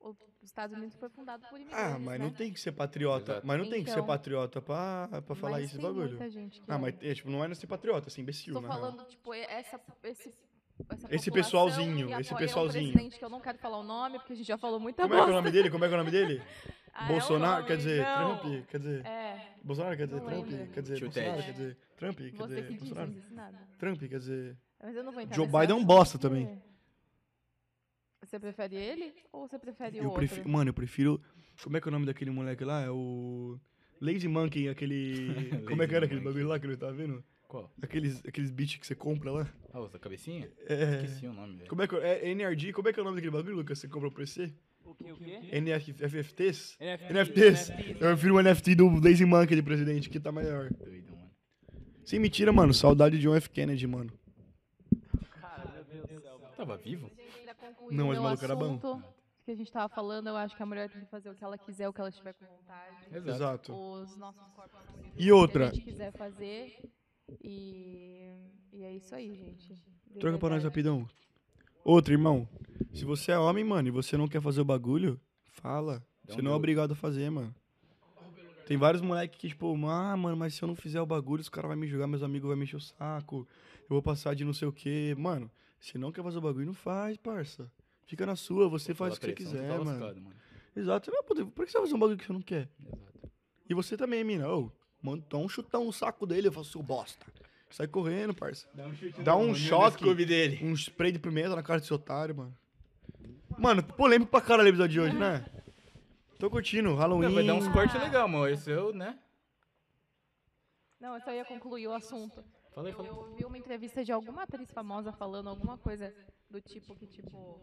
[SPEAKER 4] o- os Estados Unidos foi fundado por imigrantes,
[SPEAKER 1] Ah, mas
[SPEAKER 4] né?
[SPEAKER 1] não tem que ser patriota.
[SPEAKER 2] Exato.
[SPEAKER 1] Mas não tem que ser
[SPEAKER 4] Então-
[SPEAKER 1] patriota pra, pra falar
[SPEAKER 4] Mas
[SPEAKER 1] isso,
[SPEAKER 4] tem
[SPEAKER 1] bagulho.
[SPEAKER 4] muita gente que
[SPEAKER 1] Ah,
[SPEAKER 4] é.
[SPEAKER 1] mas é, tipo, não é ser patriota, é ser imbecil,
[SPEAKER 4] Estou
[SPEAKER 1] né?
[SPEAKER 4] falando, tipo, e- essa, esse, essa
[SPEAKER 1] Esse
[SPEAKER 4] população
[SPEAKER 1] pessoalzinho,
[SPEAKER 4] que
[SPEAKER 1] esse
[SPEAKER 4] apoia um
[SPEAKER 1] pessoalzinho.
[SPEAKER 4] presidente que eu não quero falar o nome, porque a gente já falou muita
[SPEAKER 1] Como é que é o
[SPEAKER 4] bosta.
[SPEAKER 1] nome dele? Como é que é o nome dele?
[SPEAKER 4] [laughs] Ah, é o
[SPEAKER 1] Bolsonaro,
[SPEAKER 4] nome,
[SPEAKER 1] quer dizer,
[SPEAKER 4] não.
[SPEAKER 1] Trump, quer dizer,
[SPEAKER 4] É,
[SPEAKER 1] Bolsonaro, quer dizer,
[SPEAKER 4] Não
[SPEAKER 1] Trump,
[SPEAKER 4] lembro.
[SPEAKER 1] quer dizer,
[SPEAKER 2] Tio
[SPEAKER 1] Bolsonaro,
[SPEAKER 4] Ted.
[SPEAKER 1] quer dizer, Trump, quer
[SPEAKER 4] você
[SPEAKER 1] dizer,
[SPEAKER 4] que diz
[SPEAKER 1] Bolsonaro,
[SPEAKER 4] ensinado.
[SPEAKER 1] Trump, quer dizer...
[SPEAKER 4] Mas eu não vou entrar
[SPEAKER 1] Joe
[SPEAKER 4] nesse
[SPEAKER 1] Biden é um
[SPEAKER 4] assunto
[SPEAKER 1] bosta
[SPEAKER 4] porque-
[SPEAKER 1] também.
[SPEAKER 4] Você prefere ele ou você prefere o
[SPEAKER 1] Eu
[SPEAKER 4] outro?
[SPEAKER 1] prefiro, mano, eu prefiro... Como é que é o nome daquele moleque lá? É o... Lazy Monkey, aquele... como é que era
[SPEAKER 2] [laughs] Lazy
[SPEAKER 1] aquele
[SPEAKER 2] Monkey.
[SPEAKER 1] bagulho lá que ele tava vendo?
[SPEAKER 2] Qual?
[SPEAKER 1] Aqueles, aqueles beats que você compra lá.
[SPEAKER 2] Ah, usa a cabecinha?
[SPEAKER 1] É...
[SPEAKER 2] Esqueci o nome, velho.
[SPEAKER 1] Como é que é? é NRG, como é que é o nome daquele bagulho, Lucas? Você compra pro PC?
[SPEAKER 3] O quê? O quê?
[SPEAKER 1] NFTs?
[SPEAKER 3] NFTs.
[SPEAKER 1] NFTs. Eu prefiro o NFT do Lazy Monkey de presidente, que tá maior.
[SPEAKER 2] Doido, mano.
[SPEAKER 1] Sem mentira, mano. Saudade de John F. Kennedy, mano.
[SPEAKER 3] Cara, meu Deus do céu. mano.
[SPEAKER 2] Tava vivo?
[SPEAKER 1] Não, mas o
[SPEAKER 4] meu
[SPEAKER 1] maluco era bom.
[SPEAKER 4] assunto Que a gente tava falando, eu acho que a mulher tem que fazer o que ela quiser, o que ela estiver com vontade.
[SPEAKER 1] Exato.
[SPEAKER 4] Os nossos corpos são livres
[SPEAKER 1] E outra.
[SPEAKER 4] que a gente quiser fazer. E, e é isso aí, gente. De
[SPEAKER 1] Troca pra nós
[SPEAKER 4] verdade.
[SPEAKER 1] rapidão. Outro, irmão. Se você é homem, mano, e você não quer fazer o bagulho, fala. Você não é obrigado a fazer, mano. Tem vários moleques que, tipo, ah, mano, mas se eu não fizer o bagulho, os caras vão me julgar, meus amigos vão me encher o saco. Eu vou passar de não sei o quê. Mano, se não quer fazer o bagulho, não faz, parça. Fica na sua, você faz o que você
[SPEAKER 2] Pela pressão, tu tá
[SPEAKER 1] quiser, mano.
[SPEAKER 2] lascado, mano.
[SPEAKER 1] Exato. Você não vai poder- Por que você vai fazer um bagulho que você não quer?
[SPEAKER 2] Exato.
[SPEAKER 1] E você também, mina. Ô, manda dá um chutão no saco dele, eu falo, seu bosta. Sai correndo, parça.
[SPEAKER 2] Dá um chute
[SPEAKER 1] Dá um choque,
[SPEAKER 2] dele.
[SPEAKER 1] um spray de pimenta na cara desse otário, mano. Mano, polêmico pra caralho o episódio de hoje, né? Tô curtindo, Halloween.
[SPEAKER 2] Não, vai dar uns cortes legal, mano. Esse eu, né?
[SPEAKER 4] Não, eu só ia concluir o assunto.
[SPEAKER 2] Falei,
[SPEAKER 4] Eu
[SPEAKER 2] falei.
[SPEAKER 4] ouvi uma entrevista de alguma atriz famosa falando alguma coisa do tipo que, tipo.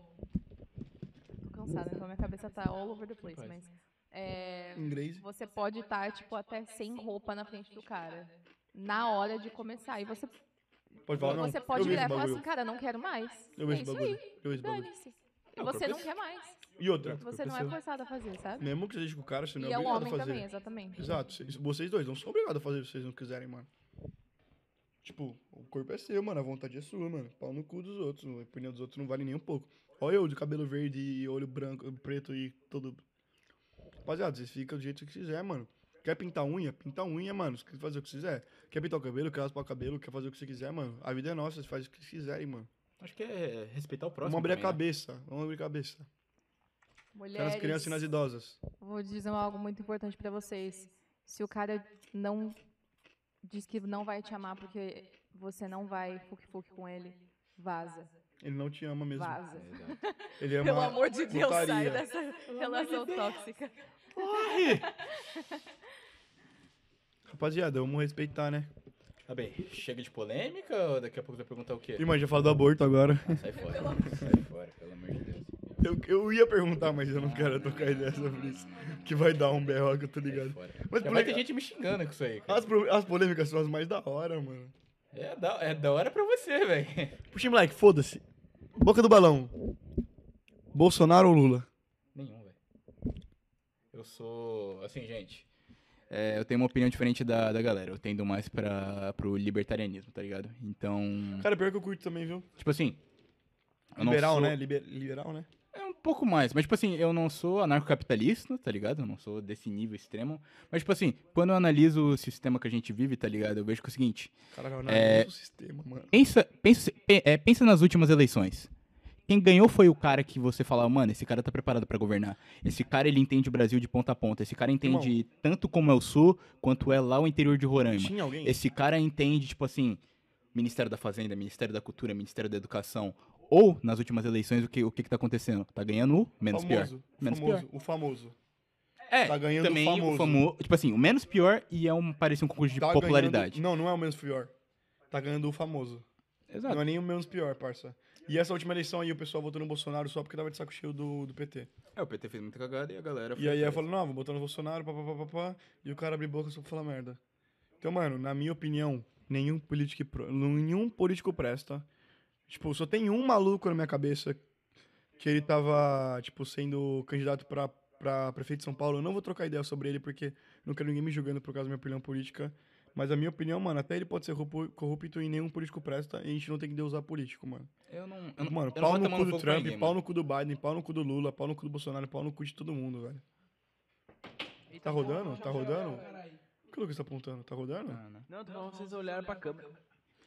[SPEAKER 4] Tô cansada, então minha cabeça tá all over the place, mas. É,
[SPEAKER 1] Inglês.
[SPEAKER 4] você pode estar, tipo, até sem roupa na frente do cara. Na hora de começar. E você,
[SPEAKER 1] Pode falar, não?
[SPEAKER 4] você
[SPEAKER 1] eu
[SPEAKER 4] pode
[SPEAKER 1] vejo
[SPEAKER 4] virar
[SPEAKER 1] esse
[SPEAKER 4] e falar assim,
[SPEAKER 1] bagulho.
[SPEAKER 4] cara, não quero mais.
[SPEAKER 1] Eu
[SPEAKER 4] é
[SPEAKER 1] vejo esse
[SPEAKER 4] isso
[SPEAKER 1] bagulho.
[SPEAKER 4] aí.
[SPEAKER 1] Eu vejo esse bagulho.
[SPEAKER 4] Dane-se.
[SPEAKER 2] Não,
[SPEAKER 4] Você não
[SPEAKER 2] corpo-
[SPEAKER 4] quer mais.
[SPEAKER 1] E outra,
[SPEAKER 4] Você não é forçado a fazer, sabe?
[SPEAKER 1] mesmo que seja com o cara, você não
[SPEAKER 4] E
[SPEAKER 1] é
[SPEAKER 4] é um
[SPEAKER 1] obrigado
[SPEAKER 4] homem
[SPEAKER 1] a fazer.
[SPEAKER 4] também, exatamente.
[SPEAKER 1] Exato, vocês- vocês dois não são obrigados a fazer se vocês não quiserem, mano. Tipo, o corpo é seu, mano, a vontade é sua, mano. Pau no cu dos outros, a opinião dos outros não vale nem um pouco. Olha eu de cabelo verde e olho branco, preto e todo. Rapaziada, vocês ficam do jeito que quiser, mano. Quer pintar unha? Pinta unha, mano. Quer fazer o que quiser. Quer pintar o cabelo? Quer raspar o cabelo? Quer fazer o que você quiser, mano. A vida é nossa, vocês fazem o que vocês quiserem, mano.
[SPEAKER 2] Acho que é respeitar o próximo.
[SPEAKER 1] Vamos abrir a
[SPEAKER 2] também, né?
[SPEAKER 1] cabeça. Vamos abrir a cabeça. Quer nas
[SPEAKER 4] Mulheres,
[SPEAKER 1] crianças e nas idosas.
[SPEAKER 4] vou dizer algo muito importante pra vocês. Se o cara não diz que não vai te amar porque você não vai fuque-fuque com ele, vaza.
[SPEAKER 1] Ele não te ama mesmo.
[SPEAKER 4] Vaza.
[SPEAKER 1] Ele ama.
[SPEAKER 4] Pelo amor de Deus, sai
[SPEAKER 1] É putaria.
[SPEAKER 4] dessa relação tóxica.
[SPEAKER 1] Rapaziada, vamos respeitar, né?
[SPEAKER 2] Tá bem, chega de polêmica ou daqui a pouco vai perguntar o quê?
[SPEAKER 1] Irmã, já falo do aborto agora. [laughs]
[SPEAKER 2] Sai fora, sai fora, pelo amor de Deus.
[SPEAKER 1] Eu, eu ia perguntar, mas eu não quero tocar ideia sobre isso. Que vai dar um berro, que eu tô
[SPEAKER 2] Sai
[SPEAKER 1] ligado.
[SPEAKER 2] fora.
[SPEAKER 1] Mas
[SPEAKER 2] Já
[SPEAKER 1] por
[SPEAKER 2] É, vai
[SPEAKER 1] que-
[SPEAKER 2] ter gente me xingando com isso aí, cara.
[SPEAKER 1] As, pro- as polêmicas são as mais da hora, mano.
[SPEAKER 2] É da, é da hora pra você, velho. [laughs]
[SPEAKER 1] Puxa, moleque, foda-se. Boca do balão. Bolsonaro ou Lula?
[SPEAKER 2] Nenhum, velho. Eu sou. Assim, gente. é, eu tenho uma opinião diferente da, da galera. Eu tendo mais pra, pro libertarianismo, tá ligado? Então.
[SPEAKER 1] Cara, pior que eu curto também, viu?
[SPEAKER 2] Tipo assim. eu não
[SPEAKER 1] Liberal,
[SPEAKER 2] sou-
[SPEAKER 1] né? Liber- liberal, né?
[SPEAKER 2] É um pouco mais, mas tipo assim, eu não sou anarcocapitalista, tá ligado? Eu não sou desse nível extremo. Mas tipo assim, quando eu analiso o sistema que a gente vive, tá ligado? Eu vejo que é o seguinte,
[SPEAKER 1] Caralho, não é
[SPEAKER 2] É.
[SPEAKER 1] o sistema, mano.
[SPEAKER 2] pensa, pensa, pe- é, pensa nas últimas eleições. Quem ganhou foi o cara que você fala, mano, esse cara tá preparado pra governar. Esse cara, ele entende o Brasil de ponta a ponta. Esse cara entende tanto como é o Sul, quanto é lá o interior de Roraima.
[SPEAKER 1] Tinha alguém?
[SPEAKER 2] Esse cara entende, tipo assim, Ministério da Fazenda, Ministério da Cultura, Ministério da Educação. Ou, nas últimas eleições, o que, o que que tá acontecendo? Tá ganhando o menos pior.
[SPEAKER 1] famoso,
[SPEAKER 2] Menos
[SPEAKER 1] famoso,
[SPEAKER 2] pior.
[SPEAKER 1] O famoso.
[SPEAKER 2] É,
[SPEAKER 1] Tá ganhando o
[SPEAKER 2] também
[SPEAKER 1] famoso.
[SPEAKER 2] famo- Tipo assim, o menos pior e é um, parece um concurso de
[SPEAKER 1] Tá
[SPEAKER 2] popularidade.
[SPEAKER 1] ganhando- não, não é o menos pior. Tá ganhando o famoso.
[SPEAKER 2] Exato.
[SPEAKER 1] Não é nem o menos pior, parça. E essa última eleição aí, o pessoal votou no Bolsonaro só porque tava de saco cheio do, do PT.
[SPEAKER 2] É, o PT fez muita cagada e a galera
[SPEAKER 1] E aí eu
[SPEAKER 2] atrás.
[SPEAKER 1] falo, não, vou botar no Bolsonaro, papapá, e o cara abre boca só pra falar merda. Então, mano, na minha opinião, nenhum político, pro- nenhum político presta. Tipo, só tem um maluco na minha cabeça que ele tava, tipo, sendo candidato pra, pra prefeito de São Paulo. Eu não vou trocar ideia sobre ele porque não quero ninguém me julgando por causa da minha opinião política. Mas a minha opinião, mano, até ele pode ser corru- corrupto e nenhum político presta e a gente não tem que deusar político, mano.
[SPEAKER 2] Eu não. Eu não
[SPEAKER 1] Mano,
[SPEAKER 2] eu não
[SPEAKER 1] pau
[SPEAKER 2] vou
[SPEAKER 1] no
[SPEAKER 2] tomar
[SPEAKER 1] cu do
[SPEAKER 2] fogo
[SPEAKER 1] Trump,
[SPEAKER 2] pra ninguém,
[SPEAKER 1] pau
[SPEAKER 2] mano.
[SPEAKER 1] no cu do Biden, pau no cu do Lula, pau no cu do Bolsonaro, pau no cu de todo mundo, velho. Tá rodando? Tá rodando? O que o Lucas tá apontando? Tá rodando?
[SPEAKER 2] Ah, não.
[SPEAKER 3] Não, tô falando vocês olharam pra câmera.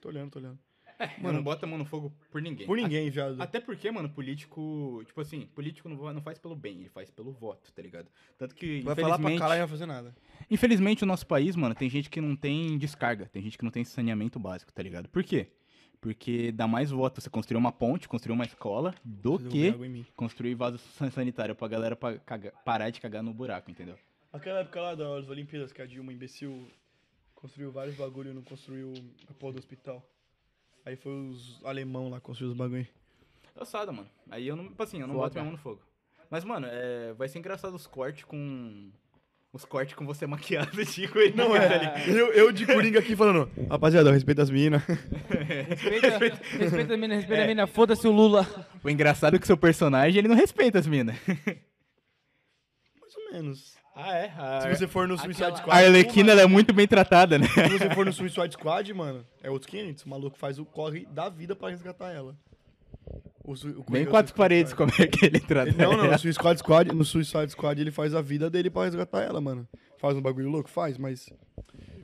[SPEAKER 1] Tô olhando, tô olhando.
[SPEAKER 2] É,
[SPEAKER 1] Mano,
[SPEAKER 2] mano, não bota a mão no fogo por ninguém.
[SPEAKER 1] Por ninguém, viado.
[SPEAKER 2] A- Até porque, mano, político. Tipo assim, político não, vo- não faz pelo bem, ele faz pelo voto, tá ligado? Tanto que.
[SPEAKER 1] Vai falar pra
[SPEAKER 2] infelizmente-
[SPEAKER 1] caralho e não vai fazer nada.
[SPEAKER 2] Infelizmente, o nosso país, mano, tem gente que não tem descarga, tem gente que não tem saneamento básico, tá ligado? Por quê? Porque dá mais voto você construir uma ponte, construir uma escola, do
[SPEAKER 1] Você derrubou
[SPEAKER 2] que
[SPEAKER 1] água em mim.
[SPEAKER 2] construir vaso san- sanitário pra galera pa- cagar- parar de cagar no buraco, entendeu?
[SPEAKER 1] Aquela época lá das Olimpíadas que a Dilma, imbecil, construiu vários bagulho e não construiu a porra do hospital. Aí foi os alemão lá construir os [laughs] bagulho.
[SPEAKER 2] É ossada, mano. Aí eu não, tipo assim, eu não
[SPEAKER 3] Foda.
[SPEAKER 2] boto minha mão no fogo. Mas, mano, é, vai ser engraçado os cortes com. Os cortes com você [laughs] maquiado, tá Chico. e
[SPEAKER 1] Não é, eu, eu de Coringa aqui falando, rapaziada, eu respeito as minas. [laughs]
[SPEAKER 3] Respeita, respeita a mina, respeita a mina, foda-se o Lula.
[SPEAKER 2] O engraçado é que seu personagem, ele não respeita as minas.
[SPEAKER 1] Mais ou menos.
[SPEAKER 2] Ah, é?
[SPEAKER 1] Se você for no Suicide Squad...
[SPEAKER 2] A Arlequina, ela é muito bem tratada, né?
[SPEAKER 1] Se você for no Suicide Squad, mano, é outros 500. O maluco faz o corre da vida pra resgatar ela. O, sui- o
[SPEAKER 2] Bem
[SPEAKER 1] Coringa do
[SPEAKER 2] quatro
[SPEAKER 1] Suicide
[SPEAKER 2] paredes,
[SPEAKER 1] Squad.
[SPEAKER 2] como é que ele trata
[SPEAKER 1] Ele- Não, não, no
[SPEAKER 2] ela.
[SPEAKER 1] Suicide Squad, no Suicide Squad ele faz a vida dele pra resgatar ela, mano. Faz um bagulho louco? Faz, mas...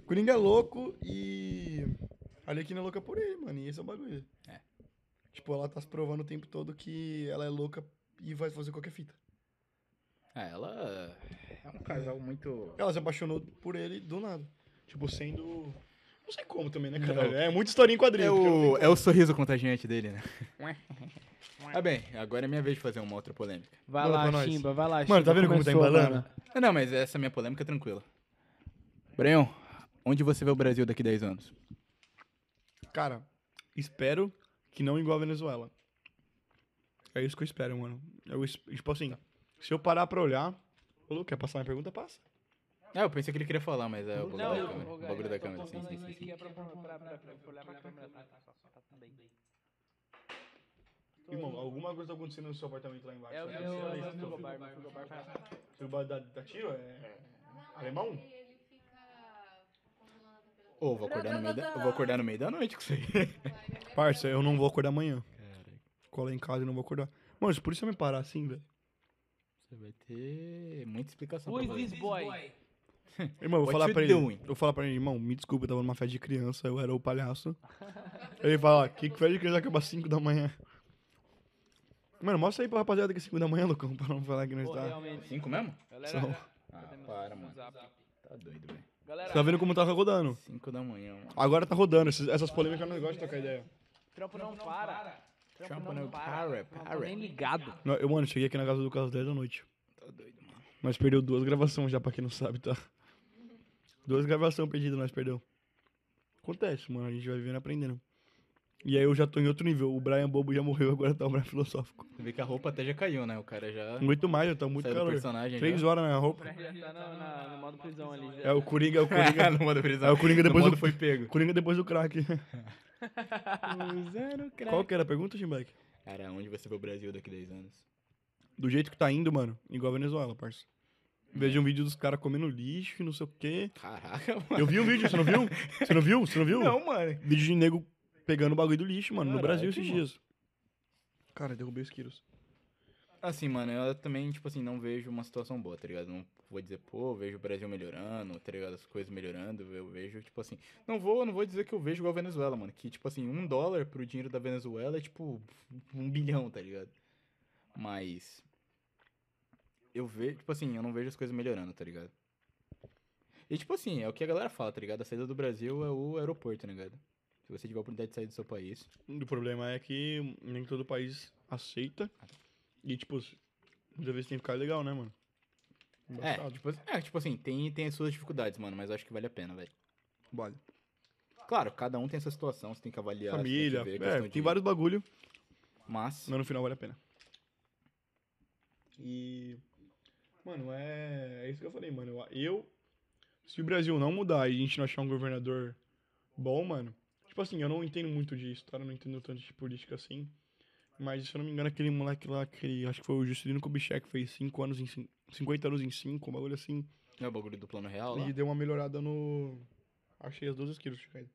[SPEAKER 1] Coringa é louco e... A Arlequina é louca por ele, mano, e esse é o bagulho.
[SPEAKER 2] É.
[SPEAKER 1] Tipo, ela tá se provando o tempo todo que ela é louca e vai fazer qualquer fita.
[SPEAKER 2] Ah, ela é um casal muito...
[SPEAKER 1] Ela se apaixonou por ele do nada. Tipo, sendo... Não sei como também, né, caralho? É muito historinha em quadrinho.
[SPEAKER 2] É
[SPEAKER 1] porque não tem
[SPEAKER 2] o,
[SPEAKER 1] como.
[SPEAKER 2] é o sorriso contagiante dele, né? Ah, bem, agora é minha vez de fazer uma outra polêmica.
[SPEAKER 3] Vai
[SPEAKER 1] Manda
[SPEAKER 3] lá,
[SPEAKER 1] pra nós.
[SPEAKER 3] Chimba, vai lá, Chimba.
[SPEAKER 1] Mano, tá vendo como tá
[SPEAKER 3] começou,
[SPEAKER 1] embalando?
[SPEAKER 3] mano.
[SPEAKER 2] Ah, Não, mas essa é a minha polêmica tranquila. Brenhão, onde você vê o Brasil daqui 10 anos?
[SPEAKER 1] Cara, espero que não igual a Venezuela. É isso que eu espero, mano. Eu, es- tipo assim, se eu parar pra olhar. Ô, Lu, quer passar minha pergunta? Passa.
[SPEAKER 2] Ah, eu pensei que ele queria falar, mas é o bagulho
[SPEAKER 3] Não,
[SPEAKER 2] da
[SPEAKER 3] eu-
[SPEAKER 2] câmera.
[SPEAKER 3] eu-
[SPEAKER 2] O bagulho da
[SPEAKER 3] eu tô
[SPEAKER 2] câmera, sim,
[SPEAKER 3] apontando
[SPEAKER 2] sim, sim.
[SPEAKER 3] aqui, é pra- pra- pra- pra- pra- pra olhar pra câmera, tá, tá, tá, tá, tá bem.
[SPEAKER 1] Irmão, alguma coisa tá acontecendo no seu apartamento lá embaixo.
[SPEAKER 3] É o
[SPEAKER 1] né?
[SPEAKER 3] meu- é o
[SPEAKER 1] Você-
[SPEAKER 3] meu
[SPEAKER 1] você-
[SPEAKER 3] frigobar, meu frigobar faz-
[SPEAKER 1] Seu bar da, da tio é. Alemão?
[SPEAKER 2] Ô, vou acordar no meio da- eu vou acordar no meio da noite com isso aí.
[SPEAKER 1] Parça, eu não vou acordar amanhã. Cola em casa e não vou acordar. Mano, se por isso eu me parar assim, velho.
[SPEAKER 2] Você vai ter muita explicação
[SPEAKER 3] Who
[SPEAKER 2] pra
[SPEAKER 3] is
[SPEAKER 2] fazer.
[SPEAKER 3] this boy?
[SPEAKER 1] Irmão, eu vou
[SPEAKER 2] What
[SPEAKER 1] falar
[SPEAKER 2] you
[SPEAKER 1] pra ele.
[SPEAKER 2] doing?
[SPEAKER 1] Eu vou falar pra ele, irmão, me desculpa, eu tava numa festa de criança, eu era o palhaço. ele fala, ó, que festa de criança acaba às 5 da manhã. Mano, mostra aí pra rapaziada que é 5 da manhã, Lucão, pra não falar que nós
[SPEAKER 3] Pô,
[SPEAKER 1] tá.
[SPEAKER 3] realmente.
[SPEAKER 2] Cinco mesmo?
[SPEAKER 3] Galera,
[SPEAKER 1] São-
[SPEAKER 3] galera,
[SPEAKER 2] Ah,
[SPEAKER 3] meu
[SPEAKER 2] para, mano.
[SPEAKER 3] zap.
[SPEAKER 2] Tá doido, velho.
[SPEAKER 3] Galera,
[SPEAKER 1] Tá vendo como tava rodando?
[SPEAKER 2] Cinco da manhã, mano.
[SPEAKER 1] Agora tá rodando, esses- essas polêmicas eu não gosto de trocar ideia.
[SPEAKER 3] trampo não para. Trampo
[SPEAKER 2] Trampo
[SPEAKER 3] Então, não
[SPEAKER 2] não
[SPEAKER 3] para.
[SPEAKER 2] para,
[SPEAKER 3] Não tô
[SPEAKER 2] para.
[SPEAKER 3] nem ligado.
[SPEAKER 1] Não, Eu, mano, cheguei aqui na casa do Carlos 10 da noite.
[SPEAKER 2] Tá doido, mano.
[SPEAKER 1] Nós perdeu duas gravações já, pra quem não sabe, tá? Duas gravações perdidas, nós perdeu. Acontece, mano. A gente vai vivendo e aprendendo. E aí eu já tô em outro nível. O Brian Bobo já morreu, agora tá o Brian Filosófico.
[SPEAKER 2] Você vê que a roupa até já caiu, né? O cara já
[SPEAKER 1] Muito mais, já tá muito
[SPEAKER 2] saiu do
[SPEAKER 1] calor.
[SPEAKER 2] personagem. né?
[SPEAKER 1] Três
[SPEAKER 2] já.
[SPEAKER 1] horas na roupa.
[SPEAKER 3] Ele tá na, na, no modo prisão ali. já.
[SPEAKER 1] É o Coringa, é o
[SPEAKER 2] [laughs]
[SPEAKER 1] Coringa.
[SPEAKER 2] no modo
[SPEAKER 1] É o Coringa depois do...
[SPEAKER 2] foi pego.
[SPEAKER 1] Coringa depois do
[SPEAKER 2] [laughs]
[SPEAKER 1] crack.
[SPEAKER 2] Usando crack.
[SPEAKER 1] Qual que era a pergunta, Timback?
[SPEAKER 2] Cara, onde vai ser o Brasil daqui 10 anos?
[SPEAKER 1] Do jeito que tá indo, mano. Igual a Venezuela, parça. Veja um vídeo dos caras comendo lixo e não sei o quê.
[SPEAKER 2] Caraca, mano.
[SPEAKER 1] Eu vi o vídeo, você não viu? Você não viu? Você não viu?
[SPEAKER 2] Não, mano.
[SPEAKER 1] Vídeo de nego pegando o bagulho do lixo, mano, no
[SPEAKER 2] Caraca,
[SPEAKER 1] Brasil esses
[SPEAKER 2] mano.
[SPEAKER 1] dias. Cara, derrubei os quilos.
[SPEAKER 2] Assim, mano, eu também, tipo assim, não vejo uma situação boa, tá ligado? Não vou dizer, pô, vejo o Brasil melhorando, tá ligado? As coisas melhorando, eu vejo, tipo assim. Não vou, não vou dizer que eu vejo igual a Venezuela, mano. Que, tipo assim, um dólar pro dinheiro da Venezuela é tipo um bilhão, tá ligado? Mas. Eu vejo, tipo assim, eu não vejo as coisas melhorando, tá ligado? E tipo assim, é o que a galera fala, tá ligado? A saída do Brasil é o aeroporto, né, ligado? Se você tiver a oportunidade de sair do seu país.
[SPEAKER 1] O problema é que nem todo país aceita. E, tipo, muitas vezes tem que ficar legal, né, mano?
[SPEAKER 2] É tipo, é, tipo assim, tem, tem as suas dificuldades, mano, mas eu acho que vale a pena, velho.
[SPEAKER 1] Vale.
[SPEAKER 2] Claro, cada um tem sua situação, você tem que avaliar. você
[SPEAKER 1] Família,
[SPEAKER 2] tem, que ver a
[SPEAKER 1] é,
[SPEAKER 2] questão
[SPEAKER 1] tem
[SPEAKER 2] de-
[SPEAKER 1] vários bagulho,
[SPEAKER 2] Mas,
[SPEAKER 1] mas no final vale a pena. E. Mano, é. É isso que eu falei, mano. Eu- Eu. Se o Brasil não mudar e a gente não achar um governador bom, mano. Tipo assim, eu não entendo muito de história, eu não entendo tanto de política assim. Mas se eu não me engano, aquele moleque lá, aquele. Acho que foi o Juscelino Kubitschek, fez 5 anos em. cin- 50 anos em 5, um bagulho assim.
[SPEAKER 2] não é o bagulho do plano real lá?
[SPEAKER 1] E deu uma melhorada no. Achei as 12 quilos, cara.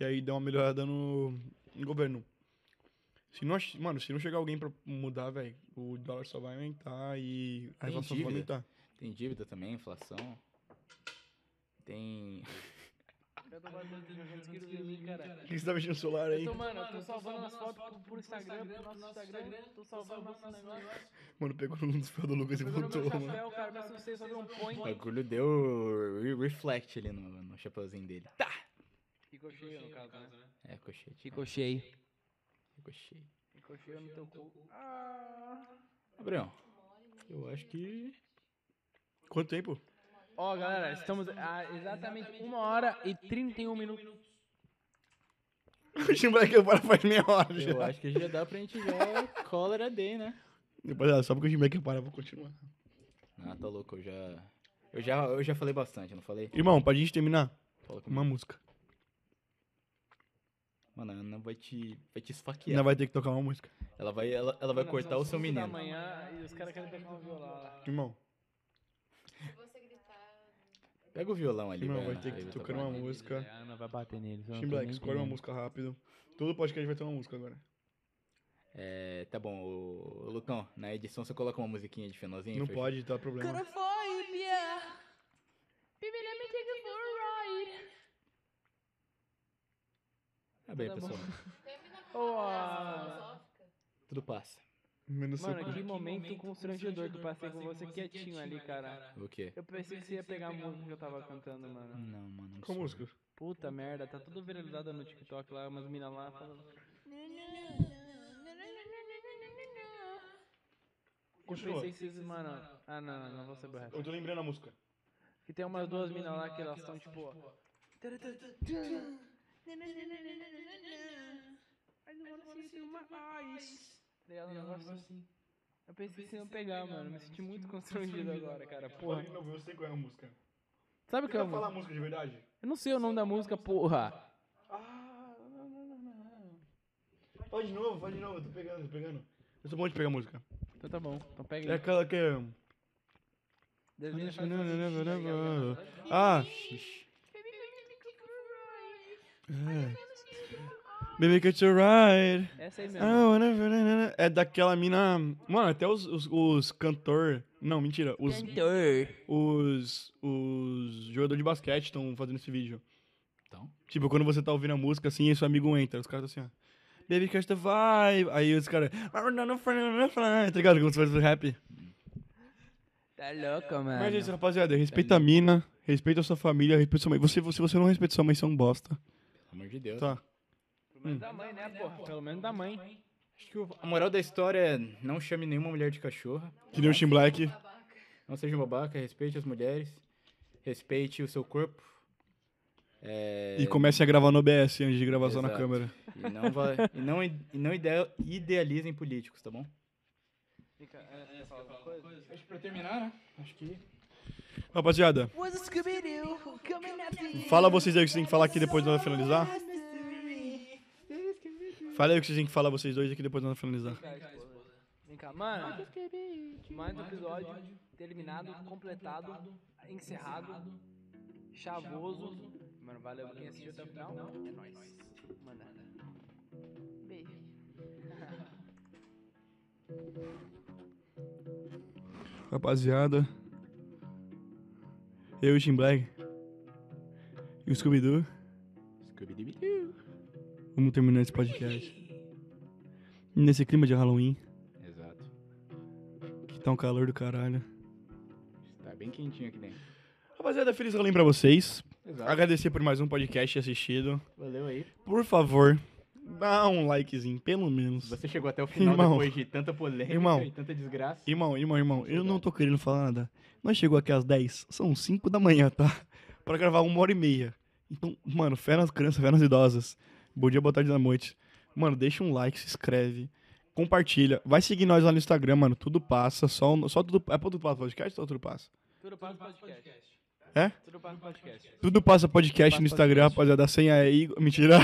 [SPEAKER 1] E aí deu uma melhorada no. no governo. Se não, ach- mano, se não chegar alguém pra mudar, velho, o dólar só vai aumentar e a
[SPEAKER 2] Tem
[SPEAKER 1] inflação só vai
[SPEAKER 2] dívida?
[SPEAKER 1] aumentar.
[SPEAKER 2] Tem dívida também, inflação. Tem.
[SPEAKER 3] Eu tô batendo 300 quilos em mim, cara.
[SPEAKER 1] Por que você tá mexendo no celular aí?
[SPEAKER 3] Eu tô, mano, eu tô salvando as fotos pro Instagram, pro nosso Instagram. Tô salvando nosso negócio.
[SPEAKER 1] Mano, pegou no desfile do Lucas e
[SPEAKER 3] Pegou no meu
[SPEAKER 1] botou, mano.
[SPEAKER 3] chapéu, cara, mas não sei só deu um
[SPEAKER 2] O
[SPEAKER 3] point.
[SPEAKER 2] bagulho deu re- reflect ali no, no chapeuzinho dele. Tá!
[SPEAKER 3] Ficou cheio, no caso, né?
[SPEAKER 2] É, cochete.
[SPEAKER 6] Ficou cheio.
[SPEAKER 2] Ficou cheio.
[SPEAKER 3] Ficou cheio no teu cu.
[SPEAKER 2] Gabriel, eu acho que.
[SPEAKER 1] Quanto tempo? [laughs]
[SPEAKER 3] Ó, galera, estamos a exatamente 1 hora e 31 minutos.
[SPEAKER 1] O Timbaque eu para faz meia hora
[SPEAKER 2] Eu
[SPEAKER 1] já.
[SPEAKER 2] acho que já dá pra gente já cólera day, né?
[SPEAKER 1] Rapaziada, só porque o Timbaque para, eu vou continuar.
[SPEAKER 2] Ah, tá louco, eu já. Eu já, eu já falei bastante, não falei?
[SPEAKER 1] Irmão, pra gente terminar,
[SPEAKER 2] Fala comigo.
[SPEAKER 1] uma música.
[SPEAKER 2] Mano, a Ana vai te, vai te esfaquear.
[SPEAKER 1] Ainda vai ter que tocar uma música.
[SPEAKER 2] Ela vai, ela, ela vai cortar o seu menino.
[SPEAKER 3] Amanhã, e os caras querem pegar o violão lá.
[SPEAKER 1] Irmão,
[SPEAKER 2] Pega o violão ali,
[SPEAKER 1] irmão,
[SPEAKER 2] velho,
[SPEAKER 1] vai ter
[SPEAKER 2] aí
[SPEAKER 1] que
[SPEAKER 2] vai
[SPEAKER 1] tocar
[SPEAKER 2] tocar.
[SPEAKER 1] uma música.
[SPEAKER 3] É, A Ana vai bater neles. eu não
[SPEAKER 1] Tim
[SPEAKER 3] tô
[SPEAKER 1] Black,
[SPEAKER 3] nem
[SPEAKER 1] escolhe uma
[SPEAKER 3] entendendo.
[SPEAKER 1] música rápido. Todo podcast vai ter uma música agora.
[SPEAKER 2] É, tá bom, ô, ô, Lucão, na edição você coloca uma musiquinha de finalzinho?
[SPEAKER 1] Não
[SPEAKER 2] fechou?
[SPEAKER 1] pode, tá problema.
[SPEAKER 4] foi, Bia? Baby, let me take you for a ride.
[SPEAKER 2] Tá bem,
[SPEAKER 3] Tá bom.
[SPEAKER 2] pessoal.
[SPEAKER 3] Ô, a-
[SPEAKER 2] Tudo passa.
[SPEAKER 1] Menos seu
[SPEAKER 3] Mano, que momento constrangedor que eu passei com você quietinho ali, cara.
[SPEAKER 2] O quê?
[SPEAKER 3] Eu pensei que você ia pegar a música que eu tava cantando, mano.
[SPEAKER 2] Não, mano. não
[SPEAKER 1] Qual
[SPEAKER 2] sou.
[SPEAKER 1] música?
[SPEAKER 3] Puta merda, tá tudo viralizado no TikTok lá, umas minas lá falando. Eu
[SPEAKER 1] Continua.
[SPEAKER 3] pensei que vocês, mano. Ah, não, não, não vou saber o resto.
[SPEAKER 1] Eu tô lembrando a música.
[SPEAKER 3] Que tem umas duas minas lá que elas estão tipo. ó, tá ligado? Um negócio assim. Eu pensei que você ia pegar, mano. Me senti muito constrangido agora, cara. Porra.
[SPEAKER 1] não, eu sei qual é a música.
[SPEAKER 3] Sabe o que é a
[SPEAKER 1] falar a
[SPEAKER 3] música?
[SPEAKER 1] música de verdade?
[SPEAKER 3] Eu não sei o nome da música, porra.
[SPEAKER 1] Faz de novo, faz de novo, eu tô pegando, tô pegando. Eu sou bom de pegar música.
[SPEAKER 3] Então tá bom. Então pega
[SPEAKER 1] É
[SPEAKER 3] aí.
[SPEAKER 1] aquela que é.
[SPEAKER 3] Das minas fazem assim,
[SPEAKER 1] Ah! É. Baby, get your ride.
[SPEAKER 3] Essa aí
[SPEAKER 1] I
[SPEAKER 3] mesmo.
[SPEAKER 1] wanna- wanna- wanna- É daquela mina. Mano, até os, os, os cantor. Não, mentira. Os, os, os jogadores de basquete estão fazendo esse vídeo.
[SPEAKER 2] Então?
[SPEAKER 1] Tipo, quando você tá ouvindo a música assim, e seu amigo entra, os caras tão assim, ó. Baby, catch the vibe. Aí os caras. [laughs] Tá ligado? Como se fosse
[SPEAKER 2] É,
[SPEAKER 1] rap.
[SPEAKER 3] Tá louco, mano.
[SPEAKER 1] Mas é isso, rapaziada. Respeita a mina, respeita a sua família, respeita sua mãe. Você, se você não respeita sua mãe, você é um bosta.
[SPEAKER 2] Pelo amor de Deus.
[SPEAKER 1] Tá.
[SPEAKER 3] Pelo menos da mãe, né, porra? Pelo menos da mãe.
[SPEAKER 2] Acho que o- a moral da história é não chame nenhuma mulher de cachorra.
[SPEAKER 1] Que nem o Shin Black.
[SPEAKER 2] Não Não seja um babaca, respeite as mulheres, respeite o seu corpo. É,
[SPEAKER 1] E comece a gravar no OBS antes de gravação na
[SPEAKER 2] Exato.
[SPEAKER 1] câmera.
[SPEAKER 2] e não, va- e não, i- e não ide- idealizem políticos, tá bom?
[SPEAKER 3] Fica, é, quer falar alguma coisa?
[SPEAKER 2] Acho que pra terminar, né? Acho que.
[SPEAKER 1] Rapaziada, fala vocês aí o que vocês têm que falar aqui depois nós vamos finalizar. Fala aí o que vocês têm que falar vocês dois aqui depois nós vamos finalizar.
[SPEAKER 3] Vem cá, esposa. Vem cá, mano. Mais um episódio terminado, completado, encerrado, chavoso. Mano, valeu pra quem assistiu até o final. É nóis. Manda.
[SPEAKER 4] Beijo.
[SPEAKER 1] Rapaziada, eu e o Tim Black e o Scooby-Doo, vamos terminar esse podcast. Nesse clima de Halloween,
[SPEAKER 2] Exato.
[SPEAKER 1] que tá um calor do caralho.
[SPEAKER 2] Tá bem quentinho aqui dentro.
[SPEAKER 1] Rapaziada, feliz Halloween pra vocês.
[SPEAKER 2] Exato.
[SPEAKER 1] Agradecer por mais um podcast assistido.
[SPEAKER 2] Valeu aí.
[SPEAKER 1] Por favor, dá um likezinho, pelo menos.
[SPEAKER 2] Você chegou até o final
[SPEAKER 1] Irmão.
[SPEAKER 2] depois de tanta polêmica
[SPEAKER 1] Irmão.
[SPEAKER 2] e tanta desgraça.
[SPEAKER 1] Irmão, irmão, irmão, eu não tô querendo falar nada. Nós chegou aqui às 10, são 5 da manhã, tá? [laughs] Pra gravar uma hora e meia. Então, mano, fé nas crianças, fé nas idosas. Bom dia, boa tarde, da noite. Mano, deixa um like, se inscreve, compartilha. Vai seguir nós lá no Instagram, mano, tudo passa. Só, o- só tudo, é pra tudo passa podcast ou tudo passa?
[SPEAKER 3] Tudo passa no podcast.
[SPEAKER 1] É?
[SPEAKER 3] Tudo passa no podcast.
[SPEAKER 1] [laughs] Tudo passa podcast no Instagram, rapaziada. A senha é Igor. [laughs] Mentira.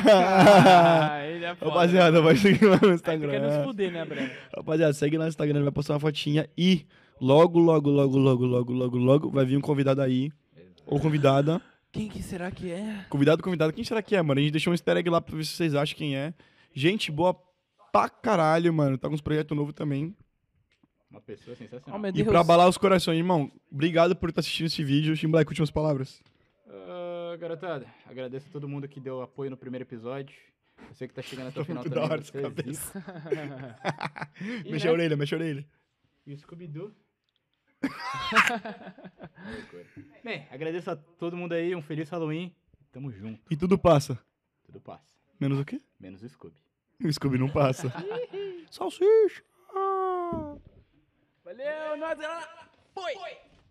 [SPEAKER 3] ele é
[SPEAKER 1] Ah,
[SPEAKER 3] foda.
[SPEAKER 1] rapaziada, vai seguir lá no
[SPEAKER 3] Aí tu
[SPEAKER 1] Instagram.
[SPEAKER 3] quer nos fuder, né, Breno?
[SPEAKER 1] Rapaziada, segue lá no Instagram, ele vai postar uma fotinha e logo, logo, logo, logo, logo, logo, logo vai vir um convidado aí. Ou convidada.
[SPEAKER 3] Quem que será que é?
[SPEAKER 1] Convidado, convidado. Quem será que é, mano? A gente deixou um easter egg lá pra ver se vocês acham quem é. Gente boa pra caralho, mano. Tá com uns projetos novos também.
[SPEAKER 2] Uma pessoa sensacional.
[SPEAKER 3] Oh, meu
[SPEAKER 1] E
[SPEAKER 3] Deus.
[SPEAKER 1] pra abalar os corações, irmão, obrigado por estar assistindo esse vídeo. Tim Black, últimas palavras.
[SPEAKER 2] Ah, garotada, agradeço a todo mundo que deu apoio no primeiro episódio. Eu sei que tá chegando até o
[SPEAKER 1] Tá
[SPEAKER 2] final
[SPEAKER 1] muito
[SPEAKER 2] também.
[SPEAKER 1] da hora essa
[SPEAKER 2] vocês,
[SPEAKER 1] cabeça.
[SPEAKER 2] isso. E,
[SPEAKER 1] mexe
[SPEAKER 2] né,
[SPEAKER 1] a orelha, mexe a orelha.
[SPEAKER 2] E o Scooby-Doo. [laughs] Bem, agradeço a todo mundo aí, um feliz Halloween. Tamo junto,
[SPEAKER 1] E tudo passa.
[SPEAKER 2] tudo passa.
[SPEAKER 1] Menos o quê?
[SPEAKER 2] Menos o Scooby.
[SPEAKER 1] O Scooby não
[SPEAKER 2] [laughs]
[SPEAKER 1] passa. Salsicha.
[SPEAKER 3] é Valeu, nós. Foi!